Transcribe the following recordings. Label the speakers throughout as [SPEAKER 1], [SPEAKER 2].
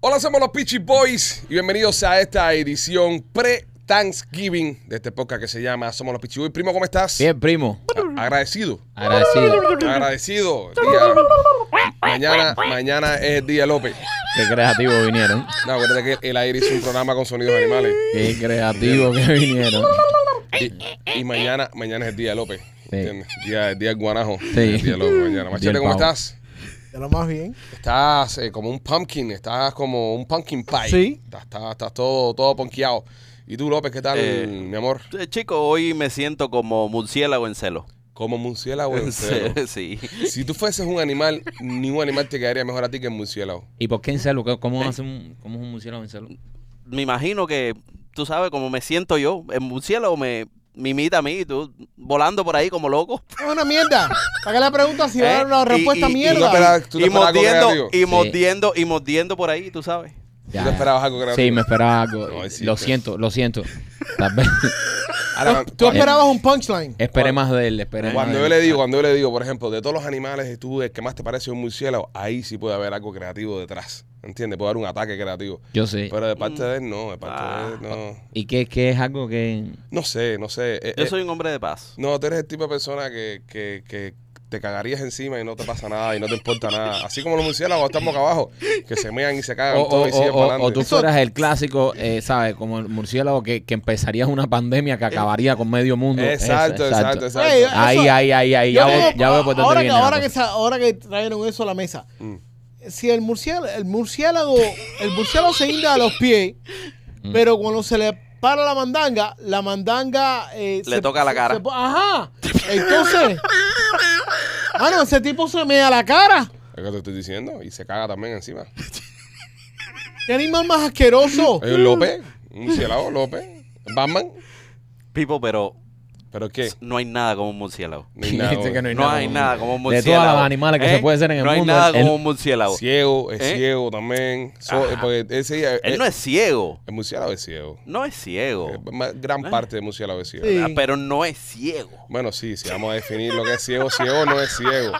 [SPEAKER 1] Hola, somos los Peachy Boys y bienvenidos a esta edición pre-Thanksgiving de este podcast que se llama Somos los Peachy Boys. Primo, ¿cómo estás?
[SPEAKER 2] Bien, primo.
[SPEAKER 1] A- agradecido.
[SPEAKER 2] Agradecido.
[SPEAKER 1] Agradecido. Día- Mañana, mañana es el día López.
[SPEAKER 2] Qué creativos vinieron.
[SPEAKER 1] No, acuérdate que el aire es un programa con sonidos animales.
[SPEAKER 2] Qué creativos que vinieron.
[SPEAKER 1] Y, y mañana, mañana es el día López. ¿Entiendes? Día, el día del guanajo.
[SPEAKER 2] Sí.
[SPEAKER 1] El día López mañana. Machete,
[SPEAKER 2] Día del
[SPEAKER 1] ¿cómo
[SPEAKER 2] pavo.
[SPEAKER 1] estás?
[SPEAKER 3] De lo más bien.
[SPEAKER 1] Estás eh, como un pumpkin, estás como un pumpkin pie.
[SPEAKER 3] Sí.
[SPEAKER 1] Estás, estás- estás todo, todo ponqueado. ¿Y tú, López, qué tal,
[SPEAKER 4] Eh.
[SPEAKER 1] mi amor?
[SPEAKER 4] Eh, Chico, hoy me siento como murciélago en celo.
[SPEAKER 1] Como murciélago en celo.
[SPEAKER 4] sí.
[SPEAKER 1] Si tú fueses un animal, ningún animal te quedaría mejor a ti que el murciélago.
[SPEAKER 2] ¿Y por qué en celo? ¿Cómo- ¿Cómo, hace un, cómo es un murciélago en celo?
[SPEAKER 4] Me imagino que, tú sabes, como me siento yo, el murciélago me mimita a mí, tú, volando por ahí como loco.
[SPEAKER 3] Es una mierda. ¿Para qué le preguntas si va a dar
[SPEAKER 4] ¿eh?
[SPEAKER 3] una
[SPEAKER 4] Y-
[SPEAKER 3] respuesta
[SPEAKER 4] y- y-
[SPEAKER 1] no
[SPEAKER 3] mierda?
[SPEAKER 1] esperas- tú te
[SPEAKER 4] Y
[SPEAKER 1] esperabas algo
[SPEAKER 4] mordiendo,
[SPEAKER 1] creativo.
[SPEAKER 4] y mordiendo, y mordiendo por ahí, tú sabes.
[SPEAKER 1] ¿Tú te esperabas algo creativo?
[SPEAKER 2] Sí, me esperaba algo.
[SPEAKER 1] No, sí,
[SPEAKER 2] lo
[SPEAKER 1] sí.
[SPEAKER 2] siento, lo siento. Tal vez.
[SPEAKER 1] Ahora,
[SPEAKER 3] Tú esperabas un punchline.
[SPEAKER 2] Esperé más de él, esperé más
[SPEAKER 1] Cuando
[SPEAKER 2] de
[SPEAKER 1] yo
[SPEAKER 2] él.
[SPEAKER 1] le digo, cuando yo le digo, por ejemplo, de todos los animales, tú el que más te parece un murciélago, ahí sí puede haber algo creativo detrás. ¿Entiendes? Puede haber un ataque creativo.
[SPEAKER 2] Yo sé.
[SPEAKER 1] Pero de parte de él, no. De parte de
[SPEAKER 2] Ah.
[SPEAKER 1] él, no.
[SPEAKER 2] ¿Y qué, qué es algo que.?
[SPEAKER 1] No sé, no sé. Eh,
[SPEAKER 4] Yo
[SPEAKER 1] eh,
[SPEAKER 4] soy un hombre de paz.
[SPEAKER 1] No, tú eres el tipo de persona que, que, que te cagarías encima y no te pasa nada y no te importa nada. Así como los murciélagos están boca abajo, que se mean y se cagan
[SPEAKER 2] O,
[SPEAKER 1] todo
[SPEAKER 2] o-
[SPEAKER 1] y siguen
[SPEAKER 2] o- o-
[SPEAKER 1] Ah, para
[SPEAKER 2] o tú
[SPEAKER 3] Eso-
[SPEAKER 2] fueras el clásico, eh, ¿sabes? Como el murciélago que, que empezarías una pandemia que acabaría con medio mundo. Eso,
[SPEAKER 1] Eh, Exacto, exacto, exacto.
[SPEAKER 3] Ey, eso-
[SPEAKER 2] Ahí, ahí, ahí, ahí.
[SPEAKER 3] Yo
[SPEAKER 2] eh, Ya, veo-
[SPEAKER 3] creo-
[SPEAKER 2] ya veo por dónde
[SPEAKER 3] ahora, que,
[SPEAKER 2] viene la
[SPEAKER 3] ahora, que,
[SPEAKER 2] cosa.
[SPEAKER 3] sa- ahora que trajeron eso a la mesa.
[SPEAKER 1] Mm.
[SPEAKER 3] Si el murciélago, el murciélago, el murciélago se hinda a los pies, pero cuando se le para la mandanga, la mandanga eh,
[SPEAKER 4] Le
[SPEAKER 3] se-
[SPEAKER 4] toca la
[SPEAKER 3] se-
[SPEAKER 4] cara.
[SPEAKER 3] se po- ajá. Entonces, mano, ese tipo se mea la cara.
[SPEAKER 1] Es que te estoy diciendo. Y se caga también encima.
[SPEAKER 3] Qué animal más asqueroso.
[SPEAKER 1] Hay un López, un murciélago, López, Batman.
[SPEAKER 4] Pipo, pero
[SPEAKER 1] ¿Pero qué?
[SPEAKER 4] no hay nada como un murciélago.
[SPEAKER 1] No hay nada,
[SPEAKER 2] Dice que no hay
[SPEAKER 4] No hay nada como un
[SPEAKER 2] De
[SPEAKER 4] murciélago.
[SPEAKER 2] todas las animales que
[SPEAKER 4] ¿eh?
[SPEAKER 2] se puede hacer en el
[SPEAKER 4] no
[SPEAKER 2] mundo.
[SPEAKER 4] hay nada
[SPEAKER 2] él-
[SPEAKER 4] como un murciélago.
[SPEAKER 1] Ciego, es
[SPEAKER 4] ¿Eh?
[SPEAKER 1] ciego también. So-
[SPEAKER 4] Ajá.
[SPEAKER 1] porque ese, eh,
[SPEAKER 4] Él no es Oh. ciego.
[SPEAKER 1] El murciélago es ciego.
[SPEAKER 4] No es ciego.
[SPEAKER 1] Eh, ma- Gran parte del murciélago es ciego.
[SPEAKER 3] Sí.
[SPEAKER 4] Ah, Pero no es ciego.
[SPEAKER 1] Bueno, sí, si vamos a definir lo que es ciego, ciego no es ciego.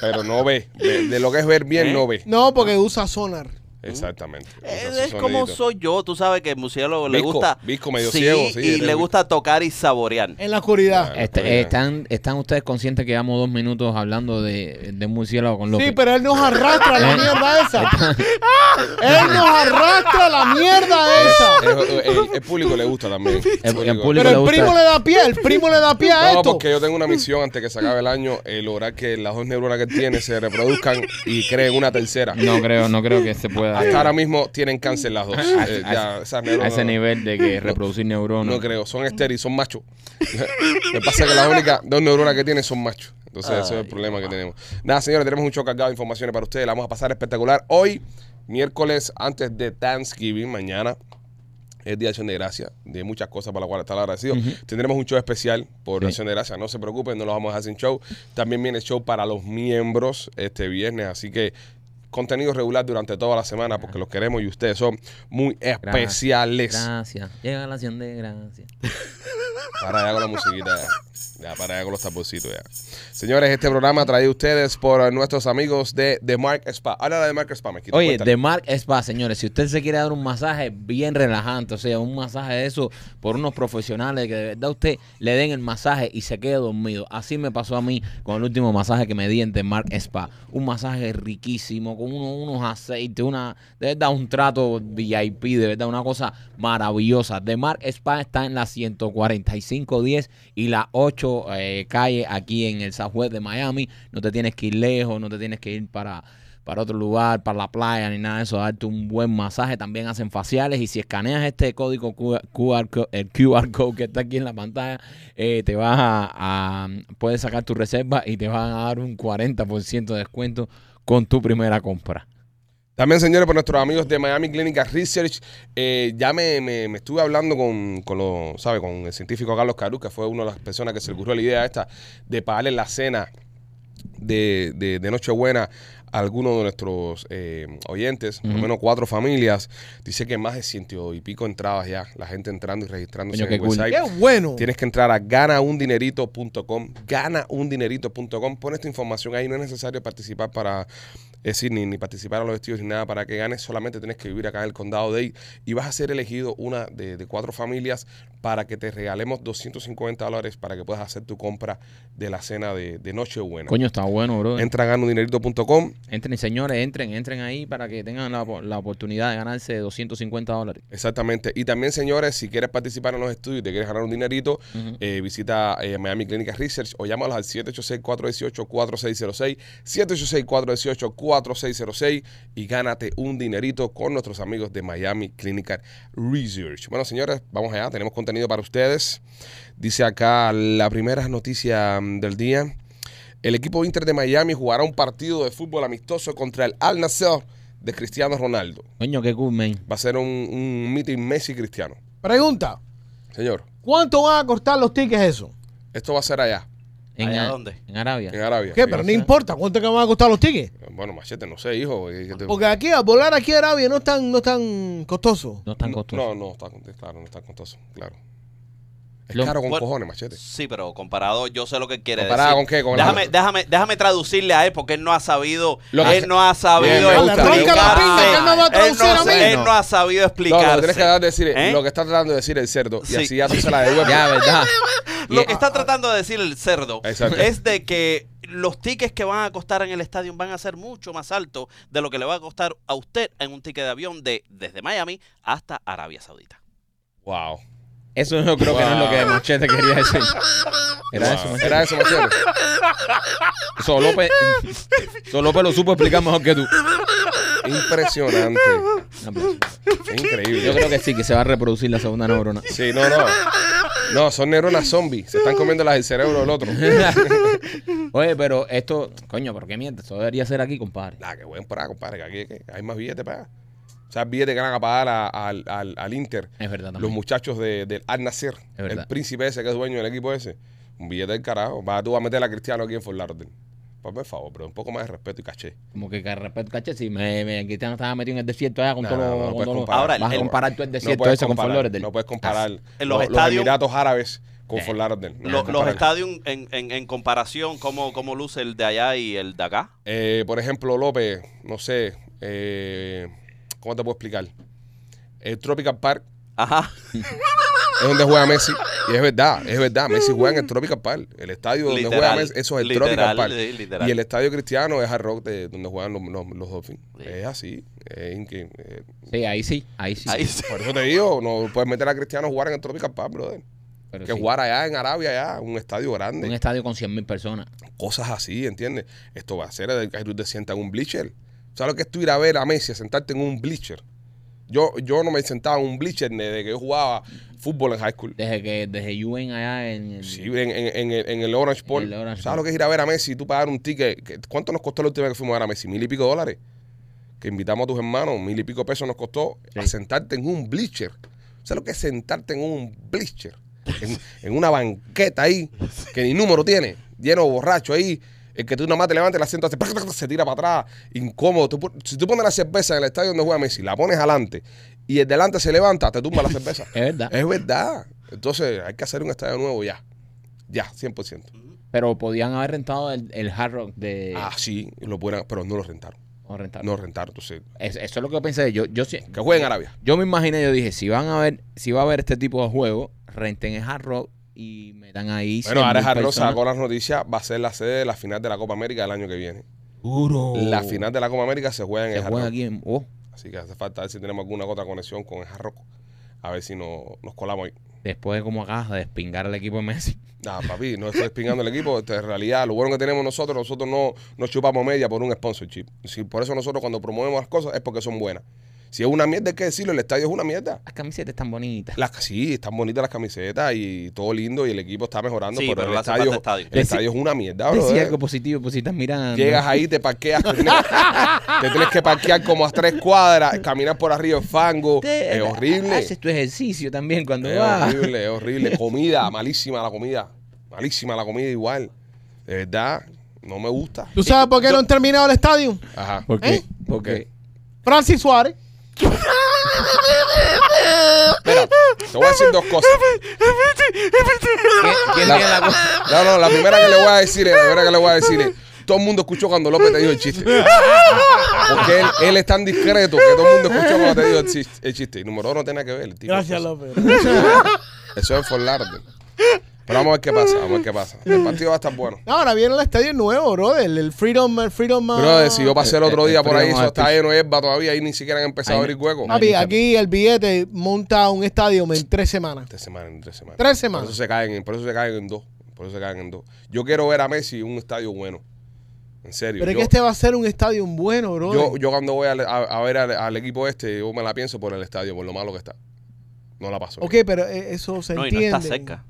[SPEAKER 1] Pero no ve. De, de lo que es ver bien,
[SPEAKER 4] ¿Eh?
[SPEAKER 1] no ve.
[SPEAKER 3] No, porque usa sonar.
[SPEAKER 1] Exactamente.
[SPEAKER 4] Eh,
[SPEAKER 1] Usa su
[SPEAKER 4] Es como
[SPEAKER 1] sonidito.
[SPEAKER 4] soy yo, tú sabes que el murciélago le
[SPEAKER 1] Visco,
[SPEAKER 4] gusta.
[SPEAKER 1] visco medio ciego, sí,
[SPEAKER 4] Y
[SPEAKER 1] eres-
[SPEAKER 4] le gusta tocar y saborear.
[SPEAKER 3] En la oscuridad.
[SPEAKER 1] Claro. Está
[SPEAKER 2] Este,
[SPEAKER 1] bien.
[SPEAKER 2] están, ¿Están ustedes conscientes que llevamos dos minutos hablando de, de un murciélago con López?
[SPEAKER 3] Sí, pero él nos arrastra a la
[SPEAKER 2] ¿Eh?
[SPEAKER 3] mierda esa. él nos arrastra a la mierda esa.
[SPEAKER 1] Es- es- el, el público le gusta también.
[SPEAKER 2] el público-
[SPEAKER 3] Pero
[SPEAKER 2] le
[SPEAKER 3] el
[SPEAKER 2] gusta.
[SPEAKER 3] primo le da pie, el primo le da pie a
[SPEAKER 1] No,
[SPEAKER 3] esto.
[SPEAKER 1] porque yo tengo una misión antes que se acabe el año, el lograr que las dos neuronas que él tiene se reproduzcan y creen una tercera.
[SPEAKER 2] No creo, no creo que se pueda.
[SPEAKER 1] Hasta ahora mismo tienen cáncer las dos.
[SPEAKER 2] a,
[SPEAKER 1] Eh,
[SPEAKER 2] Ah, a-
[SPEAKER 1] ya, esas
[SPEAKER 2] a
[SPEAKER 1] neuronas-
[SPEAKER 2] ese nivel de que reproducir neuronas.
[SPEAKER 1] No creo, son estériles, son machos. Me pasa que las únicas dos neuronas que tienen son machos. Entonces, ese es el problema que tenemos. Nada, señores, tenemos un show cargado de informaciones para ustedes. La vamos a pasar espectacular hoy, miércoles, antes de Thanksgiving, mañana. Es Día de Acción de Gracia, de muchas cosas para las cuales estar agradecido. Tendremos un show especial por
[SPEAKER 2] Sí.
[SPEAKER 1] Acción de Gracia, no se preocupen, no lo vamos a hacer sin show. También viene show para los miembros este viernes, así que contenido regular durante toda la semana porque los queremos y ustedes son muy especiales.
[SPEAKER 2] Gracias. Llega la acción de gracias.
[SPEAKER 1] Para allá con la musiquita. ya. Ya, para allá con los taponcitos ya. Señores, este programa traído a ustedes por nuestros amigos de The Mark Spa. Habla de Mark Spa, me quito.
[SPEAKER 2] Oye, The Mark Spa, señores, si usted se quiere dar un masaje bien relajante, o sea, un masaje de eso por unos profesionales que de verdad usted le den el masaje y se quede dormido. Así me pasó a mí con el último masaje que me di en The Mark Spa. Un masaje riquísimo, con uno- unos aceites, una, de verdad, un trato VIP, de verdad, una cosa maravillosa. The Mark Spa está en la 14510 y la 8 eh, calle aquí en el Southwest de Miami. No te tienes que ir lejos, no te tienes que ir para para otro lugar, para la playa, ni nada de eso, darte un buen masaje. También hacen faciales y si escaneas este código QR, co- el QR code que está aquí en la pantalla, eh, te vas a, a- puedes sacar tu reserva y te van a dar un 40% de descuento con tu primera compra.
[SPEAKER 1] También, señores, por nuestros amigos de Miami Clinical Research. eh, ya me, me- me estuve hablando con, con, los, ¿sabe? con el científico Carlos Caru, que fue una de las personas que se le ocurrió la idea esta de pagarle la cena de, de, de Nochebuena a algunos de nuestros eh, oyentes, por lo menos cuatro familias. Dice que más de ciento y pico entradas ya, la gente entrando y registrándose
[SPEAKER 2] Coño,
[SPEAKER 1] en el
[SPEAKER 2] qué cool.
[SPEAKER 1] website.
[SPEAKER 3] Qué bueno.
[SPEAKER 1] Tienes que entrar a ganaundinerito.com, ganaundinerito.com. Pon esta información ahí, no es necesario participar para es decir, ni, ni participar a los vestidos ni nada para que ganes, solamente tienes que vivir acá en el condado de Dade y vas a ser elegido una de, de cuatro familias para que te regalemos 250 dólares para que puedas hacer tu compra de la cena de, de Nochebuena.
[SPEAKER 2] Coño, está bueno, bro.
[SPEAKER 1] Entra a ganoundinerito.com
[SPEAKER 2] Entren, señores, entren, entren ahí para que tengan la, la oportunidad de ganarse 250 dólares.
[SPEAKER 1] Exactamente. Y también, señores, si quieres participar en los estudios y te quieres ganar un dinerito,
[SPEAKER 2] Ujú.
[SPEAKER 1] eh, visita eh, Miami Clinic Research o llámalos al 786-418-4606, 786-418-4606 y gánate un dinerito con nuestros amigos de Miami Clinic Research. Bueno, señores, vamos allá. Tenemos contenido para ustedes. Dice acá la primera noticia mm, del día. El equipo Inter de Miami jugará un partido de fútbol amistoso contra el Al Nassr de Cristiano Ronaldo.
[SPEAKER 2] Coño, qué cool, man.
[SPEAKER 1] Va a ser un, un meeting Messi cristiano.
[SPEAKER 3] Pregunta,
[SPEAKER 1] Señor,
[SPEAKER 3] ¿cuánto van a costar los tickets eso?
[SPEAKER 1] esto va a ser allá,
[SPEAKER 2] En,
[SPEAKER 4] ¿Allá
[SPEAKER 2] Ar-
[SPEAKER 4] dónde?
[SPEAKER 2] En Arabia.
[SPEAKER 1] en Arabia.
[SPEAKER 3] ¿Qué?
[SPEAKER 1] Sí.
[SPEAKER 3] Pero no importa, ¿cuánto es que van a costar los tickets?
[SPEAKER 1] Bueno, machete, no sé, hijo. eh, que te-
[SPEAKER 3] Porque aquí, a volar aquí a Arabia no es tan, no es tan costoso.
[SPEAKER 2] No es tan costoso.
[SPEAKER 1] No, no, está con- claro, no está costoso, claro. Es
[SPEAKER 2] Lo-
[SPEAKER 1] caro con
[SPEAKER 4] Bueno,
[SPEAKER 1] cojones, machete.
[SPEAKER 4] Sí, pero comparado, yo sé lo que quiere
[SPEAKER 1] ¿Comparado
[SPEAKER 4] decir.
[SPEAKER 1] con qué? Con la-
[SPEAKER 4] déjame, déjame, déjame traducirle a él porque él no ha sabido.
[SPEAKER 1] Lo que-
[SPEAKER 4] él no ha sabido
[SPEAKER 1] Bien, me gusta,
[SPEAKER 4] explicarse.
[SPEAKER 1] me gusta.
[SPEAKER 3] Arranca la pinga, que él no va a
[SPEAKER 4] Él no
[SPEAKER 3] traducir a
[SPEAKER 4] se-
[SPEAKER 3] mí.
[SPEAKER 4] él no ha sabido
[SPEAKER 1] No,
[SPEAKER 4] explicarse.
[SPEAKER 1] no, tienes que dar de decir
[SPEAKER 4] ¿Eh?
[SPEAKER 1] lo que está tratando de decir el cerdo.
[SPEAKER 4] Sí.
[SPEAKER 1] Y así ya tú se la devuelves.
[SPEAKER 2] Ya, ¿verdad?
[SPEAKER 4] Lo
[SPEAKER 2] Y-
[SPEAKER 4] que está tratando de decir el cerdo
[SPEAKER 1] Exacto.
[SPEAKER 4] es de que los tickets que van a costar en el estadio van a ser mucho más altos de lo que le va a costar a usted en un ticket de avión de desde Miami hasta Arabia Saudita.
[SPEAKER 1] Wow.
[SPEAKER 2] Eso yo creo que no es lo que Machete quería decir. Era
[SPEAKER 1] Wow.
[SPEAKER 2] eso, Machete.
[SPEAKER 1] Era eso, machete.
[SPEAKER 2] Eso López, eso López lo supo explicar mejor que tú.
[SPEAKER 1] Impresionante. Increíble.
[SPEAKER 2] Yo creo que sí, que se va a reproducir la segunda neurona.
[SPEAKER 1] Sí, no, no. No, son neuronas zombies. Se están comiendo las del cerebro del otro.
[SPEAKER 2] Oye, pero esto, coño, ¿por qué mientes? Esto debería ser aquí, compadre.
[SPEAKER 1] Nah, Ah, qué buen para, compadre. Que aquí que hay más billetes para allá. O sea, billetes que van a pagar a- al, al- al Inter.
[SPEAKER 2] Es verdad también.
[SPEAKER 1] Los muchachos de, del Al Nasser.
[SPEAKER 2] verdad.
[SPEAKER 1] El príncipe ese que es dueño del equipo ese. Un billete del carajo. Va, tú vas a meter a Cristiano aquí en Fort Lauderdale. Pues, por favor, pero un poco más de respeto y caché.
[SPEAKER 2] Como que con respeto, caché, si me, me- Cristiano estaba metido en el desierto allá con
[SPEAKER 1] No,
[SPEAKER 2] todos
[SPEAKER 1] no, pues, no
[SPEAKER 2] los.
[SPEAKER 1] puedes
[SPEAKER 2] con todos los-
[SPEAKER 1] comparar.
[SPEAKER 4] Ahora,
[SPEAKER 2] vas a
[SPEAKER 4] el-
[SPEAKER 2] comparar tú el
[SPEAKER 1] No
[SPEAKER 2] desierto
[SPEAKER 1] puedes
[SPEAKER 2] ese con Fort
[SPEAKER 1] comparar,
[SPEAKER 2] Lauderdale.
[SPEAKER 1] No puedes comparar
[SPEAKER 4] En
[SPEAKER 1] lo-
[SPEAKER 4] los
[SPEAKER 1] los,
[SPEAKER 4] estadios-
[SPEAKER 1] Emiratos Árabes con Fort Lauderdale. No
[SPEAKER 4] Lo-
[SPEAKER 1] puedes
[SPEAKER 4] los
[SPEAKER 1] comparar.
[SPEAKER 4] estadios en, en- en comparación, ¿cómo, ¿cómo luce el de allá y el de acá?
[SPEAKER 1] Eh, por ejemplo, López, no sé, eh, ¿cómo te puedo explicar? El Tropical Park
[SPEAKER 4] Ajá.
[SPEAKER 1] es donde juega Messi. Y es verdad, es verdad. Messi juega en el Tropical Park. El estadio donde
[SPEAKER 4] Literal,
[SPEAKER 1] juega Messi, eso es el
[SPEAKER 4] literal,
[SPEAKER 1] Tropical Park.
[SPEAKER 4] sí, literal.
[SPEAKER 1] Y el estadio cristiano es Hard Rock de, donde juegan los, los, los Dolphins.
[SPEAKER 4] Sí.
[SPEAKER 1] Es así. es inque- eh,
[SPEAKER 2] Sí, ahí sí, ahí sí.
[SPEAKER 4] Ahí sí.
[SPEAKER 1] por eso te digo, no puedes meter a Cristiano a jugar en el Tropical Park, brother.
[SPEAKER 2] Pero
[SPEAKER 1] que
[SPEAKER 2] Pues sí,
[SPEAKER 1] jugar allá en Arabia, allá, un estadio grande.
[SPEAKER 2] Un estadio con 100.000 personas.
[SPEAKER 1] Cosas así, ¿entiendes? Esto va a ser de que tú te sientas en un bleacher. ¿Sabes lo que es tú ir a ver a Messi, a sentarte en un bleacher? Yo, yo no me sentaba en un bleacher desde que yo jugaba fútbol en high school.
[SPEAKER 2] Desde que desde UN allá en. el-
[SPEAKER 1] Sí, en, en- en el, en el Orange Bowl.
[SPEAKER 2] En el Orange
[SPEAKER 1] ¿Sabes
[SPEAKER 2] Bowl.
[SPEAKER 1] lo que es ir a ver a Messi y tú pagar un ticket? ¿Qué- ¿Cuánto nos costó la última vez que fuimos a ver a Messi? Mil y pico dólares. Que invitamos a tus hermanos, mil y pico pesos nos costó a sentarte en un bleacher. ¿Sabes lo que es sentarte en un bleacher? En, en una banqueta ahí, que ni número tiene, lleno de borracho ahí. El que tú nomás te levantes el asiento, hace prac, prac, prac, se tira para atrás, incómodo. Tú pon- si tú pones la cerveza en el estadio donde juega Messi, la pones adelante y el delante se levanta, te tumba la cerveza.
[SPEAKER 2] Es verdad.
[SPEAKER 1] Es verdad. Entonces hay que hacer un estadio nuevo ya. Ya, 100%.
[SPEAKER 2] Pero podían haber rentado el, el Hard Rock de.
[SPEAKER 1] Ah, sí, lo pueden, pero no lo rentaron.
[SPEAKER 2] o rentar.
[SPEAKER 1] No lo rentaron. Entonces,
[SPEAKER 2] Es- eso es lo que pensé. Yo, yo, sí-
[SPEAKER 1] que jueguen en Arabia.
[SPEAKER 2] yo me imaginé, yo dije, si van a ver, si va a haber este tipo de juego, renten el Hard Rock y metan ahí.
[SPEAKER 1] Bueno,
[SPEAKER 2] 100.000
[SPEAKER 1] ahora Jarro
[SPEAKER 2] personas.
[SPEAKER 1] sacó las noticias, va a ser la sede de la final de la Copa América del año que viene.
[SPEAKER 2] Duro.
[SPEAKER 1] La final de la Copa América se juega en
[SPEAKER 2] Oh. Se
[SPEAKER 1] el Hard
[SPEAKER 2] juega
[SPEAKER 1] Rock.
[SPEAKER 2] aquí en. oh,
[SPEAKER 1] Así que hace falta ver si tenemos alguna otra conexión con el Hard Rock. A ver si no, nos colamos ahí.
[SPEAKER 2] después de como acabas de despingar al equipo de Messi.
[SPEAKER 1] Nah, Ah, papi, no estoy espingando el equipo. Este, en realidad, lo bueno que tenemos nosotros, nosotros no nos chupamos media por un sponsorship. Si por eso nosotros cuando promovemos las cosas es porque son buenas. Si es una mierda, hay que decirlo, el estadio es una mierda.
[SPEAKER 2] Las camisetas están bonitas.
[SPEAKER 1] Las, sí, están bonitas las camisetas y todo lindo y el equipo está mejorando,
[SPEAKER 4] Sí,
[SPEAKER 1] pero,
[SPEAKER 4] pero
[SPEAKER 1] el,
[SPEAKER 4] le hace
[SPEAKER 1] estadio,
[SPEAKER 4] falta estadio.
[SPEAKER 1] el estadio es una mierda,
[SPEAKER 2] Decía
[SPEAKER 1] brother.
[SPEAKER 2] algo positivo, pues si estás mirando.
[SPEAKER 1] eh. Llegas ahí, te parqueas, te tienes, te tienes que parquear como a tres cuadras, caminar por arriba en fango,
[SPEAKER 2] Te-
[SPEAKER 1] es horrible.
[SPEAKER 2] Haces eh, tu ejercicio también cuando
[SPEAKER 1] Es
[SPEAKER 2] vas.
[SPEAKER 1] horrible, es horrible. Comida, malísima la comida. Malísima la comida igual. De verdad, no me gusta.
[SPEAKER 3] ¿Tú sabes por qué no han terminado el estadio?
[SPEAKER 1] Ajá.
[SPEAKER 2] ¿Por qué?
[SPEAKER 3] ¿Eh?
[SPEAKER 2] ¿Por qué?
[SPEAKER 3] Francis Suárez.
[SPEAKER 1] Mira, te voy a decir dos cosas.
[SPEAKER 2] ¿Quién- quién tiene la cu-
[SPEAKER 1] No, no, la primera que le voy a decir es, la primera que le voy a decir es, todo el mundo escuchó cuando López te dijo el chiste. Porque él, él es tan discreto que todo el mundo escuchó cuando te dijo el chiste. El chiste. Y número dos no tiene nada que ver. el tipo. pues,
[SPEAKER 3] Gracias, López.
[SPEAKER 1] Eso es forlarte. Pero vamos a ver qué pasa, vamos a ver qué pasa. El partido va a estar bueno.
[SPEAKER 3] Ahora viene el estadio nuevo, brother. El Freedom. El freedom ah,
[SPEAKER 1] Pero si yo pasé el otro
[SPEAKER 2] eh,
[SPEAKER 1] día
[SPEAKER 2] eh,
[SPEAKER 1] por ahí,
[SPEAKER 2] esperemos
[SPEAKER 1] eso
[SPEAKER 2] al
[SPEAKER 1] está lleno de hierba todavía, ahí ni siquiera han empezado a
[SPEAKER 2] Ahí
[SPEAKER 1] abrir
[SPEAKER 2] no-
[SPEAKER 1] hueco.
[SPEAKER 3] Papi, Ah, aquí el billete monta un estadio en tres semanas.
[SPEAKER 1] Tres semanas, en tres semanas.
[SPEAKER 3] Tres semanas.
[SPEAKER 1] Por eso se caen, en- por eso se caen en dos. Por eso se caen en dos. Yo quiero ver a Messi en un estadio bueno. En serio.
[SPEAKER 3] Pero es
[SPEAKER 1] yo,
[SPEAKER 3] que este va a ser un estadio bueno, brother.
[SPEAKER 1] yo, yo cuando voy al- a, a ver al, al equipo este, yo me la pienso por el estadio, por lo malo que está. No la paso.
[SPEAKER 3] Ok, pero eh, eso se
[SPEAKER 4] No, y no
[SPEAKER 3] entiende.
[SPEAKER 4] está cerca.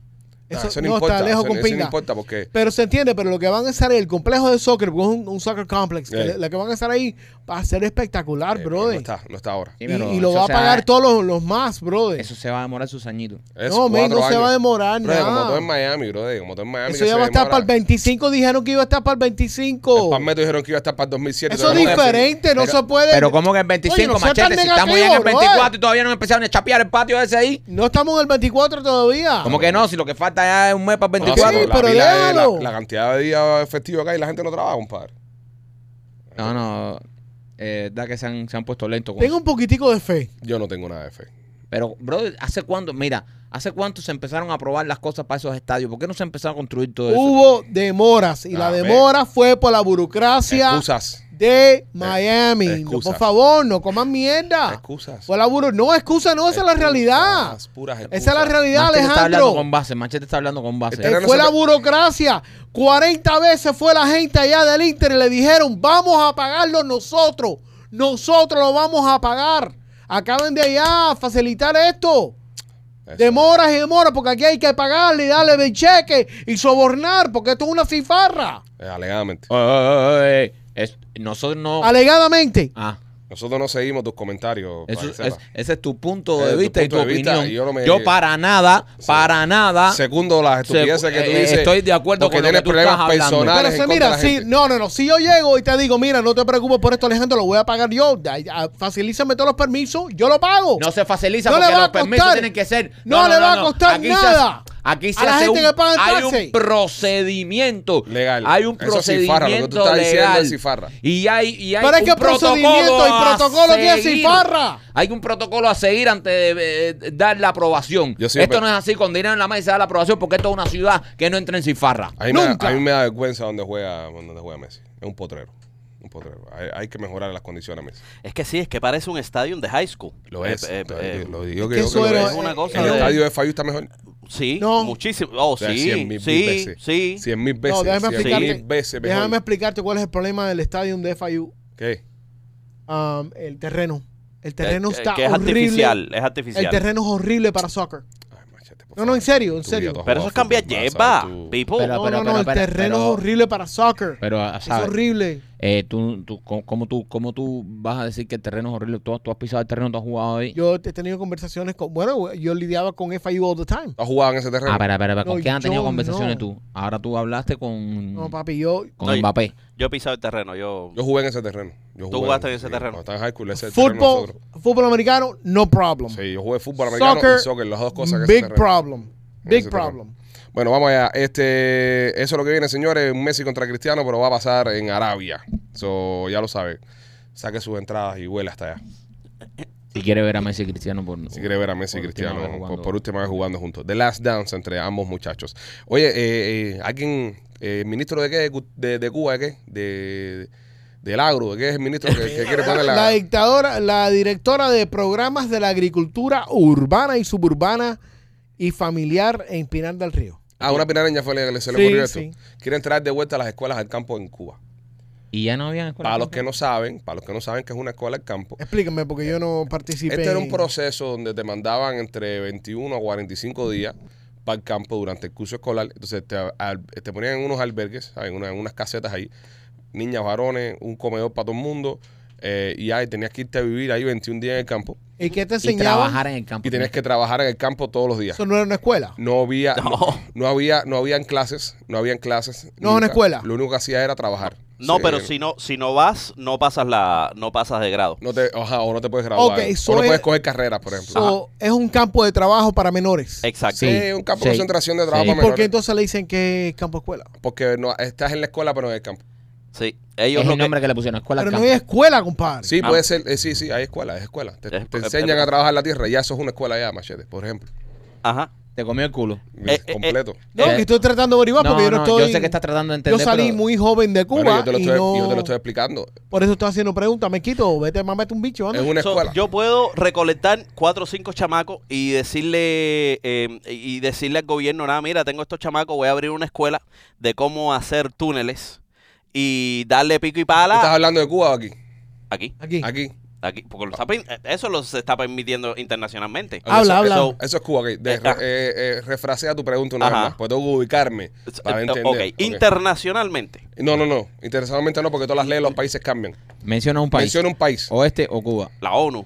[SPEAKER 1] Ah,
[SPEAKER 3] Eso,
[SPEAKER 1] eso
[SPEAKER 3] no está lejos
[SPEAKER 1] eso, eso
[SPEAKER 3] con
[SPEAKER 1] no
[SPEAKER 3] pinga.
[SPEAKER 1] importa porque
[SPEAKER 3] Pero se entiende, pero lo que van a hacer el complejo de soccer, porque es un, un soccer complex, que
[SPEAKER 1] Eh.
[SPEAKER 3] le- lo que van a hacer ahí va a ser espectacular,
[SPEAKER 1] eh, no
[SPEAKER 3] brother.
[SPEAKER 1] está, no está ahora.
[SPEAKER 2] Sí,
[SPEAKER 3] y,
[SPEAKER 2] pero
[SPEAKER 3] y lo
[SPEAKER 2] eso
[SPEAKER 3] va a
[SPEAKER 2] se va-
[SPEAKER 3] pagar todos los, los más, brother.
[SPEAKER 2] Eso se va a demorar sus añitos.
[SPEAKER 1] Es
[SPEAKER 3] no, men,
[SPEAKER 1] cuatro
[SPEAKER 3] no se va a
[SPEAKER 1] años.
[SPEAKER 3] demorar
[SPEAKER 1] Brother, como todo
[SPEAKER 3] nada.
[SPEAKER 1] en Miami, brother, como todo en Miami.
[SPEAKER 3] Eso
[SPEAKER 1] que
[SPEAKER 3] ya
[SPEAKER 1] se
[SPEAKER 3] va a estar
[SPEAKER 1] demora.
[SPEAKER 3] para el 25, dijeron que iba a estar para el
[SPEAKER 1] El
[SPEAKER 3] 25.
[SPEAKER 1] Palmetto dijeron que iba a estar para el 2007.
[SPEAKER 3] Eso es
[SPEAKER 1] todavía no-
[SPEAKER 3] diferente, no
[SPEAKER 2] Pero-
[SPEAKER 3] se puede.
[SPEAKER 2] Pero como que el 25,
[SPEAKER 3] Oye, no sea tan
[SPEAKER 2] machete, si estamos ya en el
[SPEAKER 3] negativo, brother.
[SPEAKER 2] 24 y todavía no han empezado ni a chapear el patio ese ahí.
[SPEAKER 3] No estamos en el 24 todavía.
[SPEAKER 2] Ah, Como que no, si lo que falta ya es un mes para el
[SPEAKER 1] No,
[SPEAKER 2] 24.
[SPEAKER 1] Ah, sí,
[SPEAKER 3] Sí,
[SPEAKER 1] la
[SPEAKER 3] pero
[SPEAKER 1] pila de-
[SPEAKER 3] déjalo.
[SPEAKER 1] la- la cantidad de días festivos acá y la gente no trabaja, compadre.
[SPEAKER 2] No, no. Eh, da que se han, se han puesto lentos. con
[SPEAKER 3] Tengo un poquitico de fe.
[SPEAKER 1] Yo no tengo nada de fe.
[SPEAKER 2] eso. Pero, brother, ¿hace cuánto? Mira, ¿hace cuánto se empezaron a probar las cosas para esos estadios? ¿Por qué no se empezaron a construir todo eso?
[SPEAKER 3] Hubo demoras y
[SPEAKER 1] Ah,
[SPEAKER 3] la
[SPEAKER 1] ve.
[SPEAKER 3] demora fue por la burocracia
[SPEAKER 1] Excusas.
[SPEAKER 3] de Miami. No,
[SPEAKER 1] excusas.
[SPEAKER 3] por favor, no coman mierda.
[SPEAKER 1] Excusas.
[SPEAKER 3] Fue la buro- No, excusa, no, esa es Ah. Pues la realidad.
[SPEAKER 1] Excusas, puras
[SPEAKER 3] Esa es la
[SPEAKER 1] excusas.
[SPEAKER 3] realidad,
[SPEAKER 2] Machete está hablando
[SPEAKER 3] Alejandro.
[SPEAKER 2] con base, Machete está hablando con base.
[SPEAKER 1] Este-
[SPEAKER 3] Eh,
[SPEAKER 1] Pero no
[SPEAKER 3] fue
[SPEAKER 1] se
[SPEAKER 3] la
[SPEAKER 1] pe-
[SPEAKER 3] burocracia. 40 veces fue la gente allá del Inter y le dijeron, vamos a pagarlo nosotros. Nosotros lo vamos a pagar. Acaben de allá facilitar esto.
[SPEAKER 1] Eso.
[SPEAKER 3] Demoras y demoras, porque aquí hay que pagarle y darle el cheque y sobornar, porque esto es una cifarra.
[SPEAKER 1] Eh, alegadamente.
[SPEAKER 2] Oye, oye, oye, oye, es- nosotros no...
[SPEAKER 3] Alegadamente.
[SPEAKER 2] Ah,
[SPEAKER 1] Nosotros no seguimos tus comentarios. Pues para
[SPEAKER 2] eso-
[SPEAKER 1] que sepas.
[SPEAKER 2] es- ese es tu punto
[SPEAKER 1] Eh,
[SPEAKER 2] de
[SPEAKER 1] tu
[SPEAKER 2] vista
[SPEAKER 1] punto
[SPEAKER 2] y tu
[SPEAKER 1] de vista,
[SPEAKER 2] opinión.
[SPEAKER 1] y yo
[SPEAKER 2] yo,
[SPEAKER 1] no me-
[SPEAKER 2] para nada, para nada...
[SPEAKER 1] Segundo, las estupideces
[SPEAKER 2] Se-
[SPEAKER 1] que tú
[SPEAKER 2] ah, eh,
[SPEAKER 1] dices.
[SPEAKER 2] estoy de acuerdo
[SPEAKER 1] porque
[SPEAKER 2] con lo que
[SPEAKER 1] tienes
[SPEAKER 2] tú
[SPEAKER 1] problemas
[SPEAKER 2] estás hablando.
[SPEAKER 1] personales.
[SPEAKER 3] Pero
[SPEAKER 1] en
[SPEAKER 3] se
[SPEAKER 1] contra de
[SPEAKER 3] mira,
[SPEAKER 1] la
[SPEAKER 3] si,
[SPEAKER 1] gente.
[SPEAKER 3] no, no, no, si yo llego y te digo, mira, no te preocupes por esto, Alejandro, lo voy a pagar yo, da- a- facilízame todos los permisos, yo lo pago.
[SPEAKER 2] No se facilita
[SPEAKER 3] No le
[SPEAKER 2] porque
[SPEAKER 3] va
[SPEAKER 2] los
[SPEAKER 3] a
[SPEAKER 2] permisos
[SPEAKER 3] costar.
[SPEAKER 2] tienen que ser.
[SPEAKER 3] No le va a costar
[SPEAKER 2] se hace-
[SPEAKER 3] nada
[SPEAKER 2] aquí se
[SPEAKER 3] a la
[SPEAKER 2] hace
[SPEAKER 3] gente
[SPEAKER 2] un-
[SPEAKER 3] que paga el
[SPEAKER 2] hay
[SPEAKER 3] taxi.
[SPEAKER 2] un procedimiento
[SPEAKER 1] Legal.
[SPEAKER 2] Hay un
[SPEAKER 1] Eso es cifarra,
[SPEAKER 2] procedimiento
[SPEAKER 1] lo que tú estás diciendo
[SPEAKER 2] legal.
[SPEAKER 1] es cifarra.
[SPEAKER 2] Y hay, y hay
[SPEAKER 3] Pero es
[SPEAKER 2] un
[SPEAKER 3] que procedimiento y
[SPEAKER 2] a
[SPEAKER 3] protocolo que es
[SPEAKER 2] seguir.
[SPEAKER 3] cifarra.
[SPEAKER 2] Hay un protocolo a seguir antes de eh, dar la aprobación.
[SPEAKER 1] Yo siempre-
[SPEAKER 2] esto no es así con dinero en la mesa se da la aprobación porque esto es una ciudad que no entra en cifarra.
[SPEAKER 1] A mí, me da,
[SPEAKER 3] Nunca.
[SPEAKER 1] a mí me da vergüenza donde juega, donde juega Messi. Es un potrero. Un potrero. Hay, hay que mejorar las condiciones a Messi.
[SPEAKER 4] Es que sí, es que parece un estadio de high school.
[SPEAKER 1] Lo
[SPEAKER 4] Eh,
[SPEAKER 1] es.
[SPEAKER 4] eh,
[SPEAKER 1] lo,
[SPEAKER 4] eh,
[SPEAKER 1] lo digo
[SPEAKER 3] es
[SPEAKER 1] que,
[SPEAKER 3] que
[SPEAKER 1] yo
[SPEAKER 3] eso
[SPEAKER 1] que lo
[SPEAKER 3] era-
[SPEAKER 1] es.
[SPEAKER 4] es una cosa
[SPEAKER 1] El
[SPEAKER 4] de-
[SPEAKER 1] estadio de Fayú está mejor.
[SPEAKER 4] Sí,
[SPEAKER 3] No.
[SPEAKER 4] muchísimo. Oh,
[SPEAKER 1] O sea,
[SPEAKER 4] sí,
[SPEAKER 1] 100 mil
[SPEAKER 4] sí,
[SPEAKER 1] veces.
[SPEAKER 4] sí.
[SPEAKER 1] 100 mil veces.
[SPEAKER 3] No, déjame
[SPEAKER 1] 100.000
[SPEAKER 3] explicarte.
[SPEAKER 1] veces mejor.
[SPEAKER 3] déjame explicarte cuál es el problema del estadio de FIU.
[SPEAKER 1] ¿Qué?
[SPEAKER 3] Am, Um, el terreno. El terreno
[SPEAKER 4] Eh, eh,
[SPEAKER 3] está
[SPEAKER 4] que es
[SPEAKER 3] horrible.
[SPEAKER 4] artificial, es
[SPEAKER 3] El
[SPEAKER 4] artificial.
[SPEAKER 3] terreno es horrible para soccer.
[SPEAKER 1] Ay, machete, por
[SPEAKER 3] No, no,
[SPEAKER 1] favor.
[SPEAKER 3] en serio, en
[SPEAKER 1] Tú ya
[SPEAKER 3] serio.
[SPEAKER 1] tú has
[SPEAKER 4] Pero
[SPEAKER 1] jugado
[SPEAKER 4] eso es cambiar
[SPEAKER 1] fútbol, vas,
[SPEAKER 4] hierba,
[SPEAKER 1] ¿sabes? Tú-
[SPEAKER 4] people.
[SPEAKER 2] Pero-
[SPEAKER 3] no, no, no, el
[SPEAKER 2] pero-
[SPEAKER 3] terreno
[SPEAKER 2] pero-
[SPEAKER 3] es horrible para soccer.
[SPEAKER 2] Pero, ah, Eh,
[SPEAKER 3] es horrible.
[SPEAKER 2] tú, ¿cómo, tú, tú vas a decir que el terreno es horrible? ¿Tú, has pisado el terreno, tú has jugado ahí.
[SPEAKER 3] Yo he tenido conversaciones con. Bueno, yo lidiaba con FIU all the time.
[SPEAKER 1] ¿Tú has jugado en ese terreno?
[SPEAKER 2] Ah, espera, espera, espera, ¿con
[SPEAKER 3] No,
[SPEAKER 2] quién han tenido
[SPEAKER 3] yo
[SPEAKER 2] conversaciones
[SPEAKER 3] no.
[SPEAKER 2] tú? Ahora tú hablaste
[SPEAKER 1] Mm.
[SPEAKER 2] con,
[SPEAKER 3] No, papi, yo.
[SPEAKER 2] con
[SPEAKER 4] No, yo-
[SPEAKER 2] Mbappé.
[SPEAKER 4] Yo he pisado el terreno, yo...
[SPEAKER 1] Yo jugué en ese terreno. Yo jugué
[SPEAKER 4] jugaste en ese terreno?
[SPEAKER 1] Cuando estaba en high school, ese terreno
[SPEAKER 3] Fútbol,
[SPEAKER 1] nosotros.
[SPEAKER 3] fútbol americano, no problem.
[SPEAKER 1] Sí, yo jugué fútbol americano
[SPEAKER 3] Soccer,
[SPEAKER 1] y soccer, las dos cosas que
[SPEAKER 3] Big problem.
[SPEAKER 1] En
[SPEAKER 3] Big
[SPEAKER 1] ese terreno.
[SPEAKER 3] problem.
[SPEAKER 1] Bueno, vamos allá. Este, eso es lo que viene, señores. Un Messi contra Cristiano, pero va a pasar en Arabia. So, ya lo saben. Saque sus entradas y vuela hasta allá.
[SPEAKER 2] Si quiere ver a Messi y Cristiano por
[SPEAKER 1] Si quiere ver a Messi y
[SPEAKER 2] Por última
[SPEAKER 1] Cristiano
[SPEAKER 2] vez jugando.
[SPEAKER 1] por, por última vez jugando juntos. The Last Dance entre ambos muchachos. Oye, eh, eh, alguien, eh, ministro de qué, de, Cu- de- de Cuba, de qué, de, del agro, de qué es el ministro que, que quiere poner
[SPEAKER 3] La
[SPEAKER 1] la...
[SPEAKER 3] dictadora, la directora de programas de la agricultura urbana y suburbana y familiar en Pinar del Río.
[SPEAKER 1] Ah, una pinareña fue la que le- se le
[SPEAKER 3] Sí,
[SPEAKER 1] ocurrió esto.
[SPEAKER 3] sí.
[SPEAKER 1] Quiere entrar de vuelta a las escuelas al campo en Cuba.
[SPEAKER 2] Y ya no habían escuela.
[SPEAKER 1] Para los que no saben, para los que no saben que es una escuela al campo,
[SPEAKER 3] Explícame porque yo no participé.
[SPEAKER 1] Este era un
[SPEAKER 3] en-
[SPEAKER 1] proceso donde te mandaban entre 21 a 45 días para el campo durante el curso escolar. Entonces te, al- te ponían en unos albergues, ¿sabes? en, una- en unas casetas ahí, niñas, varones, un comedor para todo el mundo. eh, y ahí tenías que irte a vivir ahí 21 días en el campo
[SPEAKER 3] ¿Y qué te
[SPEAKER 2] Y
[SPEAKER 3] enseñaban?
[SPEAKER 2] trabajar en el campo.
[SPEAKER 1] y tenías que trabajar en el campo todos los días.
[SPEAKER 3] Eso no era una escuela.
[SPEAKER 1] No había, no,
[SPEAKER 4] No.
[SPEAKER 1] no había, no habían clases, no habían clases.
[SPEAKER 3] No, en
[SPEAKER 1] nunca.
[SPEAKER 3] escuela.
[SPEAKER 1] Lo único que hacía era trabajar.
[SPEAKER 4] No,
[SPEAKER 1] Sí,
[SPEAKER 4] pero
[SPEAKER 1] eh,
[SPEAKER 4] si no, si no vas, no pasas la, no pasas de grado.
[SPEAKER 1] No te, ajá, o no te puedes graduar.
[SPEAKER 3] Ok, so
[SPEAKER 1] o no
[SPEAKER 3] es-
[SPEAKER 1] puedes coger carreras, por ejemplo.
[SPEAKER 3] So, es un campo de trabajo para menores.
[SPEAKER 4] Exacto.
[SPEAKER 2] Sí.
[SPEAKER 1] Eh, un campo de
[SPEAKER 2] Sí.
[SPEAKER 1] concentración de trabajo
[SPEAKER 2] Sí.
[SPEAKER 1] para
[SPEAKER 3] ¿Por
[SPEAKER 1] menores.
[SPEAKER 3] qué entonces le dicen que es campo escuela?
[SPEAKER 1] Porque no, estás en la escuela, pero en el campo.
[SPEAKER 4] Sí, ellos
[SPEAKER 2] es
[SPEAKER 4] lo
[SPEAKER 2] el
[SPEAKER 4] que-
[SPEAKER 2] nombre que le pusieron, Escuela
[SPEAKER 3] Pero no
[SPEAKER 2] Campo.
[SPEAKER 3] hay escuela, compadre.
[SPEAKER 1] Sí,
[SPEAKER 4] Ah.
[SPEAKER 1] puede ser, eh, sí, sí, hay escuelas, hay escuelas. Te,
[SPEAKER 4] Es-
[SPEAKER 1] te
[SPEAKER 4] es-
[SPEAKER 1] enseñan
[SPEAKER 4] es-
[SPEAKER 1] a trabajar la tierra, ya eso es una escuela ya, machete, por ejemplo.
[SPEAKER 4] Ajá.
[SPEAKER 2] Te comió el culo.
[SPEAKER 4] Eh, eh, eh.
[SPEAKER 1] completo.
[SPEAKER 3] No,
[SPEAKER 2] Eh,
[SPEAKER 3] que estoy tratando de averiguar porque yo no estoy.
[SPEAKER 2] sé que estás tratando de
[SPEAKER 3] yo
[SPEAKER 2] entender.
[SPEAKER 3] salí
[SPEAKER 2] pero-
[SPEAKER 3] muy joven de Cuba.
[SPEAKER 1] Bueno, yo te, lo
[SPEAKER 3] y
[SPEAKER 1] estoy,
[SPEAKER 3] no-
[SPEAKER 1] yo te lo estoy explicando.
[SPEAKER 3] Por eso estoy haciendo preguntas. Me quito, vete, mámete un bicho. anda.
[SPEAKER 1] Es una
[SPEAKER 4] So,
[SPEAKER 1] escuela.
[SPEAKER 4] yo puedo recolectar cuatro o cinco chamacos y decirle eh, y decirle al gobierno, nada, mira, tengo estos chamacos, voy a abrir una escuela de cómo hacer túneles y darle pico y
[SPEAKER 1] ¿Tú estás
[SPEAKER 4] pala
[SPEAKER 1] hablando de Cuba o aquí?
[SPEAKER 4] aquí,
[SPEAKER 3] Aquí.
[SPEAKER 1] Aquí.
[SPEAKER 4] aquí, porque lo está pe- eso lo se está permitiendo internacionalmente.
[SPEAKER 1] Ah,
[SPEAKER 3] Habla, habla.
[SPEAKER 4] so-
[SPEAKER 1] Eso es Cuba, ok. De-
[SPEAKER 4] Eh, ah.
[SPEAKER 1] eh, eh, refrasea tu pregunta una
[SPEAKER 4] Ajá.
[SPEAKER 1] vez más. Pues tengo que ubicarme para
[SPEAKER 4] Eh,
[SPEAKER 1] entender.
[SPEAKER 4] ok,
[SPEAKER 1] Ok.
[SPEAKER 4] internacionalmente.
[SPEAKER 1] No, no, no. Interesadamente no, porque todas las leyes de los países cambian.
[SPEAKER 2] Menciona un país.
[SPEAKER 1] Menciona un país.
[SPEAKER 4] Oh.
[SPEAKER 2] Oeste o Cuba.
[SPEAKER 4] La ONU.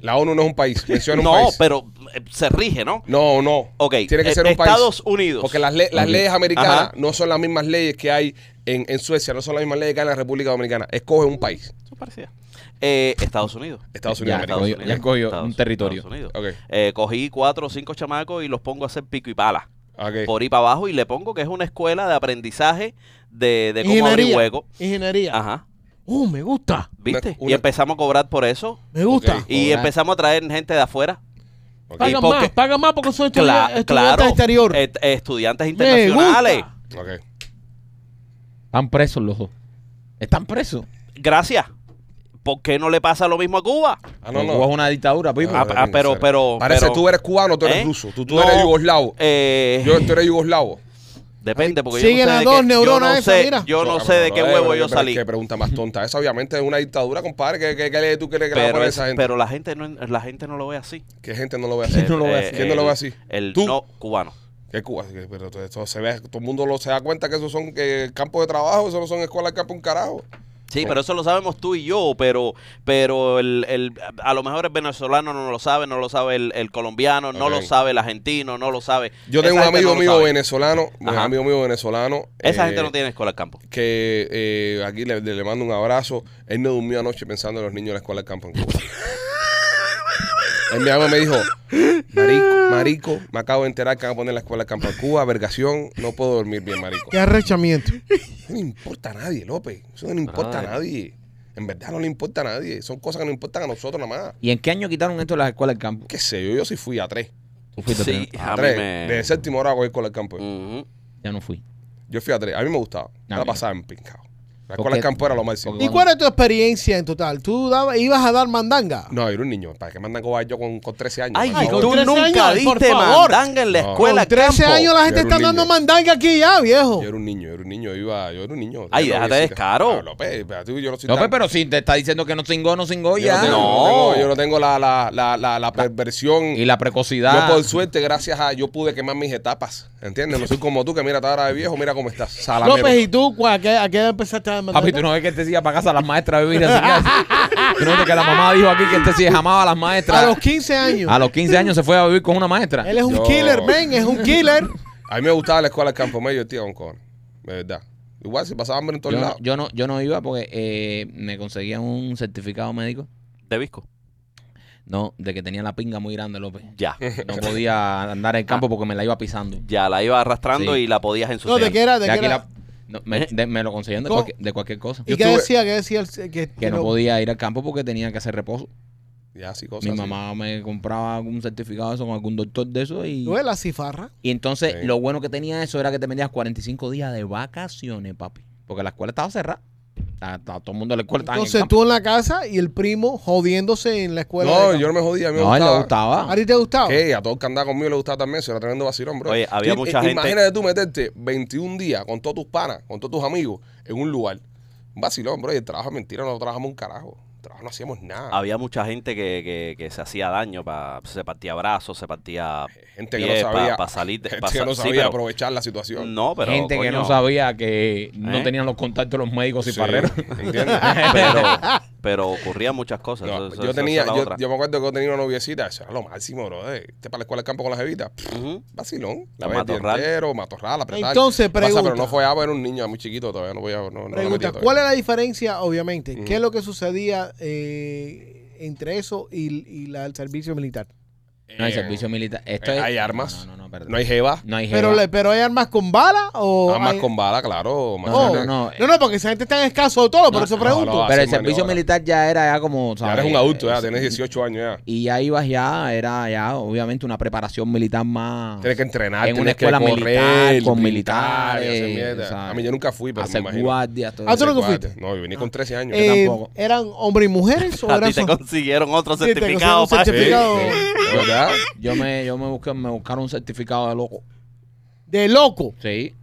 [SPEAKER 1] La ONU no es un país. Menciona un
[SPEAKER 4] no,
[SPEAKER 1] país.
[SPEAKER 4] pero eh, se rige, ¿no?
[SPEAKER 1] No, no.
[SPEAKER 4] Ok.
[SPEAKER 1] Tiene que
[SPEAKER 4] eh,
[SPEAKER 1] ser un país.
[SPEAKER 4] Estados Unidos.
[SPEAKER 1] Porque las, le- las
[SPEAKER 2] Ok.
[SPEAKER 1] leyes americanas
[SPEAKER 4] Ajá.
[SPEAKER 1] no son las mismas leyes que hay en, en Suecia, no son las mismas leyes que hay en la República Dominicana. Escoge un país.
[SPEAKER 4] Eso parecía. Eh, Estados Unidos.
[SPEAKER 1] Estados
[SPEAKER 2] Ya,
[SPEAKER 1] Unidos.
[SPEAKER 2] Estados
[SPEAKER 1] América.
[SPEAKER 2] Unidos. ya cogió un territorio.
[SPEAKER 4] Estados Unidos.
[SPEAKER 1] Ok.
[SPEAKER 4] Eh, cogí cuatro o cinco chamacos y los pongo a hacer pico y pala.
[SPEAKER 1] Ok.
[SPEAKER 4] Por ahí para abajo y le pongo que es una escuela de aprendizaje de, de cómo abrir
[SPEAKER 3] Ingeniería.
[SPEAKER 4] hueco.
[SPEAKER 3] Ingeniería.
[SPEAKER 4] Ajá.
[SPEAKER 3] Uh, me gusta.
[SPEAKER 4] ¿Viste?
[SPEAKER 1] Una- una-
[SPEAKER 4] Y empezamos a cobrar por eso.
[SPEAKER 3] Me gusta.
[SPEAKER 1] Ok.
[SPEAKER 4] Y
[SPEAKER 2] Cobrar.
[SPEAKER 4] empezamos a traer gente de afuera.
[SPEAKER 1] ok.
[SPEAKER 3] Pagan
[SPEAKER 4] ¿Y por
[SPEAKER 3] más,
[SPEAKER 4] qué?
[SPEAKER 3] pagan más porque son estudi-
[SPEAKER 4] Cla-
[SPEAKER 3] estudiantes
[SPEAKER 4] claro, Eh,
[SPEAKER 3] de exterior.
[SPEAKER 4] et- estudiantes
[SPEAKER 3] Me
[SPEAKER 4] internacionales.
[SPEAKER 3] gusta.
[SPEAKER 1] Ok.
[SPEAKER 2] Están presos los dos. Están presos.
[SPEAKER 4] Gracias. ¿Por qué no le pasa lo mismo a Cuba?
[SPEAKER 1] Ah, no,
[SPEAKER 2] Eh, Cuba es
[SPEAKER 1] no.
[SPEAKER 2] una dictadura, pipo.
[SPEAKER 4] Ah, ah, pero- pero-
[SPEAKER 1] Parece
[SPEAKER 4] pero-
[SPEAKER 1] tú eres cubano, tú eres
[SPEAKER 4] ¿Eh?
[SPEAKER 1] ruso. Tú, tú
[SPEAKER 4] No,
[SPEAKER 1] eres yugoslavo.
[SPEAKER 4] Eh,
[SPEAKER 1] Yo, tú eres yugoslavo.
[SPEAKER 4] Depende, porque
[SPEAKER 3] Siguen
[SPEAKER 4] yo no sé
[SPEAKER 3] las
[SPEAKER 4] de
[SPEAKER 3] dos
[SPEAKER 4] qué-
[SPEAKER 3] neuronas
[SPEAKER 4] yo no
[SPEAKER 3] esas,
[SPEAKER 4] sé-
[SPEAKER 3] mira.
[SPEAKER 4] Yo no
[SPEAKER 1] Ah,
[SPEAKER 4] sé de qué
[SPEAKER 1] pero,
[SPEAKER 4] huevo
[SPEAKER 1] eh,
[SPEAKER 4] yo
[SPEAKER 1] pero
[SPEAKER 4] salí.
[SPEAKER 1] Qué pregunta más tonta. Eso obviamente es una dictadura, compadre. ¿Qué, qué, qué ley tú quieres que le
[SPEAKER 4] Pero,
[SPEAKER 1] ponga a
[SPEAKER 4] es-
[SPEAKER 1] esa gente?
[SPEAKER 4] pero la gente no la gente no lo ve así.
[SPEAKER 1] ¿Qué gente no lo ve así? Eh,
[SPEAKER 2] ¿Quién no lo ve así?
[SPEAKER 1] ¿Quién no lo ve así?
[SPEAKER 4] Eh, El
[SPEAKER 1] ¿Tú?
[SPEAKER 4] no cubano.
[SPEAKER 1] ¿Qué Cuba? Que- Pero todo, esto se ve, todo el mundo lo, se da cuenta que esos son eh, campos de trabajo, eso no son escuelas de campo un carajo.
[SPEAKER 4] Sí, pero eso lo sabemos tú y yo, pero pero el, el- a lo mejor el venezolano no lo sabe, no lo sabe el, el colombiano, no
[SPEAKER 1] Ok.
[SPEAKER 4] lo sabe el argentino, no lo sabe.
[SPEAKER 1] Yo
[SPEAKER 4] Esa
[SPEAKER 1] tengo un
[SPEAKER 4] gente
[SPEAKER 1] amigo
[SPEAKER 4] no lo
[SPEAKER 1] mío
[SPEAKER 4] sabe.
[SPEAKER 1] venezolano, un
[SPEAKER 4] Ajá.
[SPEAKER 1] amigo mío venezolano.
[SPEAKER 4] Esa
[SPEAKER 1] eh,
[SPEAKER 4] gente no tiene escuela al campo.
[SPEAKER 1] Que eh, aquí le, le mando un abrazo. Él no durmió anoche pensando en los niños de la escuela de campo en Cuba. Él mi amigo me dijo, marico, marico, me acabo de enterar que van a poner la escuela de campo en Cuba, vergación, no puedo dormir bien, marico.
[SPEAKER 3] Qué arrechamiento.
[SPEAKER 1] No le importa a nadie, López. Eso no le importa a
[SPEAKER 4] Ay.
[SPEAKER 1] nadie. En verdad no le importa a nadie. Son cosas que no importan a nosotros nada más.
[SPEAKER 2] ¿Y en qué año quitaron esto de las escuelas del campo?
[SPEAKER 1] Qué sé yo, yo sí fui a tres.
[SPEAKER 2] Tú fuiste
[SPEAKER 4] Sí,
[SPEAKER 2] primero.
[SPEAKER 4] a mí
[SPEAKER 1] tres. pues.
[SPEAKER 4] me-
[SPEAKER 1] De séptimo grado cogí escuela del campo.
[SPEAKER 4] Ujú.
[SPEAKER 2] Ya no fui.
[SPEAKER 1] Yo fui a tres. A mí me gustaba. Me la
[SPEAKER 2] mira.
[SPEAKER 1] pasaba en pincado. La
[SPEAKER 2] Porque-
[SPEAKER 1] escuela del campo era lo máximo.
[SPEAKER 2] porque-
[SPEAKER 3] ¿Y cuál es tu experiencia en total? ¿Tú daba- ibas a dar mandanga?
[SPEAKER 1] No, yo era un niño. ¿Para qué me andan a cobar yo con, con 13 años?
[SPEAKER 4] Ay,
[SPEAKER 3] Ay,
[SPEAKER 1] No,
[SPEAKER 3] con
[SPEAKER 4] tú
[SPEAKER 3] 13
[SPEAKER 4] nunca
[SPEAKER 3] años, por
[SPEAKER 4] diste
[SPEAKER 3] favor.
[SPEAKER 4] mandanga en la
[SPEAKER 1] No.
[SPEAKER 4] escuela al
[SPEAKER 3] Con 13
[SPEAKER 4] campo.
[SPEAKER 3] años la gente
[SPEAKER 1] Yo era
[SPEAKER 3] está
[SPEAKER 1] un
[SPEAKER 3] dando
[SPEAKER 1] niño.
[SPEAKER 3] mandanga aquí ya, viejo.
[SPEAKER 1] Yo era un niño, yo era un niño, yo iba, yo era un niño.
[SPEAKER 4] Ay,
[SPEAKER 1] Yo era
[SPEAKER 4] déjate de
[SPEAKER 1] noviecita.
[SPEAKER 4] descaro.
[SPEAKER 1] Ah, López, pero tú, yo no soy
[SPEAKER 2] López,
[SPEAKER 1] tan-
[SPEAKER 2] pero si te está diciendo que no cingó, no cingó
[SPEAKER 1] yo no
[SPEAKER 2] ya.
[SPEAKER 1] tengo,
[SPEAKER 4] No.
[SPEAKER 1] yo no tengo- yo no tengo la, la, la, la, la perversión.
[SPEAKER 2] Y la precocidad.
[SPEAKER 1] Yo por suerte, gracias a yo pude quemar mis etapas, ¿entiendes? No soy como tú que mira, está ahora de viejo, mira cómo estás. Salamero.
[SPEAKER 3] López, ¿y tú cuál- a qué, a qué edad empezaste a dar mandanga?
[SPEAKER 2] Papi, tú no ves que él te sigue para casa a las maestras a vivir así que- Tú no ves que la mamá dijo aquí que él te sigue jamaba a las maestras.
[SPEAKER 3] A los 15 años.
[SPEAKER 2] A los 15 años se fue a vivir con una maestra.
[SPEAKER 3] Él es un
[SPEAKER 1] Yo-
[SPEAKER 3] killer, ven, es un killer.
[SPEAKER 1] A mí me gustaba la escuela del campo medio, tío, con cojones, de verdad. Igual si pasaba hambre en todos
[SPEAKER 2] Yo no,
[SPEAKER 1] lados.
[SPEAKER 2] yo, no, yo no iba porque eh, me conseguían un certificado médico.
[SPEAKER 4] De Visco.
[SPEAKER 2] No, de que tenía la pinga muy grande, López.
[SPEAKER 4] Ya.
[SPEAKER 1] Eh.
[SPEAKER 2] No podía andar en el campo porque me la iba pisando.
[SPEAKER 4] Ya la iba arrastrando
[SPEAKER 2] Sí.
[SPEAKER 4] y la podías
[SPEAKER 3] No,
[SPEAKER 4] ensuciar.
[SPEAKER 3] ¿de qué era? ¿De
[SPEAKER 2] De
[SPEAKER 3] qué
[SPEAKER 2] aquí
[SPEAKER 3] era?
[SPEAKER 2] la- no, me, de- me lo conseguían de,
[SPEAKER 3] ¿Cómo?
[SPEAKER 2] cualquier, de cualquier cosa.
[SPEAKER 3] ¿Y
[SPEAKER 1] Yo
[SPEAKER 3] qué
[SPEAKER 1] estuve-
[SPEAKER 3] decía? ¿Qué decía? el- que,
[SPEAKER 2] Que no
[SPEAKER 3] no-
[SPEAKER 2] podía ir al campo porque tenía que hacer reposo.
[SPEAKER 1] Ya, así
[SPEAKER 2] Mi
[SPEAKER 1] cosas. así.
[SPEAKER 2] mamá me compraba algún certificado de eso con algún doctor de eso y...
[SPEAKER 3] ¿Tú ves la cifarra?
[SPEAKER 2] Y entonces
[SPEAKER 1] Sí.
[SPEAKER 2] lo bueno que tenía eso era que te vendías 45 días de vacaciones, papi. Porque la escuela estaba cerrada. A, todo el mundo de la escuela estaba
[SPEAKER 3] Entonces
[SPEAKER 2] en el campo.
[SPEAKER 3] tú en la casa y el primo jodiéndose en la escuela. de
[SPEAKER 1] No,
[SPEAKER 3] campo.
[SPEAKER 1] yo no me jodía, a mí me
[SPEAKER 2] No, ah, a él le
[SPEAKER 1] gustaba.
[SPEAKER 2] gustaba.
[SPEAKER 3] ¿A ti te gustaba?
[SPEAKER 1] ¿Qué? A todo el que andaba conmigo le gustaba también, eso era tremendo vacilón, bro.
[SPEAKER 4] Oye, había
[SPEAKER 1] Tú-
[SPEAKER 4] mucha
[SPEAKER 1] i-
[SPEAKER 4] gente-
[SPEAKER 1] Imagínate tú meterte 21 días con todos tus panas, con todos tus amigos, en un lugar. Un vacilón, bro, y el trabajo es mentira, no trabajamos un carajo. El trabajo no hacíamos nada.
[SPEAKER 4] Había mucha gente que, que- que se hacía daño, pa- se partía brazos, se partía
[SPEAKER 1] gente que
[SPEAKER 4] pies
[SPEAKER 1] no
[SPEAKER 4] pa-
[SPEAKER 1] sabía,
[SPEAKER 4] pa salir de-
[SPEAKER 1] gente
[SPEAKER 4] pa
[SPEAKER 1] que
[SPEAKER 4] sa-
[SPEAKER 1] no
[SPEAKER 4] sí,
[SPEAKER 1] sabía
[SPEAKER 4] pero-
[SPEAKER 1] aprovechar la situación.
[SPEAKER 4] No, pero
[SPEAKER 2] Gente que
[SPEAKER 4] coño,
[SPEAKER 2] no sabía que no
[SPEAKER 4] ¿Eh?
[SPEAKER 2] tenían los contactos los médicos
[SPEAKER 1] Sí,
[SPEAKER 2] y parreros.
[SPEAKER 1] ¿entiendes?
[SPEAKER 4] Pero, pero ocurrían muchas cosas.
[SPEAKER 1] No,
[SPEAKER 4] eso- eso-
[SPEAKER 1] yo
[SPEAKER 4] eso
[SPEAKER 1] tenía,
[SPEAKER 4] es la
[SPEAKER 1] yo,
[SPEAKER 4] otra.
[SPEAKER 1] yo me acuerdo que yo tenía una noviecita, eso era lo máximo, bro. eh. Este para la escuela del campo con la jevita, pff,
[SPEAKER 4] Ujú.
[SPEAKER 1] vacilón. La
[SPEAKER 4] La
[SPEAKER 1] vez
[SPEAKER 4] matorral.
[SPEAKER 1] entero, matorral, apretar.
[SPEAKER 3] Entonces,
[SPEAKER 1] Pasa,
[SPEAKER 3] pregunta.
[SPEAKER 1] pero no follaba, era un niño muy chiquito todavía, no podía, no, no la metía
[SPEAKER 3] Pregunta,
[SPEAKER 1] todavía.
[SPEAKER 3] ¿cuál es la diferencia, obviamente?
[SPEAKER 1] Ujú.
[SPEAKER 3] ¿Qué es lo que sucedía eh, entre eso y, y la- el servicio militar?
[SPEAKER 2] No hay
[SPEAKER 1] Eh,
[SPEAKER 2] servicio militar. Esto
[SPEAKER 1] eh,
[SPEAKER 2] es-
[SPEAKER 1] hay armas.
[SPEAKER 2] No, no, no, perdón.
[SPEAKER 1] No hay jeva.
[SPEAKER 2] No hay
[SPEAKER 3] Pero,
[SPEAKER 2] jeva.
[SPEAKER 3] le- pero hay armas con bala o.
[SPEAKER 1] Armas
[SPEAKER 3] hay-
[SPEAKER 1] con bala, claro. más
[SPEAKER 3] Oh,
[SPEAKER 2] No,
[SPEAKER 1] gente-
[SPEAKER 2] no, no.
[SPEAKER 3] No, no, porque esa gente está en escaso de todo, por
[SPEAKER 2] No,
[SPEAKER 3] eso
[SPEAKER 2] no,
[SPEAKER 3] pregunto.
[SPEAKER 1] no,
[SPEAKER 2] Pero el
[SPEAKER 1] hacen
[SPEAKER 2] servicio
[SPEAKER 1] maniobras.
[SPEAKER 2] militar ya era ya como.
[SPEAKER 1] Ya
[SPEAKER 2] ¿sabes?
[SPEAKER 1] eres un adulto, ya
[SPEAKER 2] Eh,
[SPEAKER 1] tienes 18 años ya.
[SPEAKER 2] Y ya ibas ya, era ya obviamente una preparación militar más.
[SPEAKER 1] Tienes que entrenar,
[SPEAKER 2] en una
[SPEAKER 1] tienes que
[SPEAKER 2] escuela
[SPEAKER 1] correr,
[SPEAKER 2] militar, con
[SPEAKER 1] brincar y
[SPEAKER 2] militares,
[SPEAKER 1] hacer mierda.
[SPEAKER 2] o sea,
[SPEAKER 1] A mí yo nunca fui, pero me
[SPEAKER 2] hacer
[SPEAKER 1] imagino.
[SPEAKER 2] guardias, todo
[SPEAKER 3] Ah,
[SPEAKER 2] eso.
[SPEAKER 3] tú no-
[SPEAKER 1] Cuate,
[SPEAKER 3] fuiste?
[SPEAKER 1] No, yo vine con 13 años.
[SPEAKER 2] Eh,
[SPEAKER 3] Eh,
[SPEAKER 2] tampoco.
[SPEAKER 3] ¿Eran hombres y mujeres o
[SPEAKER 4] A
[SPEAKER 3] eran
[SPEAKER 4] ti te
[SPEAKER 3] so-
[SPEAKER 4] consiguieron otro
[SPEAKER 3] Sí, te consiguieron un
[SPEAKER 4] certificado,
[SPEAKER 1] Sí,
[SPEAKER 4] papi.
[SPEAKER 1] sí,
[SPEAKER 3] certificado.
[SPEAKER 1] de ¿Verdad?
[SPEAKER 2] Yo me, yo me busqué, me buscaron un certificado de loco.
[SPEAKER 3] de loco?
[SPEAKER 2] Sí.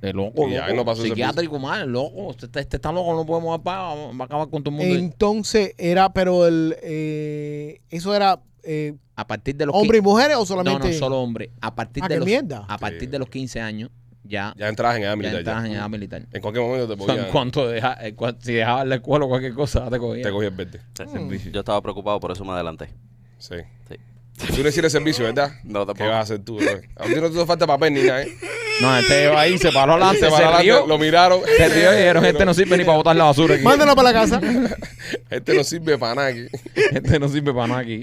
[SPEAKER 2] De loco,
[SPEAKER 1] Y ahí
[SPEAKER 2] loco.
[SPEAKER 1] no pasó el
[SPEAKER 2] Psiquiátrico mal, loco. Usted está, este está loco, no podemos dar para, vamos- va a acabar con todo el mundo.
[SPEAKER 3] Entonces era, pero el eh, eso era eh,
[SPEAKER 2] a partir de los
[SPEAKER 3] hombres
[SPEAKER 2] 15
[SPEAKER 3] y mujeres o
[SPEAKER 2] No,
[SPEAKER 3] solamente.
[SPEAKER 2] no, solo hombre. A partir
[SPEAKER 3] Ah,
[SPEAKER 2] de
[SPEAKER 3] qué
[SPEAKER 2] los
[SPEAKER 3] mierda.
[SPEAKER 2] a partir de los 15 años ya,
[SPEAKER 1] Ya entrabas en edad
[SPEAKER 2] ya
[SPEAKER 1] militar.
[SPEAKER 2] entrabas en edad
[SPEAKER 1] militar.
[SPEAKER 2] militar.
[SPEAKER 1] En cualquier momento te
[SPEAKER 2] O sea,
[SPEAKER 1] podían.
[SPEAKER 2] en cuanto deja, en cua- si dejabas la escuela o cualquier cosa, te cogían.
[SPEAKER 1] Te cogí el verde. Mm.
[SPEAKER 4] Sí. Yo estaba preocupado, por eso me adelanté.
[SPEAKER 1] Sí.
[SPEAKER 4] Sí.
[SPEAKER 1] Tú no hiciste servicio, ¿verdad?
[SPEAKER 4] No,
[SPEAKER 1] ¿Qué
[SPEAKER 4] tampoco.
[SPEAKER 1] vas a hacer tú? bro? A ti no te hizo falta papel ni nada, ¿eh?
[SPEAKER 2] No, este iba ahí, se paró adelante,
[SPEAKER 1] Se
[SPEAKER 2] se,
[SPEAKER 1] van adelante,
[SPEAKER 2] rió.
[SPEAKER 1] Lo miraron.
[SPEAKER 2] Se rió y dijeron, este no sirve ni para botar la basura aquí.
[SPEAKER 3] Mándalo para la casa.
[SPEAKER 2] Pues,
[SPEAKER 1] Este no sirve para nada aquí.
[SPEAKER 2] Este no sirve para nada aquí.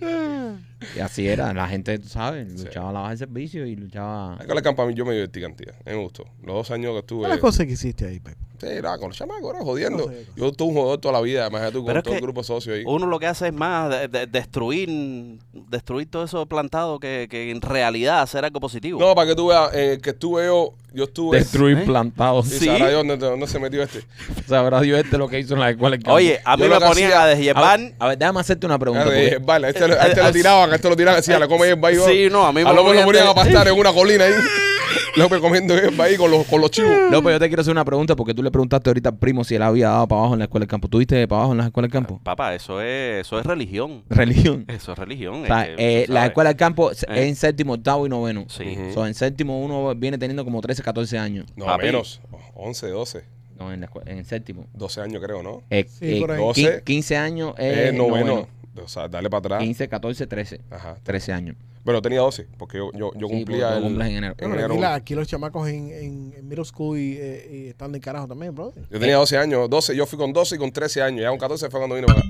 [SPEAKER 2] Y así era, la gente, tú sabes, luchaba la baja de servicio y luchaba...
[SPEAKER 1] Ahí Con el campamento yo me divertí cantidad. A mí me gustó. Los dos años que estuve.
[SPEAKER 3] Todas las cosas que hiciste ahí, Pepe.
[SPEAKER 1] Sí, nada, con los chamacos, era jodiendo.
[SPEAKER 3] No sé, no sé.
[SPEAKER 1] Yo tuve un jugador toda la vida, además tú
[SPEAKER 4] Pero
[SPEAKER 1] con
[SPEAKER 4] es
[SPEAKER 1] todo el
[SPEAKER 4] que
[SPEAKER 1] grupo socio ahí.
[SPEAKER 4] Uno lo que hace es más de- de- destruir, destruir todo eso plantado que, que en realidad hacer algo positivo.
[SPEAKER 1] No, para que tú veas, eh, que estuve yo, yo estuve.
[SPEAKER 2] Destruir
[SPEAKER 4] ¿Eh?
[SPEAKER 2] plantados.
[SPEAKER 1] Sí,
[SPEAKER 4] Sí.
[SPEAKER 1] sabrá Dios dónde, dónde se metió este.
[SPEAKER 2] Sabrá Dios este lo que hizo en la escuela. en campo.
[SPEAKER 4] Oye, a
[SPEAKER 1] Yo
[SPEAKER 4] mí
[SPEAKER 1] lo
[SPEAKER 4] me
[SPEAKER 1] que
[SPEAKER 4] ponían
[SPEAKER 1] hacía-
[SPEAKER 4] a
[SPEAKER 2] a,
[SPEAKER 4] desyebar
[SPEAKER 2] ver, a ver, déjame hacerte una pregunta.
[SPEAKER 1] Ah, de-
[SPEAKER 2] porque-
[SPEAKER 1] vale, a este, lo- a este lo tiraban, a este lo tiraban así, a la come hierba ahí.
[SPEAKER 4] Sí, no, a mí me
[SPEAKER 1] A López lo
[SPEAKER 4] ponían
[SPEAKER 1] ponían
[SPEAKER 4] de-
[SPEAKER 1] a pastar en una colina ahí. López comiendo hierba ahí con los, con los chivos.
[SPEAKER 2] López, pues yo te quiero hacer una pregunta porque tú le preguntaste ahorita al primo si él había dado para abajo en la escuela del campo. ¿Tú diste para abajo en la escuela del campo?
[SPEAKER 4] Papá, eso es, eso es religión.
[SPEAKER 2] Religión.
[SPEAKER 4] Eso es religión.
[SPEAKER 2] O sea,
[SPEAKER 4] es que,
[SPEAKER 2] eh,
[SPEAKER 4] tú
[SPEAKER 2] la
[SPEAKER 4] sabes.
[SPEAKER 2] escuela del campo es
[SPEAKER 4] Eh.
[SPEAKER 2] en séptimo, octavo y noveno.
[SPEAKER 4] Sí.
[SPEAKER 1] Ujú.
[SPEAKER 2] O sea, en séptimo uno viene teniendo como 13, 14 años.
[SPEAKER 1] No,
[SPEAKER 4] Papi.
[SPEAKER 1] menos. 11, 12.
[SPEAKER 2] No, en, la escue- en séptimo.
[SPEAKER 1] 12 años creo, ¿no?
[SPEAKER 2] Eh,
[SPEAKER 3] Sí,
[SPEAKER 2] eh,
[SPEAKER 3] por ahí.
[SPEAKER 2] quin-
[SPEAKER 1] 12.
[SPEAKER 2] 15 años es
[SPEAKER 1] Eh,
[SPEAKER 2] noveno.
[SPEAKER 1] noveno. Ah. O sea, dale para atrás.
[SPEAKER 2] 15, 14, 13.
[SPEAKER 1] Ajá.
[SPEAKER 2] 13 años.
[SPEAKER 1] Bueno, tenía 12, porque yo, yo, yo
[SPEAKER 2] Sí,
[SPEAKER 1] cumplía
[SPEAKER 2] porque tú
[SPEAKER 1] el-
[SPEAKER 2] cumples en enero.
[SPEAKER 1] en
[SPEAKER 3] Bueno,
[SPEAKER 1] enero
[SPEAKER 3] aquí,
[SPEAKER 1] uno.
[SPEAKER 3] la- aquí los chamacos en, en, en middle school y, eh, y están de carajo también, bro.
[SPEAKER 1] Yo tenía 12 años, 12, yo fui con 12 y con 13 años, ya con 14 fue cuando vine para acá.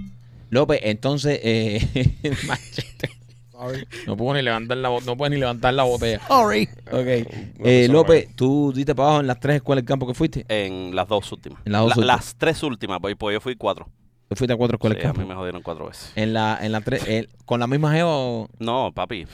[SPEAKER 2] López, entonces, eh, machete.
[SPEAKER 3] Sorry.
[SPEAKER 2] No puedo ni levantar la, bo- no puedo ni levantar la botella. Eh,
[SPEAKER 3] Sorry.
[SPEAKER 2] Ok.
[SPEAKER 1] Una
[SPEAKER 2] Eh,
[SPEAKER 1] persona
[SPEAKER 2] López, ¿tú diste para abajo en las tres escuelas del campo que fuiste?
[SPEAKER 4] En las dos últimas.
[SPEAKER 2] En las dos
[SPEAKER 4] La-
[SPEAKER 2] últimas.
[SPEAKER 4] las tres últimas, pues, pues yo fui cuatro.
[SPEAKER 2] ¿Tú fuiste a cuatro escuelas
[SPEAKER 4] Sí,
[SPEAKER 2] del
[SPEAKER 4] a mí
[SPEAKER 2] campo?
[SPEAKER 4] me jodieron cuatro veces.
[SPEAKER 2] En la, en la tres, el- ¿Con la misma jeva o...?
[SPEAKER 4] No, papi.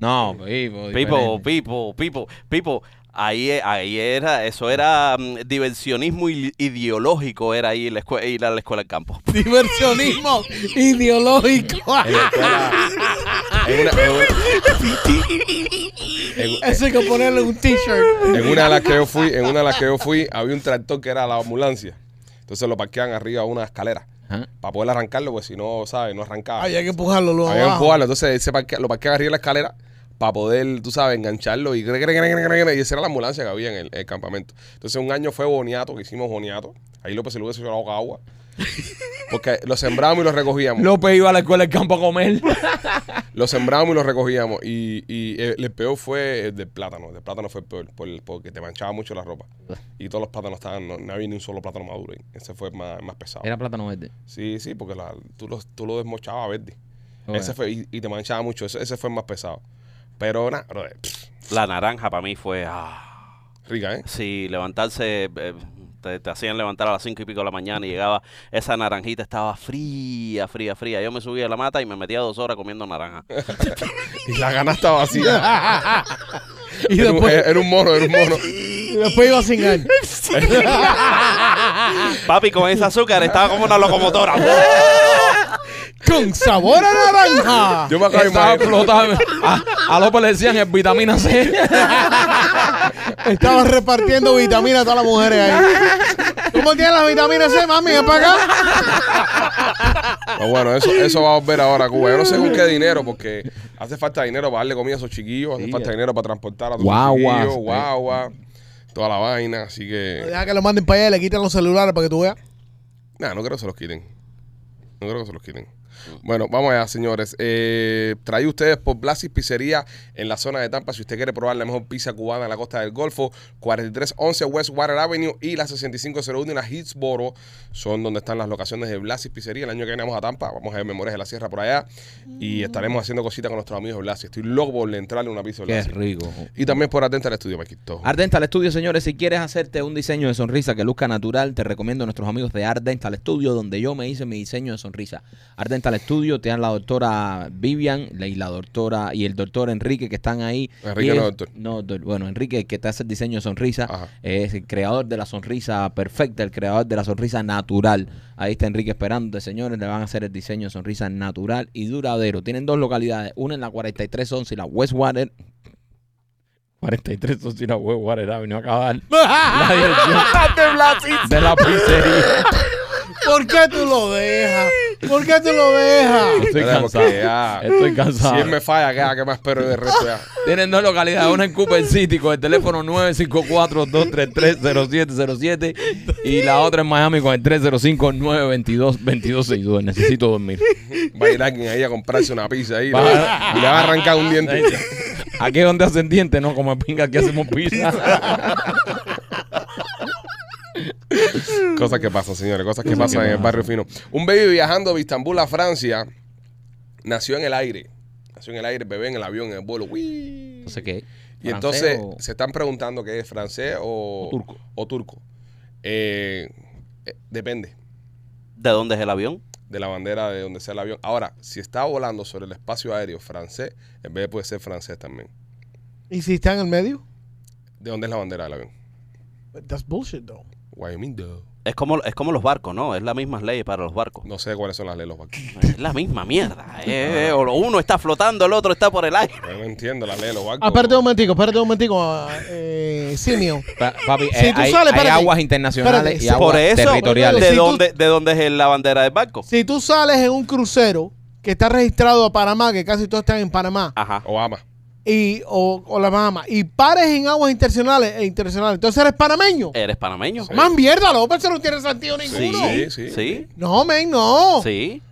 [SPEAKER 2] No, Pipo.
[SPEAKER 4] Pipo,
[SPEAKER 2] diferente.
[SPEAKER 4] pipo, pipo, pipo. Ahí, e- ahí era, eso era mm, diversionismo i- ideológico, era ahí la escue- ir a la escuela al campo.
[SPEAKER 3] Diversionismo ideológico.
[SPEAKER 1] En la escuela- en una, en una- en-
[SPEAKER 3] Eso hay que ponerle un
[SPEAKER 2] Ah.
[SPEAKER 3] t-shirt.
[SPEAKER 1] en una de las que yo fui, en una de las que yo fui, había un tractor que era la ambulancia. Entonces lo parqueaban arriba de una escalera
[SPEAKER 2] Ajá.
[SPEAKER 1] para poder arrancarlo, porque si no, ¿sabes? No arrancaba.
[SPEAKER 3] Había que empujarlo luego.
[SPEAKER 1] Había que
[SPEAKER 3] abajo.
[SPEAKER 1] empujarlo, entonces él se parquea- lo parqueaban arriba de la escalera para poder, tú sabes, engancharlo y, gre, gre, gre, gre, gre, gre, y esa era la ambulancia que había en el, el campamento. Entonces un año fue boniato, que hicimos boniato. Ahí López se lo hubiese llevado agua. Porque lo sembramos y lo recogíamos.
[SPEAKER 2] López iba a la escuela del campo a comer.
[SPEAKER 1] Lo sembramos y lo recogíamos. Y, y eh, el, el peor fue el del plátano. El del plátano fue el peor por- porque te manchaba mucho la ropa. Y todos los plátanos estaban, no, no había ni un solo plátano maduro. ahí. Ese fue el más, el más pesado.
[SPEAKER 2] Era plátano verde.
[SPEAKER 1] Sí, sí, porque la- tú, lo, tú lo desmochabas verde.
[SPEAKER 2] Joder.
[SPEAKER 1] Ese fue, y, y te manchaba mucho. Ese, ese fue el más pesado. Pero nada, brother, pff,
[SPEAKER 4] La naranja para mí fue... ah,
[SPEAKER 1] rica, ¿eh?
[SPEAKER 4] sí, levantarse... eh, te, te hacían levantar a las cinco y pico de la mañana y llegaba esa naranjita, estaba fría, fría, fría. Yo me subía a la mata y me metía dos horas comiendo naranja.
[SPEAKER 1] Y la gana estaba vacía.
[SPEAKER 3] Ah, Y
[SPEAKER 1] era, un,
[SPEAKER 2] eh,
[SPEAKER 3] después,
[SPEAKER 1] era un mono, era un mono.
[SPEAKER 3] y después iba a cingar.
[SPEAKER 4] Papi, con ese azúcar estaba como una locomotora.
[SPEAKER 3] Con sabor a naranja.
[SPEAKER 1] Yo me acabo de
[SPEAKER 2] Estaba
[SPEAKER 1] imaginar.
[SPEAKER 2] explotado. A, a López le decían el vitamina C.
[SPEAKER 3] Estaban repartiendo vitaminas a todas las mujeres ahí. ¿Cómo tienen las vitaminas C, mami? ¿Es para acá?
[SPEAKER 1] Pero bueno, eso, eso va a volver ahora a Cuba. Yo no sé con qué dinero, porque hace falta dinero para darle comida a esos chiquillos, hace
[SPEAKER 2] Sí,
[SPEAKER 1] falta
[SPEAKER 2] eh.
[SPEAKER 1] dinero para transportar a todos los
[SPEAKER 2] Guaguas,
[SPEAKER 1] chiquillos,
[SPEAKER 2] eh.
[SPEAKER 1] guagua, toda la vaina. Así que,
[SPEAKER 3] Deja que lo manden para allá y le quitan los celulares para que tú veas.
[SPEAKER 1] nada, no creo que se los quiten. No creo que se los quiten.
[SPEAKER 2] Mm.
[SPEAKER 1] Bueno, vamos allá, señores. Eh, traí ustedes por Blasis Pizzería en la zona de Tampa. Si usted quiere probar la mejor pizza cubana en la costa del Golfo, 4311 West Water Avenue y la 6501 y la Hillsboro son donde están las locaciones de Blasis Pizzería. El año que viene vamos a Tampa, vamos a ver Memorias de la Sierra por allá y estaremos haciendo cositas con nuestros amigos de Blasis. Estoy loco por entrarle una pizza de
[SPEAKER 2] Qué
[SPEAKER 1] Blasis.
[SPEAKER 2] rico. Ah,
[SPEAKER 1] Y también por Atenta al Estudio, Maquito.
[SPEAKER 2] Art Dental Studio, señores, si quieres hacerte un diseño de sonrisa que luzca natural, te recomiendo a nuestros amigos de Art Dental Studio, donde yo me hice mi diseño de sonrisa. Art Dental Studio, te dan la doctora Vivian la- y la doctora y el doctor Enrique que están ahí.
[SPEAKER 1] Enrique
[SPEAKER 2] Y
[SPEAKER 1] no
[SPEAKER 2] es-
[SPEAKER 1] es doctor.
[SPEAKER 2] No, doctor. bueno, Enrique el que te hace el diseño de sonrisa,
[SPEAKER 1] Ajá.
[SPEAKER 2] es el creador de la sonrisa perfecta, el creador de la sonrisa natural. Ahí está Enrique esperando, señores, le van a hacer el diseño de sonrisa natural y duradero. Tienen dos localidades, una en la 4311 y la Westwater 43 Socina Web Water Avenue acabar la dirección de la pizzería.
[SPEAKER 3] ¿Por qué tú lo dejas? ¿Por qué tú lo dejas?
[SPEAKER 2] Estoy
[SPEAKER 1] Espera,
[SPEAKER 2] cansado.
[SPEAKER 1] porque ya-
[SPEAKER 2] Estoy
[SPEAKER 1] Si
[SPEAKER 2] cansado.
[SPEAKER 1] él me falla, ¿qué, qué más espero de resto ya?
[SPEAKER 2] Tienen dos localidades, una en Cooper City con el teléfono 954-233-0707 y la otra en Miami con el 305-922-2262. Necesito dormir.
[SPEAKER 1] Va a ir alguien ahí a comprarse una pizza ahí
[SPEAKER 2] Va-
[SPEAKER 1] le va- y le va a arrancar un diente.
[SPEAKER 2] Aquí es donde hacen dientes, no como pinga, aquí hacemos pizza.
[SPEAKER 1] Cosas que pasan, señores, cosas que pasan en el barrio fino. Un baby viajando de Istambul a Francia nació en el aire. Nació en el aire, bebé en el avión, en el vuelo. Uy.
[SPEAKER 2] No sé qué.
[SPEAKER 1] Y entonces
[SPEAKER 2] Francés o-
[SPEAKER 1] se están preguntando qué es francés o,
[SPEAKER 2] O turco.
[SPEAKER 1] o turco. Eh, eh, depende
[SPEAKER 4] ¿De dónde es el avión?
[SPEAKER 1] de la bandera de donde sea el avión. Ahora, si está volando sobre el espacio aéreo francés, el bebé puede ser francés también.
[SPEAKER 3] ¿Y si está en el medio?
[SPEAKER 1] ¿De dónde es la bandera del avión?
[SPEAKER 3] That's bullshit, though.
[SPEAKER 1] Wyoming. duh.
[SPEAKER 4] Es como, es como los barcos, ¿no? Es la misma ley para los barcos.
[SPEAKER 1] No sé cuáles son las leyes de los barcos.
[SPEAKER 4] Es la misma mierda. eh, eh, o lo uno está flotando, el otro está por el aire.
[SPEAKER 1] Yo no entiendo las leyes de los barcos.
[SPEAKER 3] Ah, Espérate un momentico, espérate un momentico, ah, eh, Simio.
[SPEAKER 2] Pa- Papi,
[SPEAKER 3] Si
[SPEAKER 2] eh,
[SPEAKER 3] tú
[SPEAKER 2] hay,
[SPEAKER 3] sales,
[SPEAKER 2] hay
[SPEAKER 3] espérate.
[SPEAKER 2] aguas internacionales
[SPEAKER 3] Espérate,
[SPEAKER 2] y
[SPEAKER 3] sí.
[SPEAKER 2] aguas
[SPEAKER 4] Por eso,
[SPEAKER 2] territoriales.
[SPEAKER 3] Sí,
[SPEAKER 4] ¿de
[SPEAKER 3] tú-
[SPEAKER 4] dónde, ¿de dónde es la bandera del barco?
[SPEAKER 3] Si tú sales en un crucero que está registrado a Panamá, que casi todos están en Panamá,
[SPEAKER 4] Ajá.
[SPEAKER 1] Obama.
[SPEAKER 3] y, o, o las Bahamas, y pares en aguas internacionales, e internacionales, entonces eres panameño.
[SPEAKER 4] ¿Eres panameño? Eh, Sí.
[SPEAKER 3] Más mierda, López, eso no tiene sentido
[SPEAKER 4] Sí,
[SPEAKER 3] ninguno.
[SPEAKER 1] Sí,
[SPEAKER 4] sí,
[SPEAKER 1] sí.
[SPEAKER 4] sí.
[SPEAKER 3] No, men, no.
[SPEAKER 1] Sí.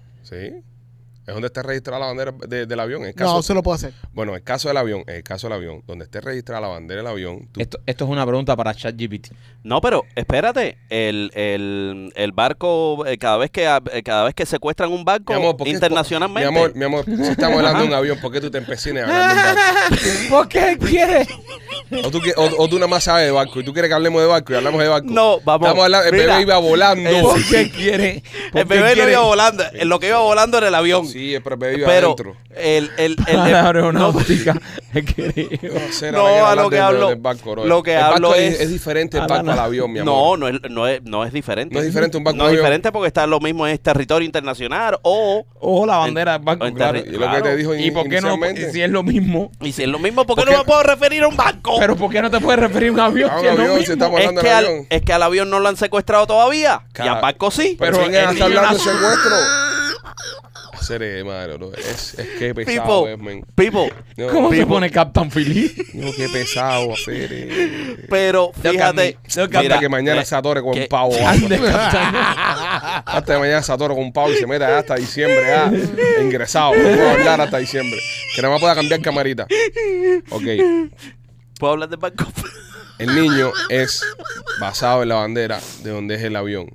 [SPEAKER 1] Es donde está registrada la bandera de- del avión. En el caso,
[SPEAKER 3] No, se lo puedo hacer.
[SPEAKER 1] Bueno, en el caso del avión, en el caso del avión, donde esté registrada la bandera del avión, tú-
[SPEAKER 2] Esto, esto es una pregunta para ChatGPT.
[SPEAKER 4] No, pero espérate, el, el, el barco, eh, cada vez que eh, cada vez que secuestran un barco
[SPEAKER 1] Mi amor, ¿por qué-
[SPEAKER 4] internacionalmente,
[SPEAKER 1] Mi amor, mi amor, si estamos hablando de un avión, ¿por qué tú te empecinas hablando de un barco?
[SPEAKER 2] ¿Por qué quieres?
[SPEAKER 1] O tú, qui- o- o tú nada más sabes de barco y tú quieres que hablemos de barco y hablamos de barco.
[SPEAKER 4] No, vamos.
[SPEAKER 1] Estamos hablando, el
[SPEAKER 4] Mira.
[SPEAKER 1] bebé iba volando.
[SPEAKER 2] ¿Por qué quieres?
[SPEAKER 4] el bebé no iba volando, eh, lo que iba volando era el avión.
[SPEAKER 1] Sí, pero el bebé iba
[SPEAKER 4] pero
[SPEAKER 1] adentro.
[SPEAKER 4] el, el, el- el-
[SPEAKER 2] Aeronáutica.
[SPEAKER 1] No, sé,
[SPEAKER 4] no,
[SPEAKER 1] ahora quiero
[SPEAKER 4] a
[SPEAKER 1] hablar
[SPEAKER 4] lo que
[SPEAKER 1] del-
[SPEAKER 4] hablo-
[SPEAKER 1] del barco, bro.
[SPEAKER 4] lo que
[SPEAKER 1] El barco
[SPEAKER 4] hablo
[SPEAKER 1] es,
[SPEAKER 4] es-
[SPEAKER 1] es diferente el
[SPEAKER 2] Habla
[SPEAKER 1] barco al
[SPEAKER 2] nada.
[SPEAKER 1] avión, mi
[SPEAKER 4] No,
[SPEAKER 1] amor.
[SPEAKER 4] no es, no, es, no es diferente.
[SPEAKER 1] No es diferente un barco
[SPEAKER 4] No es
[SPEAKER 1] avión.
[SPEAKER 4] diferente porque está lo mismo, es territorio internacional o...
[SPEAKER 2] Ojo la
[SPEAKER 4] bandera del banco, claro.
[SPEAKER 1] Y lo que te dijo
[SPEAKER 2] ¿Y por qué no?
[SPEAKER 1] inicialmente.
[SPEAKER 2] Si es lo mismo.
[SPEAKER 4] Y si es lo mismo, ¿por qué
[SPEAKER 1] Porque-
[SPEAKER 4] no me puedo referir a un barco?
[SPEAKER 2] Pero ¿por qué no te puedes referir a un avión?
[SPEAKER 1] A Ah, un
[SPEAKER 2] si es lo
[SPEAKER 1] avión, si
[SPEAKER 2] mismo?
[SPEAKER 1] estamos
[SPEAKER 4] es,
[SPEAKER 1] hablando
[SPEAKER 4] que
[SPEAKER 1] del
[SPEAKER 4] al,
[SPEAKER 1] avión.
[SPEAKER 4] es que al avión no lo han secuestrado todavía. Y
[SPEAKER 1] Cada-
[SPEAKER 4] al barco sí.
[SPEAKER 1] Pero
[SPEAKER 2] Pero
[SPEAKER 1] ¿quién está
[SPEAKER 2] el niño
[SPEAKER 1] hablando de
[SPEAKER 2] nació-
[SPEAKER 1] secuestro? Ah, Seré, madre, bro. Es, es que pesado
[SPEAKER 4] People,
[SPEAKER 1] es, men.
[SPEAKER 4] people.
[SPEAKER 1] No,
[SPEAKER 2] ¿Cómo se
[SPEAKER 3] pues.
[SPEAKER 1] people.
[SPEAKER 2] pone Captain Philip?
[SPEAKER 1] No, qué pesado, Seré.
[SPEAKER 4] Pero
[SPEAKER 2] Tengo que
[SPEAKER 4] fíjate.
[SPEAKER 2] admi- tengo que
[SPEAKER 4] mira,
[SPEAKER 1] Hasta que mañana
[SPEAKER 4] eh,
[SPEAKER 1] se atore con
[SPEAKER 4] que-
[SPEAKER 1] un pavo.
[SPEAKER 2] Ande,
[SPEAKER 1] Hasta
[SPEAKER 2] Captain.
[SPEAKER 1] hasta que mañana se atore con un pavo y se meta hasta diciembre. ah, ingresado. No puedo hablar hasta diciembre. Que nada más pueda cambiar camarita. Ok.
[SPEAKER 4] ¿Puedo hablar del barco?
[SPEAKER 1] El niño es basado en la bandera de donde es el avión.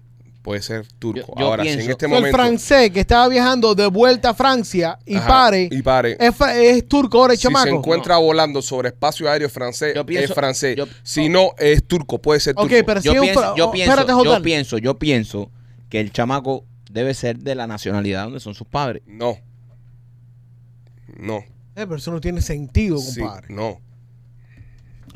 [SPEAKER 1] Puede ser turco.
[SPEAKER 2] Yo- yo
[SPEAKER 1] Ahora, si en
[SPEAKER 2] pienso-
[SPEAKER 1] este
[SPEAKER 3] O sea, el
[SPEAKER 1] momento.
[SPEAKER 3] francés que estaba viajando de vuelta a Francia y
[SPEAKER 1] Ajá,
[SPEAKER 3] pare,
[SPEAKER 1] Y pare.
[SPEAKER 3] Es, fra- es turco ahora, el
[SPEAKER 1] Si se
[SPEAKER 3] chamaco.
[SPEAKER 1] encuentra volando sobre espacio aéreo francés,
[SPEAKER 2] Yo
[SPEAKER 1] es
[SPEAKER 2] pienso-
[SPEAKER 1] francés.
[SPEAKER 2] yo-
[SPEAKER 1] si no, es turco, puede ser turco.
[SPEAKER 3] Ok, pero si
[SPEAKER 2] yo,
[SPEAKER 3] es un
[SPEAKER 2] pienso,
[SPEAKER 3] fra-
[SPEAKER 2] yo,
[SPEAKER 3] oh,
[SPEAKER 2] pienso,
[SPEAKER 3] espérate,
[SPEAKER 2] yo
[SPEAKER 3] Jordán.
[SPEAKER 2] pienso, yo pienso que el chamaco debe ser de la nacionalidad donde son sus padres.
[SPEAKER 1] No. No.
[SPEAKER 3] Eh, pero eso no tiene sentido,
[SPEAKER 1] Sí,
[SPEAKER 3] compadre.
[SPEAKER 1] no.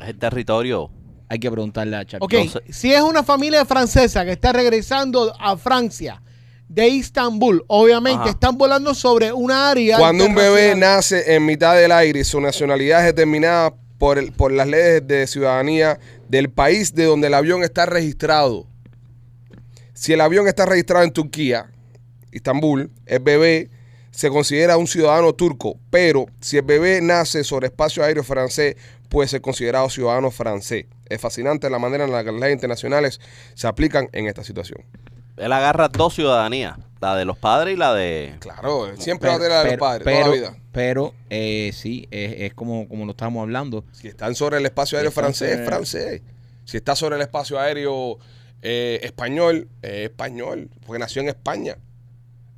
[SPEAKER 4] Es el territorio.
[SPEAKER 2] Hay que preguntarle a Chapito.
[SPEAKER 3] Ok,
[SPEAKER 4] No sé.
[SPEAKER 3] si es una familia francesa que está regresando a Francia de Istambul, obviamente
[SPEAKER 4] Ajá.
[SPEAKER 3] están volando sobre una área.
[SPEAKER 1] Cuando un bebé
[SPEAKER 3] internacional.
[SPEAKER 1] nace en mitad del aire y su nacionalidad es determinada por, el, por las leyes de ciudadanía del país de donde el avión está registrado. Si el avión está registrado en Turquía, Istambul, el bebé se considera un ciudadano turco, pero si el bebé nace sobre espacio aéreo francés, puede ser considerado ciudadano francés. Es fascinante la manera en la que las leyes internacionales se aplican en esta situación.
[SPEAKER 4] Él agarra dos ciudadanías, la de los padres y la de...
[SPEAKER 1] Claro, él siempre va a tener la de los padres,
[SPEAKER 2] pero,
[SPEAKER 1] toda la vida.
[SPEAKER 2] pero, eh, sí, es, es como, como lo estábamos hablando.
[SPEAKER 1] Si están sobre el espacio aéreo
[SPEAKER 2] Entonces-
[SPEAKER 1] francés, es francés. Si está sobre el espacio aéreo eh, español, es español, porque nació en España.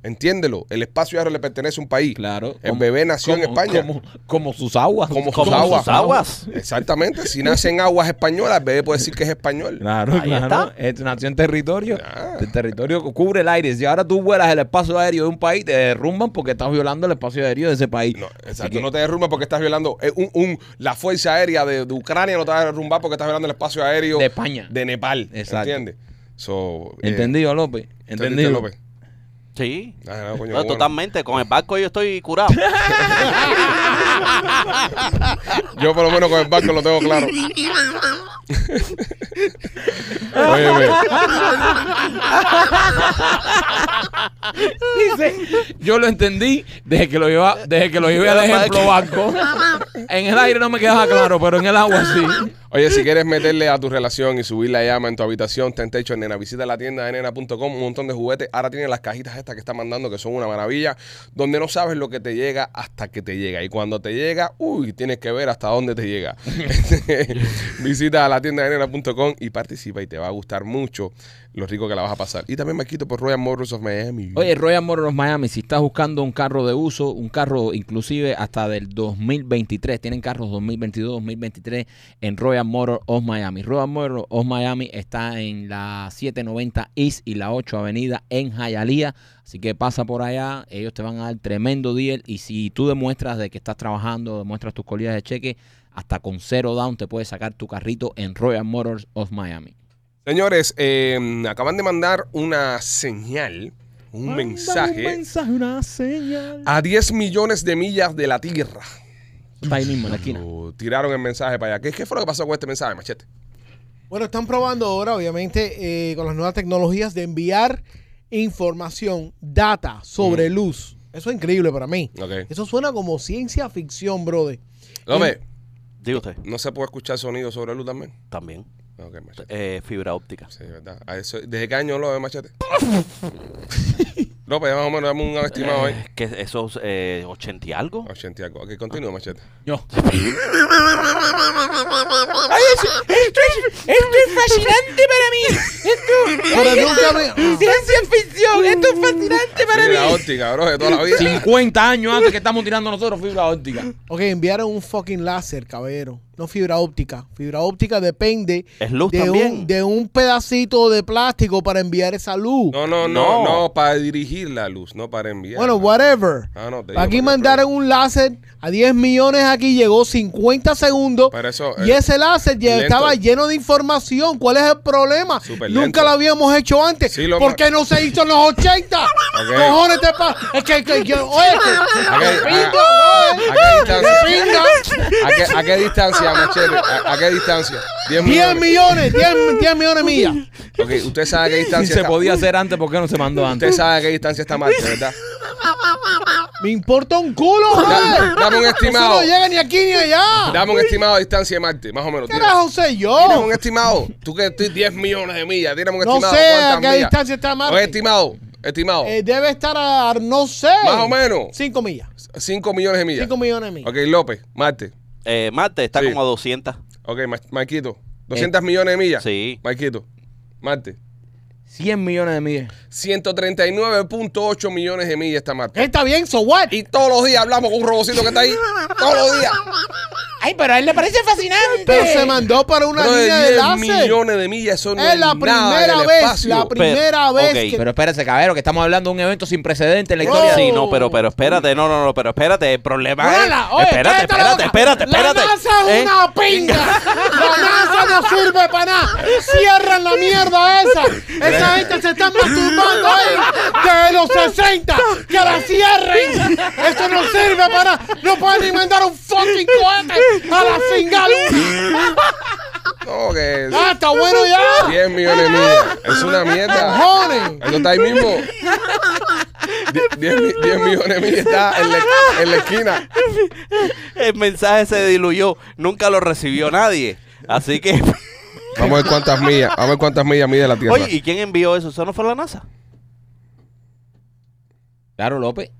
[SPEAKER 1] Entiéndelo, el espacio aéreo le pertenece a un país.
[SPEAKER 2] Claro.
[SPEAKER 1] El bebé nació en
[SPEAKER 2] como-
[SPEAKER 1] España.
[SPEAKER 2] Como, como sus aguas.
[SPEAKER 1] Como
[SPEAKER 4] Como
[SPEAKER 1] sus
[SPEAKER 4] sus aguas.
[SPEAKER 1] Exactamente, si nace en aguas españolas, el bebé puede decir que es español.
[SPEAKER 2] Claro,
[SPEAKER 4] Ahí
[SPEAKER 2] claro.
[SPEAKER 4] está.
[SPEAKER 2] Es- nació en territorio.
[SPEAKER 1] Ah.
[SPEAKER 2] El territorio que cubre el aire. Si ahora tú vuelas el espacio aéreo de un país, te derrumban porque estás violando el espacio aéreo de ese país.
[SPEAKER 1] No,
[SPEAKER 2] Así
[SPEAKER 1] exacto,
[SPEAKER 2] que-
[SPEAKER 1] no te derrumbes porque estás violando eh, un- un- la fuerza aérea de, de Ucrania, no te va a derrumbar porque estás violando el espacio aéreo
[SPEAKER 2] De España.
[SPEAKER 1] de Nepal.
[SPEAKER 2] Exacto.
[SPEAKER 1] ¿Entiendes? So, eh,
[SPEAKER 2] ¿Entendido, López?
[SPEAKER 1] ¿entendiste,
[SPEAKER 2] ¿Entendido?
[SPEAKER 1] López?
[SPEAKER 4] Sí.
[SPEAKER 1] Ah, no, coño,
[SPEAKER 4] No,
[SPEAKER 1] bueno.
[SPEAKER 4] totalmente, con el barco yo estoy curado.
[SPEAKER 1] Yo por lo menos con el barco lo tengo claro. Óyeme,
[SPEAKER 2] Dice, yo lo entendí desde que lo, lleva, desde que lo llevé al ejemplo banco. En el aire no me quedaba claro, pero en el agua sí.
[SPEAKER 1] oye, si quieres meterle a tu relación y subir la llama en tu habitación, ten techo, nena. Visita la tienda de nena.com, un montón de juguetes. Ahora tienen las cajitas estas que está mandando, que son una maravilla, donde no sabes lo que te llega hasta que te llega. Y cuando te llega, uy, tienes que ver hasta dónde te llega. Visita la tienda de nena.com y participa y te va a gustar mucho lo rico que la vas a pasar. Y también me quito por Royal Motors of Miami.
[SPEAKER 2] Oye, Royal Motors Miami, si estás buscando un carro de uso, un carro inclusive hasta del 2023, tienen carros 2022, 2023 en Royal Motors of Miami. Royal Motors of Miami está en la 790 East y la 8 Avenida en Hialeah, así que pasa por allá, ellos te van a dar tremendo deal y si tú demuestras de que estás trabajando, demuestras tus cualidades de cheque, hasta con cero down te puedes sacar tu carrito en Royal Motors of Miami.
[SPEAKER 1] Señores, eh, acaban de mandar una señal, un mensaje,
[SPEAKER 2] mensaje, una señal.
[SPEAKER 1] a 10 millones de millas de la Tierra.
[SPEAKER 2] Está ahí mismo en la esquina.
[SPEAKER 1] Lo tiraron el mensaje para allá. ¿Qué, qué fue lo que pasó con este mensaje, Machete?
[SPEAKER 3] Bueno, están probando ahora, obviamente, eh, con las nuevas tecnologías de enviar información, data sobre
[SPEAKER 1] Mm.
[SPEAKER 3] luz. Eso es increíble para mí.
[SPEAKER 1] Ok.
[SPEAKER 3] Eso suena como ciencia ficción, brother.
[SPEAKER 1] López,
[SPEAKER 4] Digo usted,
[SPEAKER 1] ¿no se puede escuchar sonido sobre luz también?
[SPEAKER 4] también.
[SPEAKER 1] Ok, Machete.
[SPEAKER 4] Eh, fibra óptica.
[SPEAKER 1] Sí, verdad. A eso- ¿Desde qué año lo de Machete? López, más o menos, dame un estimado ahí.
[SPEAKER 4] Eh, que esos eh, 80 y algo.
[SPEAKER 1] 80 y algo. Ok, continúa, Machete.
[SPEAKER 2] No.
[SPEAKER 5] Esto es fascinante para mí. Esto
[SPEAKER 3] Pero nunca me-
[SPEAKER 5] es ciencia ficción. Esto es fascinante para
[SPEAKER 1] Fibra
[SPEAKER 5] mí.
[SPEAKER 1] óptica, bro, de toda la vida.
[SPEAKER 2] 50 años antes que estamos tirando nosotros fibra óptica.
[SPEAKER 3] Ok, enviaron un fucking láser, caballero. No fibra óptica. Fibra óptica depende
[SPEAKER 4] Es luz
[SPEAKER 3] de,
[SPEAKER 4] también.
[SPEAKER 3] un, de un pedacito de plástico para enviar esa luz.
[SPEAKER 1] No, no, no,
[SPEAKER 4] No.
[SPEAKER 1] no, para dirigir la luz, no para enviar.
[SPEAKER 3] bueno, whatever.
[SPEAKER 1] Ah, no, te digo,
[SPEAKER 3] aquí
[SPEAKER 1] porque-
[SPEAKER 3] mandaron un láser a 10 millones, aquí llegó 50 segundos.
[SPEAKER 1] Pero eso,
[SPEAKER 3] y
[SPEAKER 1] eh,
[SPEAKER 3] ese láser ya
[SPEAKER 1] lento.
[SPEAKER 3] estaba lleno de información. ¿Cuál es el problema?
[SPEAKER 1] Súper
[SPEAKER 3] Nunca
[SPEAKER 1] lento.
[SPEAKER 3] lo habíamos hecho antes.
[SPEAKER 1] Sí, lo
[SPEAKER 3] ¿Por
[SPEAKER 1] ma-
[SPEAKER 3] qué no se hizo en los 80?
[SPEAKER 1] Ok. ah,
[SPEAKER 3] Cojones te pasa. Es que, que- que- oye, que-
[SPEAKER 1] ¿A qué, a-
[SPEAKER 3] pinga,
[SPEAKER 1] a qué distancia?
[SPEAKER 3] pinga.
[SPEAKER 1] ¿A qué, a qué distancia, Machete? ¿A, a qué distancia? 10
[SPEAKER 3] 10 millones, 10, 10 millones de millas.
[SPEAKER 1] Ok, usted sabe a qué
[SPEAKER 2] Si
[SPEAKER 1] distancia
[SPEAKER 2] se
[SPEAKER 1] está.
[SPEAKER 2] podía hacer antes, ¿por qué no se mandó
[SPEAKER 1] Usted
[SPEAKER 2] antes?
[SPEAKER 1] sabe a qué distancia está Marte, ¿verdad?
[SPEAKER 3] Me importa un culo,
[SPEAKER 1] Da-
[SPEAKER 3] joder.
[SPEAKER 1] dame un
[SPEAKER 3] Eso
[SPEAKER 1] estimado.
[SPEAKER 3] no llega ni aquí ni allá.
[SPEAKER 1] Dame un estimado de distancia de Marte, más o menos.
[SPEAKER 3] ¿Qué carajo sé
[SPEAKER 1] Tírame un
[SPEAKER 3] yo?
[SPEAKER 1] estimado. Tú que estoy 10 millones de millas. Tírame un
[SPEAKER 3] No
[SPEAKER 1] estimado.
[SPEAKER 3] sé a
[SPEAKER 1] ¿Cuántas
[SPEAKER 3] qué
[SPEAKER 1] millas?
[SPEAKER 3] distancia está Marte.
[SPEAKER 1] Oye, estimado, estimado.
[SPEAKER 3] Eh, debe estar a, no sé.
[SPEAKER 1] Más o menos.
[SPEAKER 3] 5 millas.
[SPEAKER 1] 5 millones de millas.
[SPEAKER 3] 5 millones de millas.
[SPEAKER 1] Ok, López, Marte.
[SPEAKER 4] Eh, Marte está
[SPEAKER 1] Sí.
[SPEAKER 4] como a 200.
[SPEAKER 1] Ok, Ma- Marquito. 200 millones de millas.
[SPEAKER 4] sí.
[SPEAKER 1] Marquito. Marte.
[SPEAKER 2] 100 millones de millas.
[SPEAKER 1] 139.8 millones de millas está Marte.
[SPEAKER 3] Está bien, so what?
[SPEAKER 1] Y todos los días hablamos con un robocito que está ahí. Todos los días.
[SPEAKER 5] Ay, pero a él le parece fascinante.
[SPEAKER 3] Pero se mandó para una
[SPEAKER 1] Bro, de
[SPEAKER 3] línea de
[SPEAKER 1] 10
[SPEAKER 3] láser.
[SPEAKER 1] millones de millas. Eso no
[SPEAKER 3] Es
[SPEAKER 1] nada
[SPEAKER 3] la primera
[SPEAKER 1] del
[SPEAKER 3] vez,
[SPEAKER 1] espacio.
[SPEAKER 3] la primera
[SPEAKER 4] Pero,
[SPEAKER 3] vez
[SPEAKER 4] ok.
[SPEAKER 3] que
[SPEAKER 2] Pero espérese, caballero, que estamos hablando de un evento sin precedente en la
[SPEAKER 3] Bro.
[SPEAKER 2] historia.
[SPEAKER 4] Sí, no, pero, pero espérate, no, no, no, pero espérate, el problema
[SPEAKER 3] Hola,
[SPEAKER 4] es.
[SPEAKER 3] oye,
[SPEAKER 4] espérate,
[SPEAKER 3] cállate la
[SPEAKER 4] espérate, espérate,
[SPEAKER 3] boca.
[SPEAKER 4] espérate.
[SPEAKER 3] La NASA
[SPEAKER 4] ¿Eh?
[SPEAKER 3] es una pinga. La NASA no sirve para nada. Cierran la mierda esa. Esa gente se está masturbando ahí desde los 60. Que la cierren. Esto no sirve para nada. No pueden ni mandar un fucking cohete a la singalú.
[SPEAKER 1] No, que es
[SPEAKER 3] Ah, está bueno ya.
[SPEAKER 1] 10 millones de millas. Es una mierda.
[SPEAKER 3] Cojones.
[SPEAKER 1] Eso está ahí mismo. 10, millones de millas está en la, en la esquina.
[SPEAKER 4] El mensaje se diluyó, nunca lo recibió nadie. Así que.
[SPEAKER 1] Vamos a ver cuántas millas. Vamos a ver cuántas millas mide la Tierra.
[SPEAKER 4] Oye, ¿y quién envió eso? ¿Eso no fue la NASA?
[SPEAKER 2] Claro, López.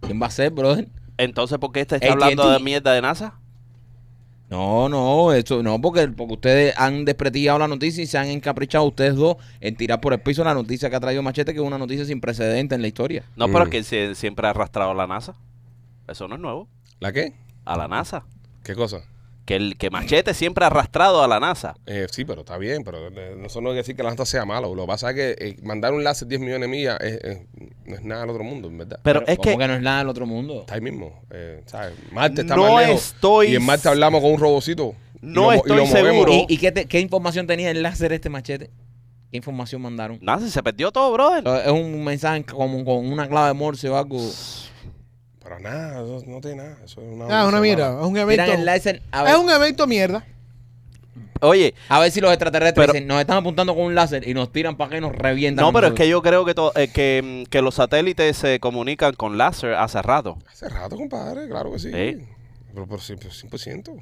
[SPEAKER 2] ¿Quién va a ser, brother?
[SPEAKER 4] Entonces, ¿por qué este
[SPEAKER 2] AT&T.
[SPEAKER 4] está hablando de mierda de NASA?
[SPEAKER 2] No, no, eso no, porque, porque ustedes han desprestigiado la noticia y se han encaprichado ustedes dos en tirar por el piso la noticia que ha traído Machete, que es una noticia sin precedente en la historia.
[SPEAKER 4] No,
[SPEAKER 1] Mm.
[SPEAKER 4] pero es que sie- siempre ha arrastrado a la NASA. Eso no es nuevo.
[SPEAKER 1] ¿La qué?
[SPEAKER 4] A la NASA.
[SPEAKER 1] ¿Qué cosa?
[SPEAKER 4] Que el que Machete siempre ha arrastrado a la NASA.
[SPEAKER 1] Eh, sí, pero está bien, pero eh, no eso no quiere decir que la nata sea malo. Lo que pasa es que eh, mandar un láser 10 millones de millas es- es- no es nada del otro mundo, en verdad.
[SPEAKER 4] Pero, es
[SPEAKER 2] ¿Cómo
[SPEAKER 4] que,
[SPEAKER 2] que no es nada del otro mundo.
[SPEAKER 1] Está ahí mismo. eh, ¿sabes? Marte está
[SPEAKER 4] No
[SPEAKER 1] más lejos.
[SPEAKER 4] estoy-
[SPEAKER 1] Y en Marte hablamos con un robocito. y
[SPEAKER 4] No
[SPEAKER 1] mo- y
[SPEAKER 4] estoy
[SPEAKER 1] movemos.
[SPEAKER 4] seguro.
[SPEAKER 2] ¿Y, y qué, te- qué información tenía el láser este Machete? ¿Qué información mandaron?
[SPEAKER 4] NASA se perdió todo, brother.
[SPEAKER 1] Ah.
[SPEAKER 2] Es un mensaje como con una clave de Morse o algo.
[SPEAKER 1] Pero nada, eso no tiene nada. Eso es una,
[SPEAKER 3] Ah, es una mierda.
[SPEAKER 1] mala.
[SPEAKER 3] Es un
[SPEAKER 2] Tiran el
[SPEAKER 3] evento.
[SPEAKER 2] láser a ver,
[SPEAKER 3] Es un evento mierda.
[SPEAKER 4] Oye,
[SPEAKER 2] a ver si los extraterrestres
[SPEAKER 4] Pero-
[SPEAKER 2] dicen, nos están apuntando con un láser y nos tiran para que nos revientan.
[SPEAKER 4] no, pero es
[SPEAKER 2] nosotros".
[SPEAKER 4] que yo creo que, to- eh, que, mm, que los satélites se comunican con láser hace rato.
[SPEAKER 1] Hace rato, compadre, claro que sí.
[SPEAKER 4] Sí.
[SPEAKER 1] Pero por cien- por 100%.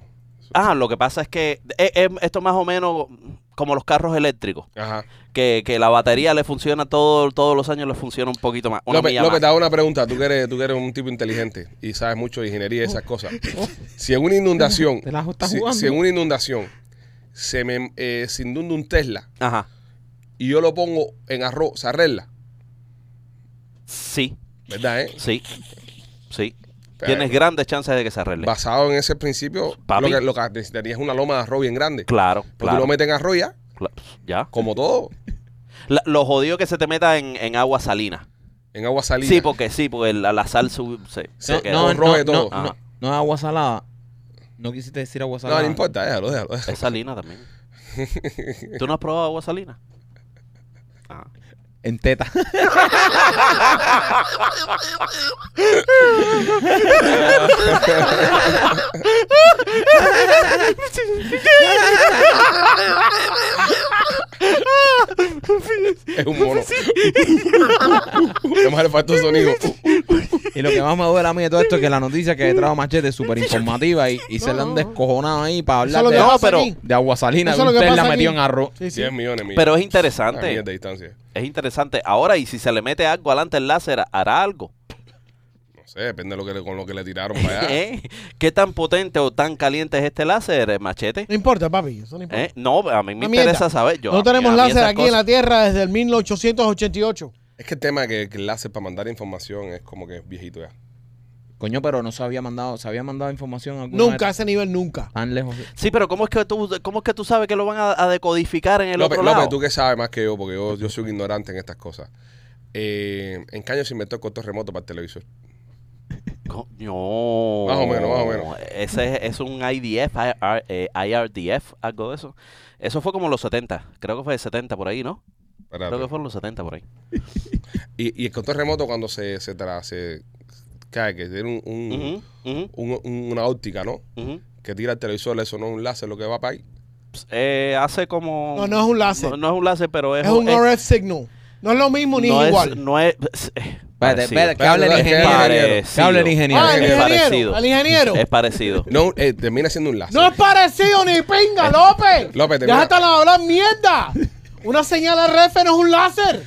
[SPEAKER 4] Ah, lo que pasa es que eh, eh, esto es más o menos como los carros eléctricos,
[SPEAKER 1] Ajá.
[SPEAKER 4] que, que la batería le funciona todo, todos los años, le funciona un poquito más. Una
[SPEAKER 1] López,
[SPEAKER 4] milla
[SPEAKER 1] López, te
[SPEAKER 4] más.
[SPEAKER 1] hago una pregunta. Tú que, eres, tú que eres un tipo inteligente y sabes mucho de ingeniería y esas cosas. Si en una inundación,
[SPEAKER 2] Te la estás
[SPEAKER 1] si,
[SPEAKER 2] jugando.
[SPEAKER 1] si en una inundación se me eh, se inunda un Tesla
[SPEAKER 4] Ajá.
[SPEAKER 1] y yo lo pongo en arroz, se arregla,
[SPEAKER 4] Sí,
[SPEAKER 1] ¿verdad? Eh?
[SPEAKER 4] sí, sí.
[SPEAKER 1] Pero-
[SPEAKER 4] Tienes grandes chances de que se arregle.
[SPEAKER 1] Basado en ese principio, lo
[SPEAKER 4] Papi.
[SPEAKER 1] que, lo que necesitaría es una loma de arroz bien grande.
[SPEAKER 4] Claro,
[SPEAKER 1] Porque tú
[SPEAKER 4] claro.
[SPEAKER 1] lo metes en arroz ya,
[SPEAKER 4] cla- ya.
[SPEAKER 1] como todo,
[SPEAKER 4] La- lo jodido que se te meta en, en agua salina.
[SPEAKER 1] en agua salida.
[SPEAKER 4] Sí, porque sí, porque la, la sal sub- se, se
[SPEAKER 1] No,
[SPEAKER 4] queda.
[SPEAKER 1] no,
[SPEAKER 4] Es
[SPEAKER 1] robe
[SPEAKER 2] no,
[SPEAKER 1] todo.
[SPEAKER 4] Ah.
[SPEAKER 2] no, no, no es agua salada. No quisiste decir agua
[SPEAKER 1] No,
[SPEAKER 2] salada.
[SPEAKER 1] no importa, déjalo, déjalo. déjalo.
[SPEAKER 4] salina también. ¿Tú no has probado agua salina? Ah.
[SPEAKER 2] En teta.
[SPEAKER 1] Es un mono. Además le faltó sonido.
[SPEAKER 2] y lo que más me duele a mí de todo esto es que la noticia que trajo Machete es súper informativa y, y se la han descojonado ahí para
[SPEAKER 3] Eso
[SPEAKER 2] hablar
[SPEAKER 3] es lo
[SPEAKER 2] de,
[SPEAKER 3] que
[SPEAKER 4] No,
[SPEAKER 3] pasa
[SPEAKER 4] pero-
[SPEAKER 3] aquí.
[SPEAKER 2] de agua salina.
[SPEAKER 3] Eso
[SPEAKER 2] Que
[SPEAKER 3] es lo que
[SPEAKER 2] usted la
[SPEAKER 3] pasa
[SPEAKER 2] metió
[SPEAKER 3] aquí.
[SPEAKER 2] en arroz.
[SPEAKER 3] Sí, sí.
[SPEAKER 1] 10 millones, mira.
[SPEAKER 4] Pero
[SPEAKER 1] Una mierda
[SPEAKER 4] es
[SPEAKER 1] de
[SPEAKER 4] interesante.
[SPEAKER 1] distancia.
[SPEAKER 4] Es interesante. Ahora, y si se le mete algo adelante el láser, hará algo.
[SPEAKER 1] No sé, depende de lo que le- con lo que le tiraron para allá.
[SPEAKER 4] ¿Eh? ¿Qué tan potente o tan caliente es este láser, eh, machete?
[SPEAKER 3] No importa, papi. Eso no importa.
[SPEAKER 4] ¿Eh? No, a mí me
[SPEAKER 3] Una mierda.
[SPEAKER 4] interesa saber. Yo, a
[SPEAKER 3] no
[SPEAKER 4] mí-
[SPEAKER 3] tenemos
[SPEAKER 4] a mí
[SPEAKER 3] láser
[SPEAKER 4] esas
[SPEAKER 3] aquí en la
[SPEAKER 4] cosas-
[SPEAKER 3] Tierra desde el 1888.
[SPEAKER 1] Es que el tema que, que el láser para mandar información es como que es viejito ya.
[SPEAKER 2] Coño, pero no se había mandado, se había mandado información alguna vez
[SPEAKER 4] eh,
[SPEAKER 3] Nunca, a ese nivel nunca.
[SPEAKER 2] tan lejos.
[SPEAKER 4] Sí, pero ¿cómo es que tú, cómo es que tú sabes que lo van a, a decodificar en el
[SPEAKER 1] López,
[SPEAKER 4] otro
[SPEAKER 1] López,
[SPEAKER 4] lado?
[SPEAKER 1] tú que sabes más que yo, porque yo, yo soy un ignorante en estas cosas. Eh, ¿En qué año se inventó el control remoto para el televisor?
[SPEAKER 4] Coño.
[SPEAKER 1] Más o menos, más o menos.
[SPEAKER 4] Ese es, es un IDF, IR, eh, IRDF, algo de eso. Eso fue como los 70. Creo que fue de 70 por ahí, ¿no?
[SPEAKER 1] Espérate.
[SPEAKER 4] Creo que fueron los 70 por ahí.
[SPEAKER 1] Y, y el control remoto cuando se, se, tra- se cae, que tiene un, un-
[SPEAKER 4] Ujú, ujú,
[SPEAKER 1] un- un- una óptica, ¿no?
[SPEAKER 4] ujú.
[SPEAKER 1] Que tira el televisor, eso no es un láser, lo que va para ahí.
[SPEAKER 4] Ps, eh, hace como...
[SPEAKER 3] No, no es un láser.
[SPEAKER 4] No, no es un láser, pero es,
[SPEAKER 3] Es un
[SPEAKER 4] es-
[SPEAKER 3] RF signal. No es lo mismo ni
[SPEAKER 4] no
[SPEAKER 3] es
[SPEAKER 4] es-
[SPEAKER 3] igual.
[SPEAKER 4] No es... eh,
[SPEAKER 2] Espérate, espérate, que hable el
[SPEAKER 1] Parecido.
[SPEAKER 2] ingeniero.
[SPEAKER 4] Parecido.
[SPEAKER 2] Que hable el ingeniero.
[SPEAKER 3] Ah, el
[SPEAKER 1] Es
[SPEAKER 3] ingeniero.
[SPEAKER 4] parecido.
[SPEAKER 3] Al ingeniero.
[SPEAKER 4] Es parecido.
[SPEAKER 1] No, eh, termina siendo un láser.
[SPEAKER 3] No es parecido ni pinga, López.
[SPEAKER 1] López, termina.
[SPEAKER 3] Déjate la hablar mierda. Una señal RF no es un láser.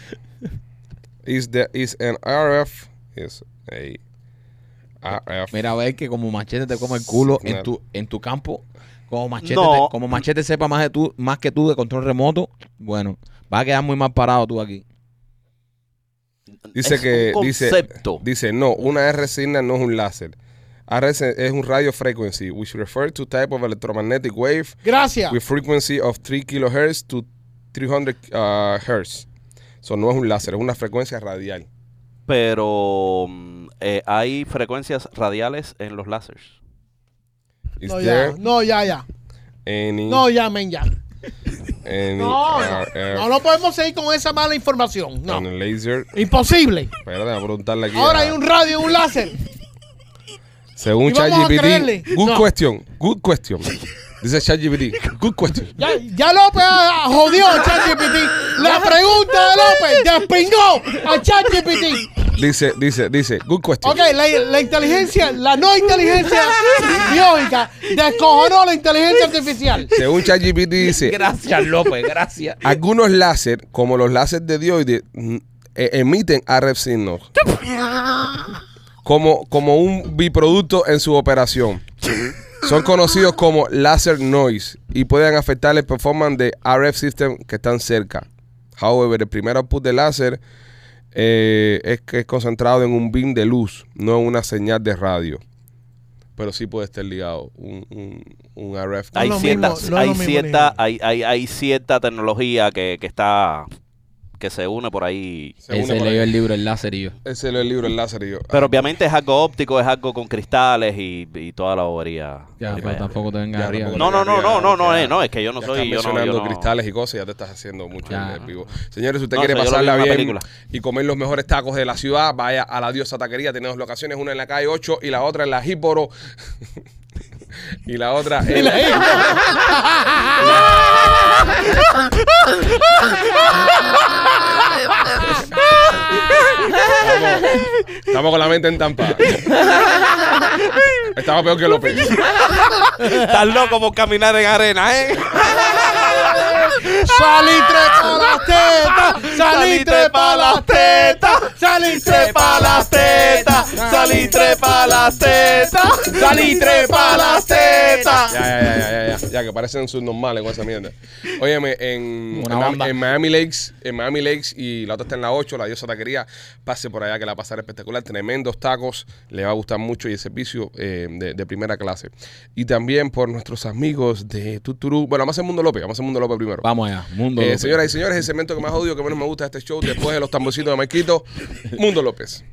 [SPEAKER 1] Is, the, is an RF. Is a RF.
[SPEAKER 2] Mira, a ver que como machete te come el culo en
[SPEAKER 1] Claro.
[SPEAKER 2] tu, en tu campo, como machete,
[SPEAKER 4] No.
[SPEAKER 2] te- como machete sepa más de tú, más que tú de control remoto, bueno, vas a quedar muy mal parado tú aquí.
[SPEAKER 1] Dice
[SPEAKER 4] Es
[SPEAKER 1] que
[SPEAKER 4] un
[SPEAKER 1] dice
[SPEAKER 4] concepto.
[SPEAKER 1] dice no, una R signal no es un láser. R es- es un radio frequency, which refers to type of electromagnetic wave
[SPEAKER 3] Gracias.
[SPEAKER 1] with frequency of 3 kHz to 300 uh, Hz. So no es un láser, es una frecuencia radial.
[SPEAKER 4] Pero mm, eh, hay frecuencias radiales en los láseres.
[SPEAKER 1] Is
[SPEAKER 3] No, ya.
[SPEAKER 1] there
[SPEAKER 3] No, ya, ya.
[SPEAKER 1] any,
[SPEAKER 3] No, ya, men, ya.
[SPEAKER 1] any
[SPEAKER 3] No,
[SPEAKER 1] RF
[SPEAKER 3] no, no podemos seguir con esa mala información. No.
[SPEAKER 1] on a eh, laser?
[SPEAKER 3] Imposible.
[SPEAKER 1] Espérate, voy a preguntarle aquí.
[SPEAKER 3] Ahora
[SPEAKER 1] a-
[SPEAKER 3] hay un radio y un láser.
[SPEAKER 1] Según
[SPEAKER 3] Y vamos a creerle.
[SPEAKER 1] ChatGPT, good
[SPEAKER 3] No.
[SPEAKER 1] question, good question. Dice ChatGPT, good question.
[SPEAKER 3] Ya, ya López ah, ah, jodió a ChatGPT. La pregunta de López despingó a ChatGPT.
[SPEAKER 1] Dice, dice, dice, good question.
[SPEAKER 3] Ok, la, la inteligencia, la no inteligencia biológica descojonó la inteligencia artificial.
[SPEAKER 1] Según ChatGPT dice,
[SPEAKER 2] Gracias, López, gracias.
[SPEAKER 1] algunos láser, como los láser de dioide, mm, eh, emiten RF signos como, como un biproducto en su operación. Son conocidos como laser noise y pueden afectar el performance de RF system que están cerca. However, el primer output de láser eh, es que es concentrado en un beam de luz, no en una señal de radio. Pero sí puede estar ligado un, un, un RF.
[SPEAKER 3] No
[SPEAKER 4] hay,
[SPEAKER 3] es lo
[SPEAKER 4] cierta,
[SPEAKER 3] mismo, no es
[SPEAKER 4] hay,
[SPEAKER 3] lo mismo,
[SPEAKER 4] cierta,
[SPEAKER 3] Nino.
[SPEAKER 4] hay, hay, hay cierta tecnología que, que está que se une por ahí.
[SPEAKER 1] Se une
[SPEAKER 2] Ese
[SPEAKER 1] por
[SPEAKER 2] leyó
[SPEAKER 1] ahí.
[SPEAKER 2] el libro El Láser y yo.
[SPEAKER 1] Ese es el libro, el láser y yo.
[SPEAKER 4] Pero obviamente es algo óptico, es algo con cristales y, y toda la bobería.
[SPEAKER 2] Ya,
[SPEAKER 4] Y
[SPEAKER 2] pero
[SPEAKER 4] me-
[SPEAKER 2] tampoco te vengas
[SPEAKER 1] ya,
[SPEAKER 2] arriba.
[SPEAKER 1] tampoco
[SPEAKER 4] No, no, no, no, no, no,
[SPEAKER 1] Ya.
[SPEAKER 4] eh, no, es que yo no
[SPEAKER 1] ya
[SPEAKER 4] soy,
[SPEAKER 1] estás
[SPEAKER 4] yo no,
[SPEAKER 1] mencionando
[SPEAKER 4] yo no.
[SPEAKER 1] cristales y cosas, ya te estás haciendo mucho
[SPEAKER 2] Ya.
[SPEAKER 1] el vivo. Señores, si usted
[SPEAKER 4] No,
[SPEAKER 1] quiere
[SPEAKER 4] eso yo lo vi
[SPEAKER 1] pasarla
[SPEAKER 4] en una
[SPEAKER 1] bien
[SPEAKER 4] película.
[SPEAKER 1] y comer los mejores tacos de la ciudad, vaya a la diosa taquería. Tiene dos locaciones, una en la calle 8 y la otra en la Jíporo. y la otra en la E. Estamos, estamos con la mente en tampa. Estamos peor que López.
[SPEAKER 4] Estás loco por caminar en arena, ¿eh?
[SPEAKER 3] Salí trepa las tetas, salí trepa las tetas, salí trepa las tetas, salí trepa las tetas, salí trepa las tetas.
[SPEAKER 1] Ya, ya, ya, ya, ya, ya, ya, que parecen subnormales con esa mierda. Óyeme, en,
[SPEAKER 2] Una
[SPEAKER 1] en,
[SPEAKER 2] banda.
[SPEAKER 1] Ma- en Miami Lakes, en Miami Lakes y la otra está en la 8, la diosa taquería, pase por allá que la va a pasar espectacular, tremendos tacos, le va a gustar mucho y el servicio eh, de, de primera clase. Y también por nuestros amigos de Tuturú, bueno, vamos a hacer Mundo López, vamos a hacer Mundo López primero.
[SPEAKER 2] Vamos allá, mundo.
[SPEAKER 1] Eh,
[SPEAKER 2] López.
[SPEAKER 1] señoras y señores, el segmento que más odio, que menos me gusta de este show, después de los tamborcitos de Marquito, Mundo López.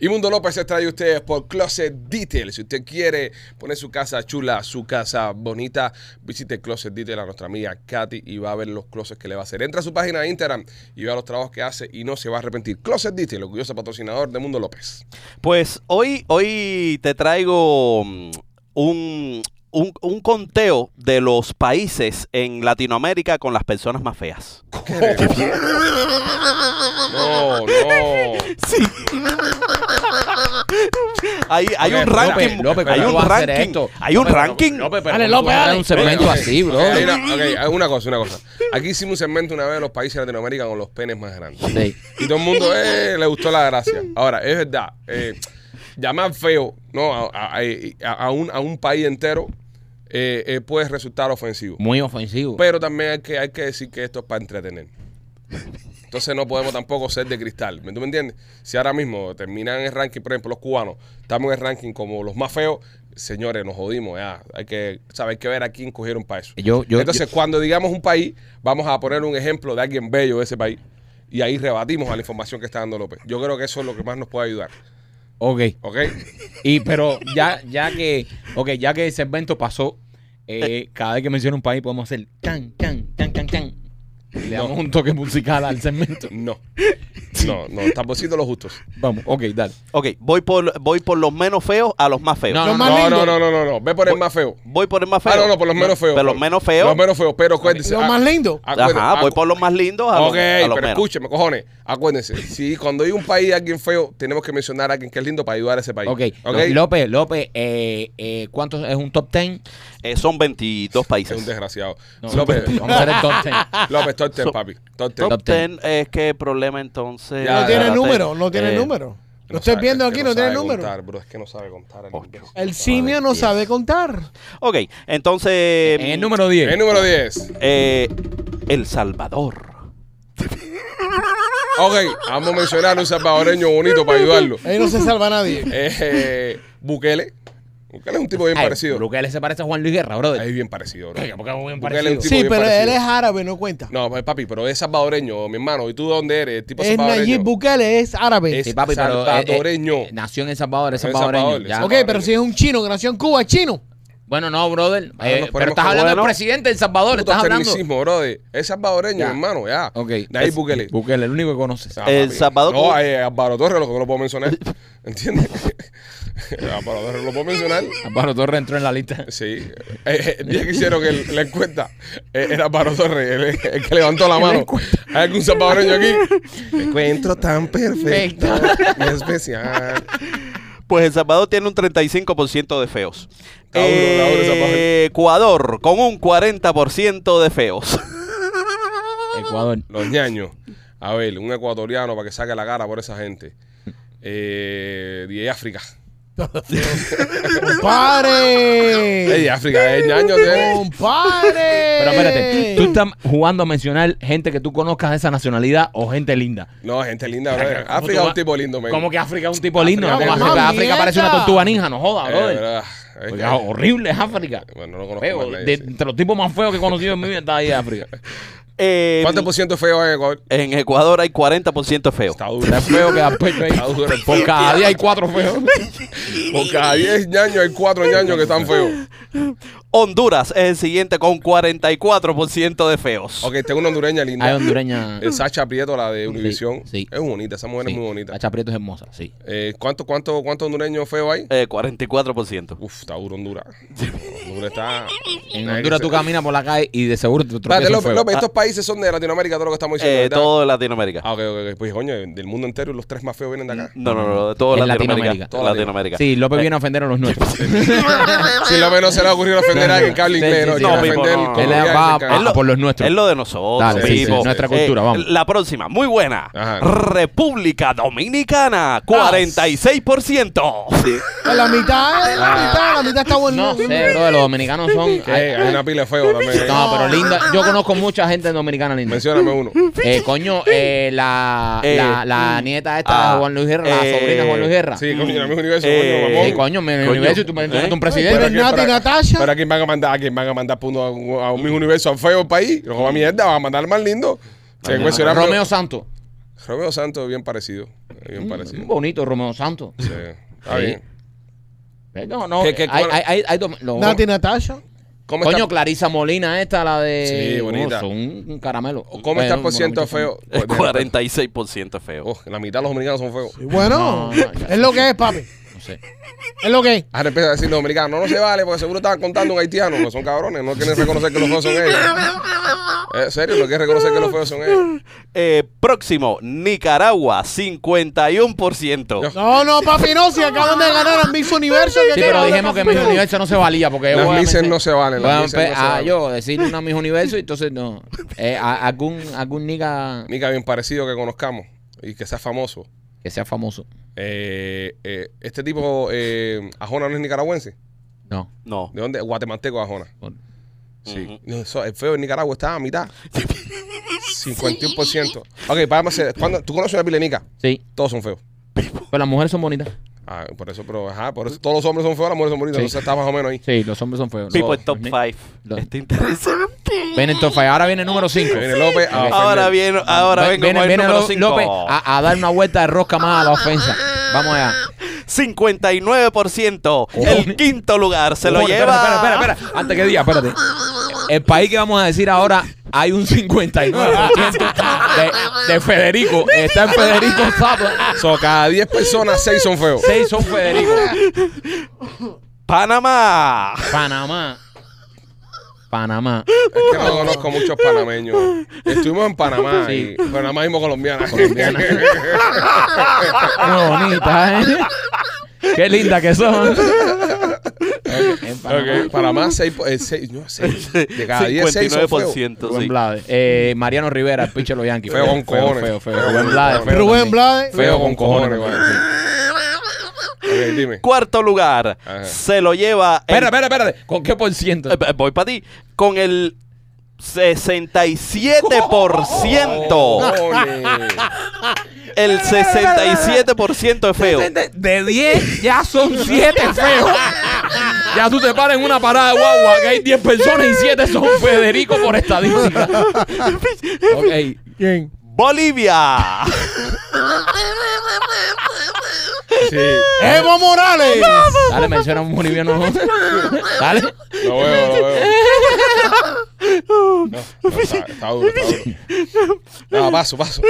[SPEAKER 1] Y Mundo López se trae a ustedes por Closet Detail. Si usted quiere poner su casa chula, su casa bonita, visite Closet Detail a nuestra amiga Katy y va a ver los closets que le va a hacer. Entra a su página de Instagram y vea los trabajos que hace y no se va a arrepentir. Closet Detail, orgulloso patrocinador de Mundo López.
[SPEAKER 4] Pues hoy, hoy te traigo mm, un, un, un conteo de los países en Latinoamérica con las personas más feas.
[SPEAKER 1] No, no.
[SPEAKER 4] Hay, hay un
[SPEAKER 1] López,
[SPEAKER 4] ranking,
[SPEAKER 2] López,
[SPEAKER 4] hay
[SPEAKER 2] ¿cómo
[SPEAKER 4] un
[SPEAKER 2] tú vas a hacer
[SPEAKER 4] ranking,
[SPEAKER 2] esto?
[SPEAKER 4] hay un
[SPEAKER 2] López, pero-
[SPEAKER 4] ranking.
[SPEAKER 2] López, pero
[SPEAKER 3] Dale,
[SPEAKER 2] ¿cómo tú
[SPEAKER 3] López,
[SPEAKER 2] vas a dar
[SPEAKER 3] dale.
[SPEAKER 2] un segmento
[SPEAKER 1] Ok,
[SPEAKER 2] así, bro.
[SPEAKER 1] ok, hay una- ok, hay una cosa, una cosa. Aquí hicimos un segmento una vez de los países de Latinoamérica con los penes más grandes.
[SPEAKER 2] Sí.
[SPEAKER 1] Y todo el mundo eh, le gustó la gracia. Ahora, es verdad, eh, llamar feo ¿no? a, a- a- a un, a un país entero eh, eh, puede resultar ofensivo.
[SPEAKER 2] Muy ofensivo.
[SPEAKER 1] Pero también hay que, hay que decir que esto es para entretener. Entonces no podemos tampoco ser de cristal. ¿me- ¿Tú me entiendes? Si ahora mismo terminan en el ranking, por ejemplo, los cubanos, estamos en el ranking como los más feos, señores, nos jodimos. Ya. Hay que saber que ver a quién cogieron para eso.
[SPEAKER 2] Yo- yo-
[SPEAKER 1] Entonces, cuando digamos un país, vamos a poner un ejemplo de alguien bello de ese país. Y ahí rebatimos a la información que está dando López. Yo creo que eso es lo que más nos puede ayudar.
[SPEAKER 2] Ok.
[SPEAKER 1] ¿Ok?
[SPEAKER 2] Y pero ya, ya que, ok, ya que el segmento pasó, eh, cada vez que menciona un país podemos hacer tan, tan, tan, tan, tan. Y Le damos un toque musical al segmento.
[SPEAKER 1] No. No, no. Tamborcito los justos.
[SPEAKER 2] Vamos, ok, dale.
[SPEAKER 4] Ok, voy por, voy por los menos feos a los más feos.
[SPEAKER 2] No,
[SPEAKER 3] Los
[SPEAKER 2] no,
[SPEAKER 3] más
[SPEAKER 1] No, no,
[SPEAKER 3] lindos.
[SPEAKER 1] no, no, no, no. Ve por el más feo.
[SPEAKER 4] Voy por el más feo.
[SPEAKER 1] Ah, no, no, por los menos feos.
[SPEAKER 4] Por los menos feos.
[SPEAKER 1] Los menos feos, pero acuérdense.
[SPEAKER 3] Los
[SPEAKER 1] ah,
[SPEAKER 3] más lindos.
[SPEAKER 1] acuérdense,
[SPEAKER 4] Ajá, voy
[SPEAKER 1] acu-
[SPEAKER 4] por los más lindos a los,
[SPEAKER 1] Ok,
[SPEAKER 4] a
[SPEAKER 1] pero
[SPEAKER 4] los menos.
[SPEAKER 1] escúcheme, cojones. Acuérdense, si cuando hay un país de alguien feo, tenemos que mencionar a alguien que es lindo para ayudar a ese país.
[SPEAKER 2] Ok, López, López, eh, eh, ¿cuánto es un top 10?
[SPEAKER 4] Eh, son 22
[SPEAKER 1] Es un
[SPEAKER 4] países.
[SPEAKER 1] desgraciado.
[SPEAKER 2] No,
[SPEAKER 1] López,
[SPEAKER 2] Vamos a hacer el top 10.
[SPEAKER 1] López, Torten, papi. Torten.
[SPEAKER 4] Top
[SPEAKER 2] Top ten.
[SPEAKER 4] 10 es que el problema entonces.
[SPEAKER 1] Ya,
[SPEAKER 4] espérate,
[SPEAKER 3] No tiene número, no tiene
[SPEAKER 4] eh,
[SPEAKER 3] número. Lo estoy
[SPEAKER 1] sabe,
[SPEAKER 3] viendo
[SPEAKER 1] es que
[SPEAKER 3] aquí, no tiene
[SPEAKER 1] sabe
[SPEAKER 3] número.
[SPEAKER 1] Contar, bro, es que no sabe contar. El,
[SPEAKER 4] Ocho.
[SPEAKER 1] imbécil.
[SPEAKER 3] El simio no sabe contar.
[SPEAKER 4] Ok, entonces.
[SPEAKER 2] En el número 10.
[SPEAKER 1] el Eh, número 10.
[SPEAKER 4] eh, el Salvador.
[SPEAKER 1] Ok, vamos a mencionar a un salvadoreño bonito para ayudarlo.
[SPEAKER 3] Ahí no se salva nadie.
[SPEAKER 1] Eh, Bukele. Bukele es un tipo bien
[SPEAKER 2] Ay,
[SPEAKER 1] parecido.
[SPEAKER 2] Bukele se parece a Juan Luis Guerra, brother.
[SPEAKER 1] Es bien parecido, bro.
[SPEAKER 2] Oiga, porque es bien
[SPEAKER 1] Bukele es un
[SPEAKER 2] parecido.
[SPEAKER 1] tipo
[SPEAKER 3] Sí,
[SPEAKER 1] bien
[SPEAKER 3] pero
[SPEAKER 1] parecido.
[SPEAKER 3] él es árabe, no cuenta.
[SPEAKER 1] No, pues, papi, pero es salvadoreño, mi hermano. ¿Y tú de dónde eres? El tipo
[SPEAKER 3] Es
[SPEAKER 1] salvadoreño.
[SPEAKER 3] Nayib Bukele, es árabe.
[SPEAKER 1] Es
[SPEAKER 2] Sí, papi, pero, eh, eh,
[SPEAKER 1] salvadoreño.
[SPEAKER 2] nació en El Salvador, es
[SPEAKER 1] En El
[SPEAKER 2] salvadoreño.
[SPEAKER 1] Salvador,
[SPEAKER 2] ya.
[SPEAKER 1] es
[SPEAKER 3] ok, pero si es un chino que nació en Cuba, es chino.
[SPEAKER 2] Bueno, no, brother.
[SPEAKER 1] Ah,
[SPEAKER 2] eh,
[SPEAKER 1] nos ponemos
[SPEAKER 2] pero estás
[SPEAKER 1] como-
[SPEAKER 2] hablando del
[SPEAKER 4] Bueno.
[SPEAKER 2] presidente de El Salvador,
[SPEAKER 1] Puto
[SPEAKER 2] estás hablando.
[SPEAKER 1] tecnicismo, brother. Es salvadoreño,
[SPEAKER 2] Ya.
[SPEAKER 1] hermano, ya.
[SPEAKER 2] Ok.
[SPEAKER 1] Nayib
[SPEAKER 2] es-
[SPEAKER 1] Bukele.
[SPEAKER 2] Bukele, el único que conoces.
[SPEAKER 1] Ah,
[SPEAKER 4] El
[SPEAKER 1] papi.
[SPEAKER 4] Salvador-
[SPEAKER 1] No, eh, Álvaro Torres, lo que no lo puedo mencionar. ¿Entiendes? Álvaro Torres lo puedo mencionar.
[SPEAKER 2] Álvaro Torres entró en la lista.
[SPEAKER 1] Sí. Eh, eh, el día que hicieron el- la encuesta, eh, era Álvaro Torres, el, el que levantó la mano. Hay algún salvadoreño aquí. Me encuentro tan perfecto y especial.
[SPEAKER 4] Pues El Salvador tiene un 35% de feos. Eh,
[SPEAKER 1] Está duro, está duro esa página.
[SPEAKER 4] Ecuador con un 40% de feos.
[SPEAKER 2] Ecuador.
[SPEAKER 1] Los ñaños. A ver, un ecuatoriano para que saque la cara por esa gente. Eh, de África. Eh,
[SPEAKER 3] ¡Compadre!
[SPEAKER 1] de África, es ñaño. tiene.
[SPEAKER 3] ¡Compadre!
[SPEAKER 2] Pero espérate, ¿tú estás jugando a mencionar gente que tú conozcas de esa nacionalidad o gente linda?
[SPEAKER 1] No, gente linda, bro.
[SPEAKER 2] ¿Cómo
[SPEAKER 1] África es
[SPEAKER 2] tú vas-
[SPEAKER 1] un tipo lindo, men. Eh,
[SPEAKER 2] ¿Cómo que África es un tipo lindo?
[SPEAKER 1] África
[SPEAKER 2] ¿no?
[SPEAKER 1] es
[SPEAKER 2] África,
[SPEAKER 1] una
[SPEAKER 2] África parece una
[SPEAKER 3] mierda.
[SPEAKER 2] tortuga ninja, no joda,
[SPEAKER 1] Eh,
[SPEAKER 2] brother.
[SPEAKER 1] verdad. Es
[SPEAKER 2] Porque
[SPEAKER 1] que-
[SPEAKER 2] es horrible es África.
[SPEAKER 1] Bueno, no lo conozco.
[SPEAKER 2] Feo,
[SPEAKER 1] más nadie,
[SPEAKER 2] de,
[SPEAKER 1] sí.
[SPEAKER 2] entre los tipos más feos que he conocido en mi vida está ahí África.
[SPEAKER 4] En-
[SPEAKER 1] ¿Cuánto por ciento feo hay en Ecuador?
[SPEAKER 4] Eh, En Ecuador hay 40% feo.
[SPEAKER 1] Está duro.
[SPEAKER 2] Tres feos que dan pecho ahí.
[SPEAKER 1] Está duro el
[SPEAKER 2] Por cada día hay cuatro feos.
[SPEAKER 1] Por cada 10 ñaños hay 4 ñaños que están feos.
[SPEAKER 4] Honduras es el siguiente con 44% de feos.
[SPEAKER 1] Ok, tengo una hondureña linda.
[SPEAKER 2] Hay hondureña.
[SPEAKER 1] Eh, Sacha Prieto, la de Univisión.
[SPEAKER 2] sí.
[SPEAKER 1] Es bonita, esa mujer
[SPEAKER 2] Sí,
[SPEAKER 1] es muy bonita.
[SPEAKER 2] La Chaprieto es hermosa, sí.
[SPEAKER 1] Eh, ¿Cuánto, cuánto, cuánto hondureño feo hay?
[SPEAKER 4] Eh, 44%.
[SPEAKER 1] Uf, está duro Honduras. Honduras está.
[SPEAKER 2] En Honduras tú caminas por la calle y de seguro te
[SPEAKER 1] Espérate,
[SPEAKER 2] tropiezas un
[SPEAKER 1] López,
[SPEAKER 2] feo.
[SPEAKER 1] López, estos países son de Latinoamérica, todo lo que estamos diciendo.
[SPEAKER 4] Eh,
[SPEAKER 1] ¿verdad?
[SPEAKER 4] todo de Latinoamérica.
[SPEAKER 1] Ah, ok, ok, ok. Pues coño, del mundo entero los tres más feos vienen de acá.
[SPEAKER 4] No, no, no, de todo
[SPEAKER 2] En
[SPEAKER 4] Latinoamérica.
[SPEAKER 2] Latinoamérica.
[SPEAKER 4] Todo Latinoamérica.
[SPEAKER 2] Sí, López viene a ofender a los nuestros.
[SPEAKER 1] Si López no se le ha ocurrido ofender a alguien que habla
[SPEAKER 2] Sí,
[SPEAKER 1] inglés,
[SPEAKER 2] sí,
[SPEAKER 1] no,
[SPEAKER 2] sí,
[SPEAKER 1] quiere
[SPEAKER 4] no, Pipo,
[SPEAKER 1] ofender.
[SPEAKER 4] no.
[SPEAKER 1] como
[SPEAKER 4] Él
[SPEAKER 1] quiera,
[SPEAKER 2] va
[SPEAKER 1] se
[SPEAKER 2] a-
[SPEAKER 1] caga.
[SPEAKER 4] Es lo-
[SPEAKER 2] Ah, por los nuestros.
[SPEAKER 4] Es lo de nosotros.
[SPEAKER 2] Dale,
[SPEAKER 1] sí, sí,
[SPEAKER 4] Pipo.
[SPEAKER 1] sí, nuestra
[SPEAKER 2] cultura, vamos.
[SPEAKER 4] La próxima, muy buena.
[SPEAKER 1] Ajá. Ah,
[SPEAKER 4] República Dominicana, 46%.
[SPEAKER 1] Pues
[SPEAKER 3] A la mitad, a la mitad, la mitad está
[SPEAKER 2] No
[SPEAKER 3] bueno.
[SPEAKER 2] sé, bro, los dominicanos son.
[SPEAKER 1] Que Eh, hay una pila de feo también. ¿eh?
[SPEAKER 2] No, pero linda. Yo conozco mucha gente dominicana linda.
[SPEAKER 1] Mencióname uno.
[SPEAKER 2] Eh, coño, eh, la,
[SPEAKER 4] Eh,
[SPEAKER 2] la, la nieta esta
[SPEAKER 4] ah,
[SPEAKER 2] de Juan Luis Guerra, la
[SPEAKER 4] eh,
[SPEAKER 2] sobrina de Juan Luis Guerra. Sí,
[SPEAKER 1] Sí, coño, en el mismo universo,
[SPEAKER 4] Eh,
[SPEAKER 1] coño, mamón.
[SPEAKER 4] sí,
[SPEAKER 2] coño, me
[SPEAKER 4] Coño.
[SPEAKER 2] universo, tú me
[SPEAKER 4] Eh.
[SPEAKER 2] tú un
[SPEAKER 3] Pero
[SPEAKER 2] presidente.
[SPEAKER 1] Pero
[SPEAKER 3] Nati
[SPEAKER 1] aquí-
[SPEAKER 3] Natasha.
[SPEAKER 1] Pero a quién van a mandar, a quién van a mandar punto a un, a un mismo universo al feo país. No va mierda, van a mandar al más lindo. Se cuestionaron-
[SPEAKER 2] Romeo Santo.
[SPEAKER 1] Romeo Santos, bien parecido. Bien parecido.
[SPEAKER 2] Bonito, Romeo Santo.
[SPEAKER 1] Sí, Está
[SPEAKER 2] Mm. Sí.
[SPEAKER 1] bien.
[SPEAKER 2] Eh, No, no.
[SPEAKER 1] ¿Qué- qué-
[SPEAKER 2] hay,
[SPEAKER 1] cuál-
[SPEAKER 2] hay, hay, hay dom- lo-
[SPEAKER 3] Nati Natasha.
[SPEAKER 1] ¿Cómo
[SPEAKER 2] Coño,
[SPEAKER 1] está,
[SPEAKER 2] Clarisa Molina esta, la de...
[SPEAKER 1] Sí, bonita.
[SPEAKER 2] Oh, son un, un caramelo.
[SPEAKER 1] ¿cómo está
[SPEAKER 2] Eh,
[SPEAKER 1] por ciento
[SPEAKER 2] bueno,
[SPEAKER 1] feo?
[SPEAKER 4] El 46% feo.
[SPEAKER 1] pues. Oh, la mitad de los dominicanos son feos.
[SPEAKER 3] Y bueno,
[SPEAKER 2] No, no, ya.
[SPEAKER 3] es lo que es, papi.
[SPEAKER 2] No sé.
[SPEAKER 3] Es lo que es.
[SPEAKER 1] Ahora empieza a decir los dominicanos, no, no se vale, porque seguro estaban contando un haitiano, que son cabrones, no quieren reconocer que los feos son ellos. En serio, no quieren reconocer que los feos son ellos.
[SPEAKER 4] Eh, próximo, Nicaragua, 51%.
[SPEAKER 3] No, no, papi, no. Si acaban de ganar al Miss Universo. que
[SPEAKER 2] Sí,
[SPEAKER 3] te
[SPEAKER 2] pero
[SPEAKER 3] hablan,
[SPEAKER 2] dijimos que
[SPEAKER 3] papi.
[SPEAKER 2] mis universo no se valía porque...
[SPEAKER 1] Las
[SPEAKER 2] obviamente-
[SPEAKER 1] mises no se valen, las
[SPEAKER 2] Voy a
[SPEAKER 1] mises no se
[SPEAKER 2] empe- ah,
[SPEAKER 1] valen.
[SPEAKER 2] yo decirle una mis universo y entonces no. Eh, a- algún, algún nigga
[SPEAKER 1] Mica bien parecido que conozcamos y que sea famoso.
[SPEAKER 2] que sea famoso.
[SPEAKER 1] Eh, eh, este tipo, eh, Ajona no es nicaragüense.
[SPEAKER 2] No.
[SPEAKER 4] No.
[SPEAKER 1] ¿De dónde? Guatemalteco Ajona.
[SPEAKER 2] Bueno.
[SPEAKER 1] Sí. No, eso- el feo en Nicaragua está a mitad. 51%. Ok, para más, ¿cuándo- ¿tú conoces una pilenica?
[SPEAKER 2] Sí.
[SPEAKER 1] Todos son feos.
[SPEAKER 2] Pero las mujeres son bonitas.
[SPEAKER 1] Ah, por eso, pero ajá, por eso todos los hombres son feos, las mujeres son bonitas.
[SPEAKER 2] Sí.
[SPEAKER 1] Entonces está más o menos ahí.
[SPEAKER 2] Sí, los hombres son feos.
[SPEAKER 4] Pipo,
[SPEAKER 2] Los-
[SPEAKER 4] el top
[SPEAKER 2] los ni-
[SPEAKER 4] 5.
[SPEAKER 2] Los-
[SPEAKER 4] Está interesante.
[SPEAKER 2] Viene el top five. Ahora viene el número 5.
[SPEAKER 1] Ahí Viene López. ah. a
[SPEAKER 2] Ok.
[SPEAKER 1] ofender.
[SPEAKER 4] Ahora viene, ahora vengo con el número 5.
[SPEAKER 2] López ah. a, a dar una vuelta de rosca más a la ofensa. Vamos allá.
[SPEAKER 4] 59%. El quinto lugar se lo
[SPEAKER 2] Oh. Espera,
[SPEAKER 4] lleva.
[SPEAKER 2] Espera, espera,
[SPEAKER 1] ¿ah?
[SPEAKER 2] espera, espera. Antes que diga, espérate. El país que vamos a decir ahora hay un 59% de, de Federico. Está en Federico Zappa.
[SPEAKER 1] So, cada 10 personas, 6 son feos.
[SPEAKER 2] Seis son Federico.
[SPEAKER 4] Panamá.
[SPEAKER 2] Panamá. Panamá.
[SPEAKER 1] Es que no conozco muchos panameños. Estuvimos en Panamá,
[SPEAKER 2] Sí.
[SPEAKER 1] y, pero nada más vimos colombianas.
[SPEAKER 2] Qué bonita, ¿eh? Qué linda que son. En Panamá.
[SPEAKER 1] Ok, Panamá, 6, no, eh, seis. de cada 10, 6 son feos.
[SPEAKER 4] 59%.
[SPEAKER 2] Rubén
[SPEAKER 4] sí.
[SPEAKER 2] Blades. Eh, Mariano Rivera, el pinche de los Yankees.
[SPEAKER 1] Feo con cojones.
[SPEAKER 2] Feo, feo,
[SPEAKER 1] Feo
[SPEAKER 2] Rubén
[SPEAKER 1] con
[SPEAKER 2] Blades.
[SPEAKER 1] cojones.
[SPEAKER 2] feo
[SPEAKER 3] Rubén
[SPEAKER 2] también.
[SPEAKER 3] Blades.
[SPEAKER 1] Feo con cojones, güey. Ok, dime.
[SPEAKER 4] Cuarto lugar
[SPEAKER 1] Ajá.
[SPEAKER 4] se lo lleva. el-
[SPEAKER 2] Espera, espera, espera. ¿Con qué por ciento?
[SPEAKER 4] Eh, eh, Voy para ti. Con el 67%.
[SPEAKER 2] Oh.
[SPEAKER 1] Cojones.
[SPEAKER 4] El 67% es feo.
[SPEAKER 2] De 10 ya son 7 feos. Ya tú te paras en una parada de guagua que hay 10 personas y 7 son Federico por estadística. Ok.
[SPEAKER 3] ¿Quién?
[SPEAKER 4] Bolivia.
[SPEAKER 1] Sí.
[SPEAKER 3] Evo Morales.
[SPEAKER 2] Dale, menciona un boliviano. Dale.
[SPEAKER 1] Lo veo, lo veo. No, no, está, está duro, está duro. No, paso, paso.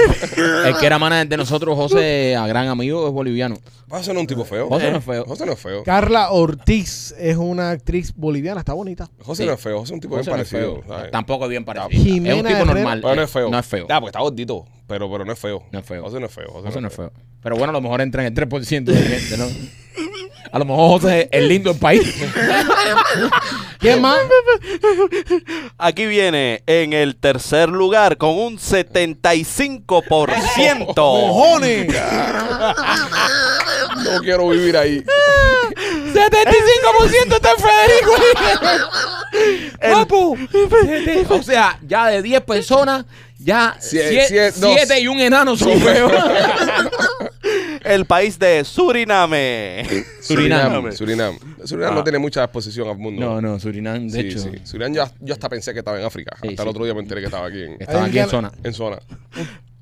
[SPEAKER 2] El que era manager de nosotros, José, a gran amigo, es boliviano.
[SPEAKER 1] José no es un tipo feo.
[SPEAKER 2] José no es feo.
[SPEAKER 1] José no es feo.
[SPEAKER 3] Carla Ortiz es una actriz boliviana, está bonita.
[SPEAKER 1] José no es feo. José es un tipo
[SPEAKER 2] José
[SPEAKER 1] bien
[SPEAKER 2] no es
[SPEAKER 1] pues, parecido.
[SPEAKER 2] feo.
[SPEAKER 1] ¿sabes?
[SPEAKER 2] Tampoco es bien parecido.
[SPEAKER 3] Jimena
[SPEAKER 2] es un tipo
[SPEAKER 3] Herrera.
[SPEAKER 2] normal. Eh,
[SPEAKER 1] Pero no es feo.
[SPEAKER 2] No es feo.
[SPEAKER 1] Ah, porque está gordito, pero, pero no es feo.
[SPEAKER 2] No es feo.
[SPEAKER 1] José no es feo. José,
[SPEAKER 2] José no es feo. Pero bueno, a lo mejor entra en el 3% de gente, ¿no? A lo mejor José es el lindo del país.
[SPEAKER 3] ¿Quién más?
[SPEAKER 4] Aquí viene en el tercer lugar con un
[SPEAKER 2] Oh.
[SPEAKER 4] 75%.
[SPEAKER 3] ¡Cojones!
[SPEAKER 1] No quiero vivir ahí.
[SPEAKER 2] 75% está en Federico. Papu. O sea, ya de 10 personas, ya
[SPEAKER 1] Sie- sie-
[SPEAKER 2] 7
[SPEAKER 1] dos.
[SPEAKER 2] y un enano son feos.
[SPEAKER 4] El país de Suriname.
[SPEAKER 2] Surinam. Ah.
[SPEAKER 1] Surinam. Surinam no tiene mucha exposición al mundo.
[SPEAKER 2] No, no, Surinam, de
[SPEAKER 1] Sí,
[SPEAKER 2] hecho.
[SPEAKER 1] sí. Surinam yo, yo hasta pensé que estaba en África.
[SPEAKER 2] Sí,
[SPEAKER 1] hasta el
[SPEAKER 2] sí.
[SPEAKER 1] otro día me enteré que estaba aquí en,
[SPEAKER 2] Estaba aquí en
[SPEAKER 3] Alguien-
[SPEAKER 2] zona.
[SPEAKER 1] en zona.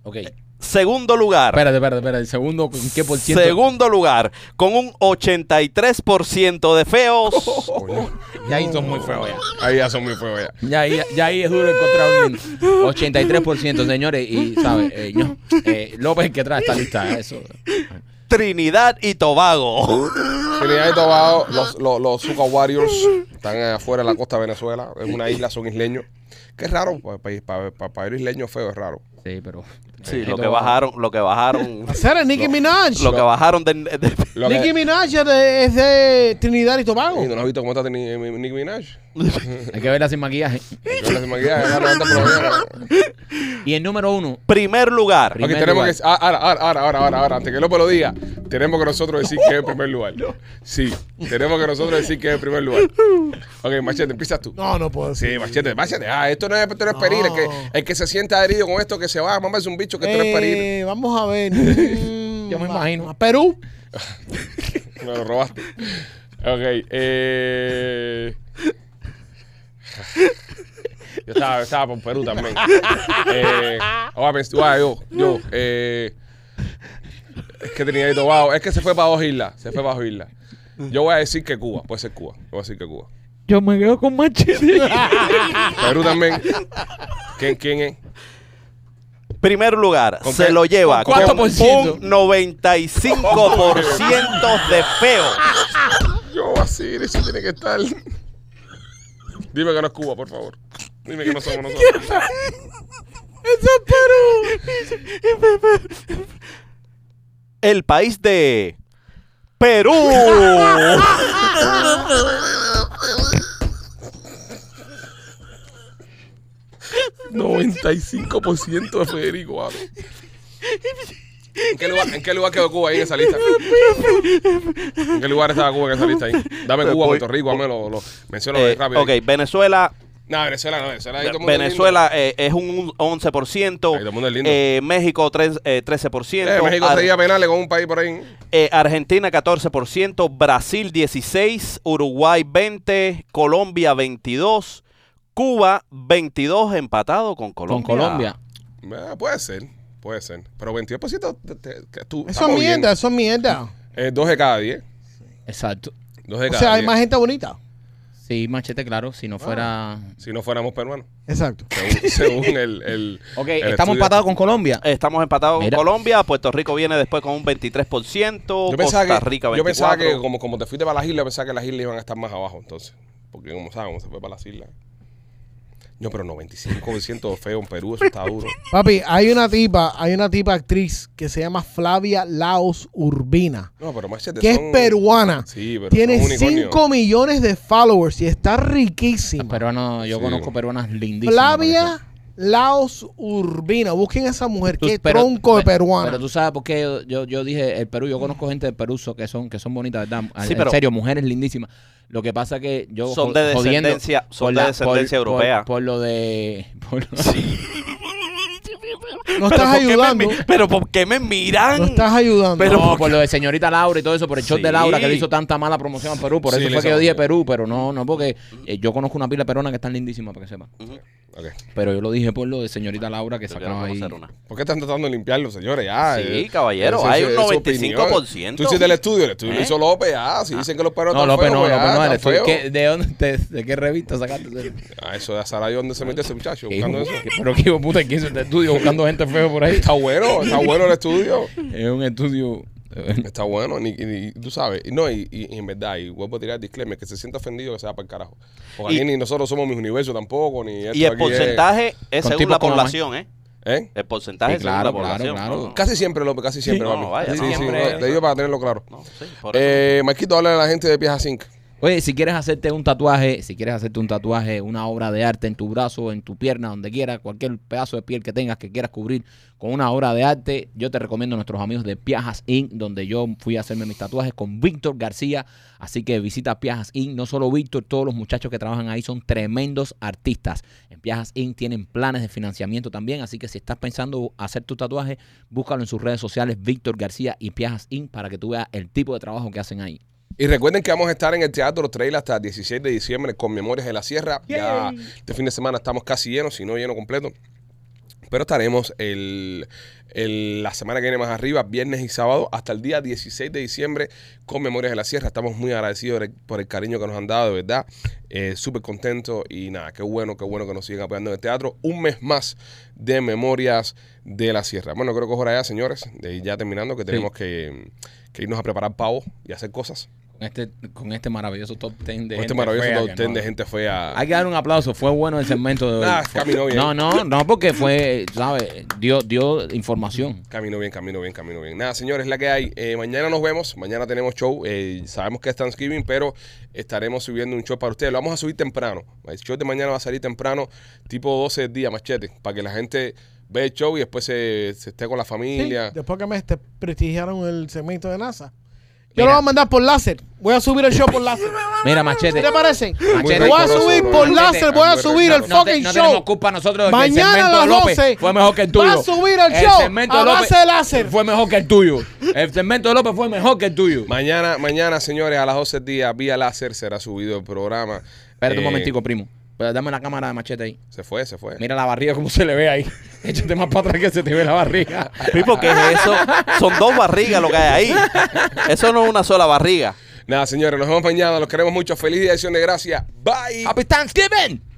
[SPEAKER 2] Ok.
[SPEAKER 4] Segundo lugar.
[SPEAKER 2] Espérate, espérate, espérate. El segundo, ¿con qué por ciento?
[SPEAKER 4] Segundo lugar con un 83% de feos.
[SPEAKER 1] Coño.
[SPEAKER 2] Ya ahí son muy
[SPEAKER 3] Ah,
[SPEAKER 2] feos ya.
[SPEAKER 1] Ahí ya son muy feos ya.
[SPEAKER 2] Ya ahí, ya ahí es duro encontrar un lindo. 83%, señores. Y, ¿sabes? Eh, no, eh, López, el que trae esta lista. Eso.
[SPEAKER 4] Trinidad y Tobago.
[SPEAKER 1] Trinidad y Tobago, los, los, los Zucca Warriors están afuera de la costa de Venezuela. Es una isla, son isleños. Que es raro, para pa, pa- pa ir isleño feo es raro.
[SPEAKER 2] Sí, pero.
[SPEAKER 4] Sí,
[SPEAKER 2] eh,
[SPEAKER 4] lo que
[SPEAKER 2] todo-
[SPEAKER 4] bajaron, lo que bajaron,
[SPEAKER 3] Hacer Nicki Minaj.
[SPEAKER 4] lo que bajaron de, de-
[SPEAKER 1] Lo que-
[SPEAKER 3] Nicki Minaj es de, es de Trinidad y
[SPEAKER 1] Ey,
[SPEAKER 3] Tobago.
[SPEAKER 1] ¿No has visto cómo está Trini- eh, Nicki Minaj?
[SPEAKER 2] Hay que verla sin maquillaje.
[SPEAKER 1] Yo le "Ah, hacía maquillaje, ya levanta por la mañana.
[SPEAKER 2] Y el número uno.
[SPEAKER 4] primer lugar.
[SPEAKER 1] Ok,
[SPEAKER 2] Primer
[SPEAKER 1] tenemos
[SPEAKER 2] lugar.
[SPEAKER 1] que. ah, Ahora, ahora, ahora, ahora, ahora, ahora, antes que López lo diga, tenemos que nosotros decir que es el primer lugar. Sí, tenemos que nosotros decir que es el primer lugar. Ok, Machete, empiezas tú.
[SPEAKER 3] No, no puedo decir.
[SPEAKER 1] Sí, Machete, Machete. Ah, esto no es, esto no es peril. El que, el que se sienta herido con esto, que se va, mamá, es un bicho que esto no es peril.
[SPEAKER 3] Eh, vamos a ver. Mm,
[SPEAKER 2] Yo me
[SPEAKER 3] a-
[SPEAKER 2] imagino.
[SPEAKER 3] a Perú.
[SPEAKER 1] Me lo robaste. Ok, eh. Yo estaba, yo estaba por Perú también. Eh, ahora pens- ah, yo, yo, eh, es que Trinidad y Tobago, es que se fue para dos islas, se fue para dos islas. Yo voy a decir que Cuba, puede ser Cuba, yo voy a decir que Cuba.
[SPEAKER 2] Yo me quedo con machete.
[SPEAKER 1] Perú también. ¿Quién, quién es?
[SPEAKER 4] Primer lugar
[SPEAKER 1] ¿Con
[SPEAKER 4] se
[SPEAKER 1] qué?
[SPEAKER 4] lo lleva
[SPEAKER 2] ¿Con cuánto por ciento?
[SPEAKER 4] un 95% de feos.
[SPEAKER 1] Yo voy a decir, eso tiene que estar. Dime que no es Cuba, por favor. Dime que no somos nosotros.
[SPEAKER 4] El país de Perú.
[SPEAKER 1] de Federico, vale. ¿En qué, lugar, ¿En qué lugar quedó Cuba ahí en esa lista? ¿En qué lugar estaba Cuba en esa lista ahí? Dame Cuba,
[SPEAKER 4] Voy-
[SPEAKER 1] Puerto Rico, dame lo, lo, menciono
[SPEAKER 4] Eh,
[SPEAKER 1] rápido.
[SPEAKER 4] ok, Venezuela.
[SPEAKER 1] No, Venezuela no, Venezuela ahí todo el mundo es lindo.
[SPEAKER 4] Venezuela eh, es un
[SPEAKER 1] Ahí todo el mundo es
[SPEAKER 4] 11%.
[SPEAKER 1] lindo.
[SPEAKER 4] eh, México tres- eh, 13%.
[SPEAKER 1] Eh, México
[SPEAKER 4] Ar-
[SPEAKER 1] sería penales con un país por ahí.
[SPEAKER 4] eh, Argentina 14%. Brasil 16%. Uruguay 20%. Colombia 22%. Cuba 22 empatado con
[SPEAKER 2] Con
[SPEAKER 4] Colombia.
[SPEAKER 2] Colombia.
[SPEAKER 1] Ah, puede ser, puede ser. Pero 22% te- te- que tú.
[SPEAKER 3] Eso es mierda, eso es mierda.
[SPEAKER 1] Eh, dos de cada 10.
[SPEAKER 2] Exacto.
[SPEAKER 1] Dos de
[SPEAKER 3] O
[SPEAKER 1] cada
[SPEAKER 3] sea, hay
[SPEAKER 1] diez.
[SPEAKER 3] más gente bonita.
[SPEAKER 2] Sí, machete, claro. Si no fuera.
[SPEAKER 1] Si no fuéramos peruanos.
[SPEAKER 3] Exacto.
[SPEAKER 1] Según, según el, el.
[SPEAKER 2] Ok,
[SPEAKER 1] el
[SPEAKER 2] estamos
[SPEAKER 1] estudio.
[SPEAKER 2] empatados con Colombia.
[SPEAKER 4] Estamos empatados
[SPEAKER 2] Mira.
[SPEAKER 4] con Colombia. Puerto Rico viene después con un 23%.
[SPEAKER 1] Yo pensaba,
[SPEAKER 4] Oh, Costa
[SPEAKER 1] que,
[SPEAKER 4] Rica 24%.
[SPEAKER 1] yo pensaba que como, como te fuiste para las islas, yo pensaba que las islas iban a estar más abajo entonces. Porque como saben, como se fue para las islas. No, pero 95% feo en Perú, eso está duro.
[SPEAKER 3] Papi, hay una tipa, hay una tipa actriz que se llama Flavia Laos Urbina,
[SPEAKER 1] No, pero machete,
[SPEAKER 3] que es
[SPEAKER 1] son-
[SPEAKER 3] peruana.
[SPEAKER 1] Sí, pero
[SPEAKER 3] Tiene
[SPEAKER 1] son unicornios.
[SPEAKER 3] 5 millones de followers y está riquísima.
[SPEAKER 2] Peruano, yo
[SPEAKER 1] Sí.
[SPEAKER 2] conozco peruanas lindísimas.
[SPEAKER 3] Flavia Laos Urbina. Busquen a esa mujer.
[SPEAKER 2] Tú-
[SPEAKER 3] Qué
[SPEAKER 2] pero-
[SPEAKER 3] tronco de
[SPEAKER 2] pero-
[SPEAKER 3] peruana.
[SPEAKER 2] Pero tú sabes por qué yo, yo, yo dije el Perú. Yo conozco gente del Perú so- que son, que son bonitas, ¿verdad? En-
[SPEAKER 4] Sí, pero-
[SPEAKER 2] en serio, mujeres lindísimas. Lo que pasa que yo.
[SPEAKER 4] Son
[SPEAKER 2] jo-
[SPEAKER 4] de
[SPEAKER 2] jodiendo
[SPEAKER 4] descendencia- son
[SPEAKER 2] por
[SPEAKER 4] de descendencia
[SPEAKER 2] por-
[SPEAKER 4] europea.
[SPEAKER 2] Por, lo de. por lo-
[SPEAKER 3] no estás
[SPEAKER 4] ¿por qué me
[SPEAKER 3] ayudando.
[SPEAKER 4] mi- pero ¿por qué me miran?
[SPEAKER 3] No estás ayudando.
[SPEAKER 4] Pero-
[SPEAKER 2] no, por lo de señorita Laura y todo eso, por el show
[SPEAKER 4] Sí.
[SPEAKER 2] de Laura que le hizo tanta mala promoción a Perú. Por
[SPEAKER 1] Sí,
[SPEAKER 2] eso
[SPEAKER 1] le
[SPEAKER 2] fue que
[SPEAKER 1] hizo-
[SPEAKER 2] yo dije Perú, pero no, no, porque eh, yo conozco una pila peruana que están lindísimas, para que sepan.
[SPEAKER 1] Ok.
[SPEAKER 2] Pero yo lo dije por lo de señorita Laura que
[SPEAKER 4] Yo quiero
[SPEAKER 2] sacaba ahí.
[SPEAKER 4] conocer una.
[SPEAKER 1] ¿Por qué están tratando de limpiarlo, señores? Ya,
[SPEAKER 4] Sí,
[SPEAKER 1] eh,
[SPEAKER 4] caballero,
[SPEAKER 1] esa-
[SPEAKER 4] hay
[SPEAKER 1] esa-
[SPEAKER 4] un
[SPEAKER 1] esa
[SPEAKER 4] 95%.
[SPEAKER 1] opinión. Tú hiciste el estudio, el estudio lo
[SPEAKER 4] ¿Eh?
[SPEAKER 1] hizo López, ya. Si dicen que los perros
[SPEAKER 2] No,
[SPEAKER 1] están
[SPEAKER 2] López
[SPEAKER 1] feos,
[SPEAKER 2] no,
[SPEAKER 1] pues,
[SPEAKER 2] López
[SPEAKER 1] ya,
[SPEAKER 2] no. el
[SPEAKER 1] están
[SPEAKER 2] estudio-
[SPEAKER 1] feos.
[SPEAKER 2] ¿qué- ¿De dónde te- de qué revista sacaste? ese-
[SPEAKER 1] Ah, eso de Sarayo, ¿dónde se metió ese muchacho?
[SPEAKER 2] ¿Qué
[SPEAKER 1] Buscando
[SPEAKER 2] hijo-
[SPEAKER 1] eso.
[SPEAKER 2] qué- pero qué hijo de puta que hizo este estudio buscando gente feo por ahí.
[SPEAKER 1] Está bueno, está bueno el estudio.
[SPEAKER 2] Es un estudio. eh,
[SPEAKER 1] Está bueno, ni, ni- tú sabes. No, y, y- y en verdad, y vuelvo a tirar el disclaimer, que se sienta ofendido que se va para el carajo. Porque
[SPEAKER 4] Y-
[SPEAKER 1] aquí ni nosotros somos mis universo tampoco, ni esto
[SPEAKER 4] Y
[SPEAKER 1] aquí
[SPEAKER 4] el
[SPEAKER 1] es-
[SPEAKER 4] porcentaje es
[SPEAKER 2] Con
[SPEAKER 4] según
[SPEAKER 2] tipo
[SPEAKER 4] la
[SPEAKER 2] como
[SPEAKER 4] población, ¿eh?
[SPEAKER 1] ¿eh?
[SPEAKER 4] El porcentaje
[SPEAKER 2] Sí,
[SPEAKER 4] es según
[SPEAKER 2] claro,
[SPEAKER 4] la población.
[SPEAKER 2] claro, claro.
[SPEAKER 4] ¿no?
[SPEAKER 1] Casi siempre, López, casi siempre.
[SPEAKER 4] No,
[SPEAKER 1] papi.
[SPEAKER 4] vaya,
[SPEAKER 1] sí,
[SPEAKER 4] no,
[SPEAKER 1] sí,
[SPEAKER 2] siempre.
[SPEAKER 1] no, te digo para tenerlo claro.
[SPEAKER 4] No, sí, por eso.
[SPEAKER 1] Eh, Marquito, habla de la gente de Pieza Zinc.
[SPEAKER 2] Oye, si quieres hacerte un tatuaje, si quieres hacerte un tatuaje, una obra de arte en tu brazo, en tu pierna, donde quieras, cualquier pedazo de piel que tengas que quieras cubrir con una obra de arte, yo te recomiendo a nuestros amigos de Piajas Inc., donde yo fui a hacerme mis tatuajes con Víctor García. Así que visita Piajas Inc. No solo Víctor, todos los muchachos que trabajan ahí son tremendos artistas. En Piajas Inc. tienen planes de financiamiento también, así que si estás pensando hacer tu tatuaje, búscalo en sus redes sociales, Víctor García y Piajas Inc., para que tú veas el tipo de trabajo que hacen ahí.
[SPEAKER 1] Y recuerden que vamos a estar en el Teatro Trail hasta el 16 de diciembre con Memorias de la Sierra. Ya este fin de semana estamos casi llenos, si no lleno completo. Pero estaremos el, el- la semana que viene más arriba, viernes y sábado, hasta el día 16 de diciembre con Memorias de la Sierra. Estamos muy agradecidos de- por el cariño que nos han dado, de verdad. Eh, Súper contentos y nada, qué bueno, qué bueno que nos sigan apoyando en el teatro. Un mes más de Memorias de la Sierra. Bueno, creo que es hora ya, señores, de ir ya terminando, que tenemos que, que irnos a preparar pavos y hacer cosas.
[SPEAKER 2] con este, con este maravilloso top 10 de
[SPEAKER 1] Con este
[SPEAKER 2] gente
[SPEAKER 1] maravilloso
[SPEAKER 2] fea
[SPEAKER 1] top
[SPEAKER 2] que
[SPEAKER 1] 10
[SPEAKER 2] no-
[SPEAKER 1] de gente fea.
[SPEAKER 2] Hay que dar un aplauso, fue bueno el segmento de hoy.
[SPEAKER 1] Ah,
[SPEAKER 2] Fue-
[SPEAKER 1] caminó bien.
[SPEAKER 2] No, no, no, porque fue, ¿sabes? Dio, dio información.
[SPEAKER 1] Camino bien, camino bien, camino bien. Nada, señores, la que hay. Eh, mañana nos vemos. Mañana tenemos show. Eh, sabemos que es Thanksgiving, pero estaremos subiendo un show para ustedes. Lo vamos a subir temprano. El show de mañana va a salir temprano, tipo 12 días, machete, para que la gente vea el show y después se, se esté con la
[SPEAKER 3] Sí,
[SPEAKER 1] familia.
[SPEAKER 3] después que me este- prestigiaron el segmento de NASA. Yo
[SPEAKER 2] Mira.
[SPEAKER 3] lo voy a mandar por láser. Voy a subir el show por láser.
[SPEAKER 2] Mira,
[SPEAKER 3] ¿Qué
[SPEAKER 2] Machete.
[SPEAKER 3] te parece?
[SPEAKER 2] Machete.
[SPEAKER 3] Lo voy a
[SPEAKER 1] rencoroso,
[SPEAKER 3] subir
[SPEAKER 1] bro.
[SPEAKER 3] por
[SPEAKER 2] Machete.
[SPEAKER 3] láser. Voy a
[SPEAKER 1] Muy
[SPEAKER 3] subir el
[SPEAKER 1] rencoroso.
[SPEAKER 2] No, te-
[SPEAKER 3] fucking
[SPEAKER 2] no tenemos
[SPEAKER 3] show.
[SPEAKER 2] culpa nosotros de que el
[SPEAKER 3] Mañana
[SPEAKER 2] segmento
[SPEAKER 3] a
[SPEAKER 2] de
[SPEAKER 3] las
[SPEAKER 2] López
[SPEAKER 3] 12
[SPEAKER 2] fue mejor que el tuyo.
[SPEAKER 3] va a subir el show
[SPEAKER 2] segmento
[SPEAKER 3] a
[SPEAKER 2] de López
[SPEAKER 3] base de láser.
[SPEAKER 2] Fue mejor que el tuyo. El segmento de López fue mejor que el tuyo.
[SPEAKER 1] Mañana, mañana, señores, a las 12 días, vía láser será subido el programa.
[SPEAKER 2] Espérate un
[SPEAKER 1] Eh,
[SPEAKER 2] momentico, primo. Pero dame la cámara de Machete ahí.
[SPEAKER 1] Se fue, se fue.
[SPEAKER 2] Mira la barriga cómo se le ve ahí. Échate más para atrás que se te ve la barriga.
[SPEAKER 4] Pipo, ¿qué es eso? Son dos barrigas lo que hay ahí. Eso no es una sola barriga.
[SPEAKER 1] Nada, señores, nos vemos mañana. Los queremos mucho. Feliz día de acción de gracias. Bye.
[SPEAKER 2] Happy Thanksgiving.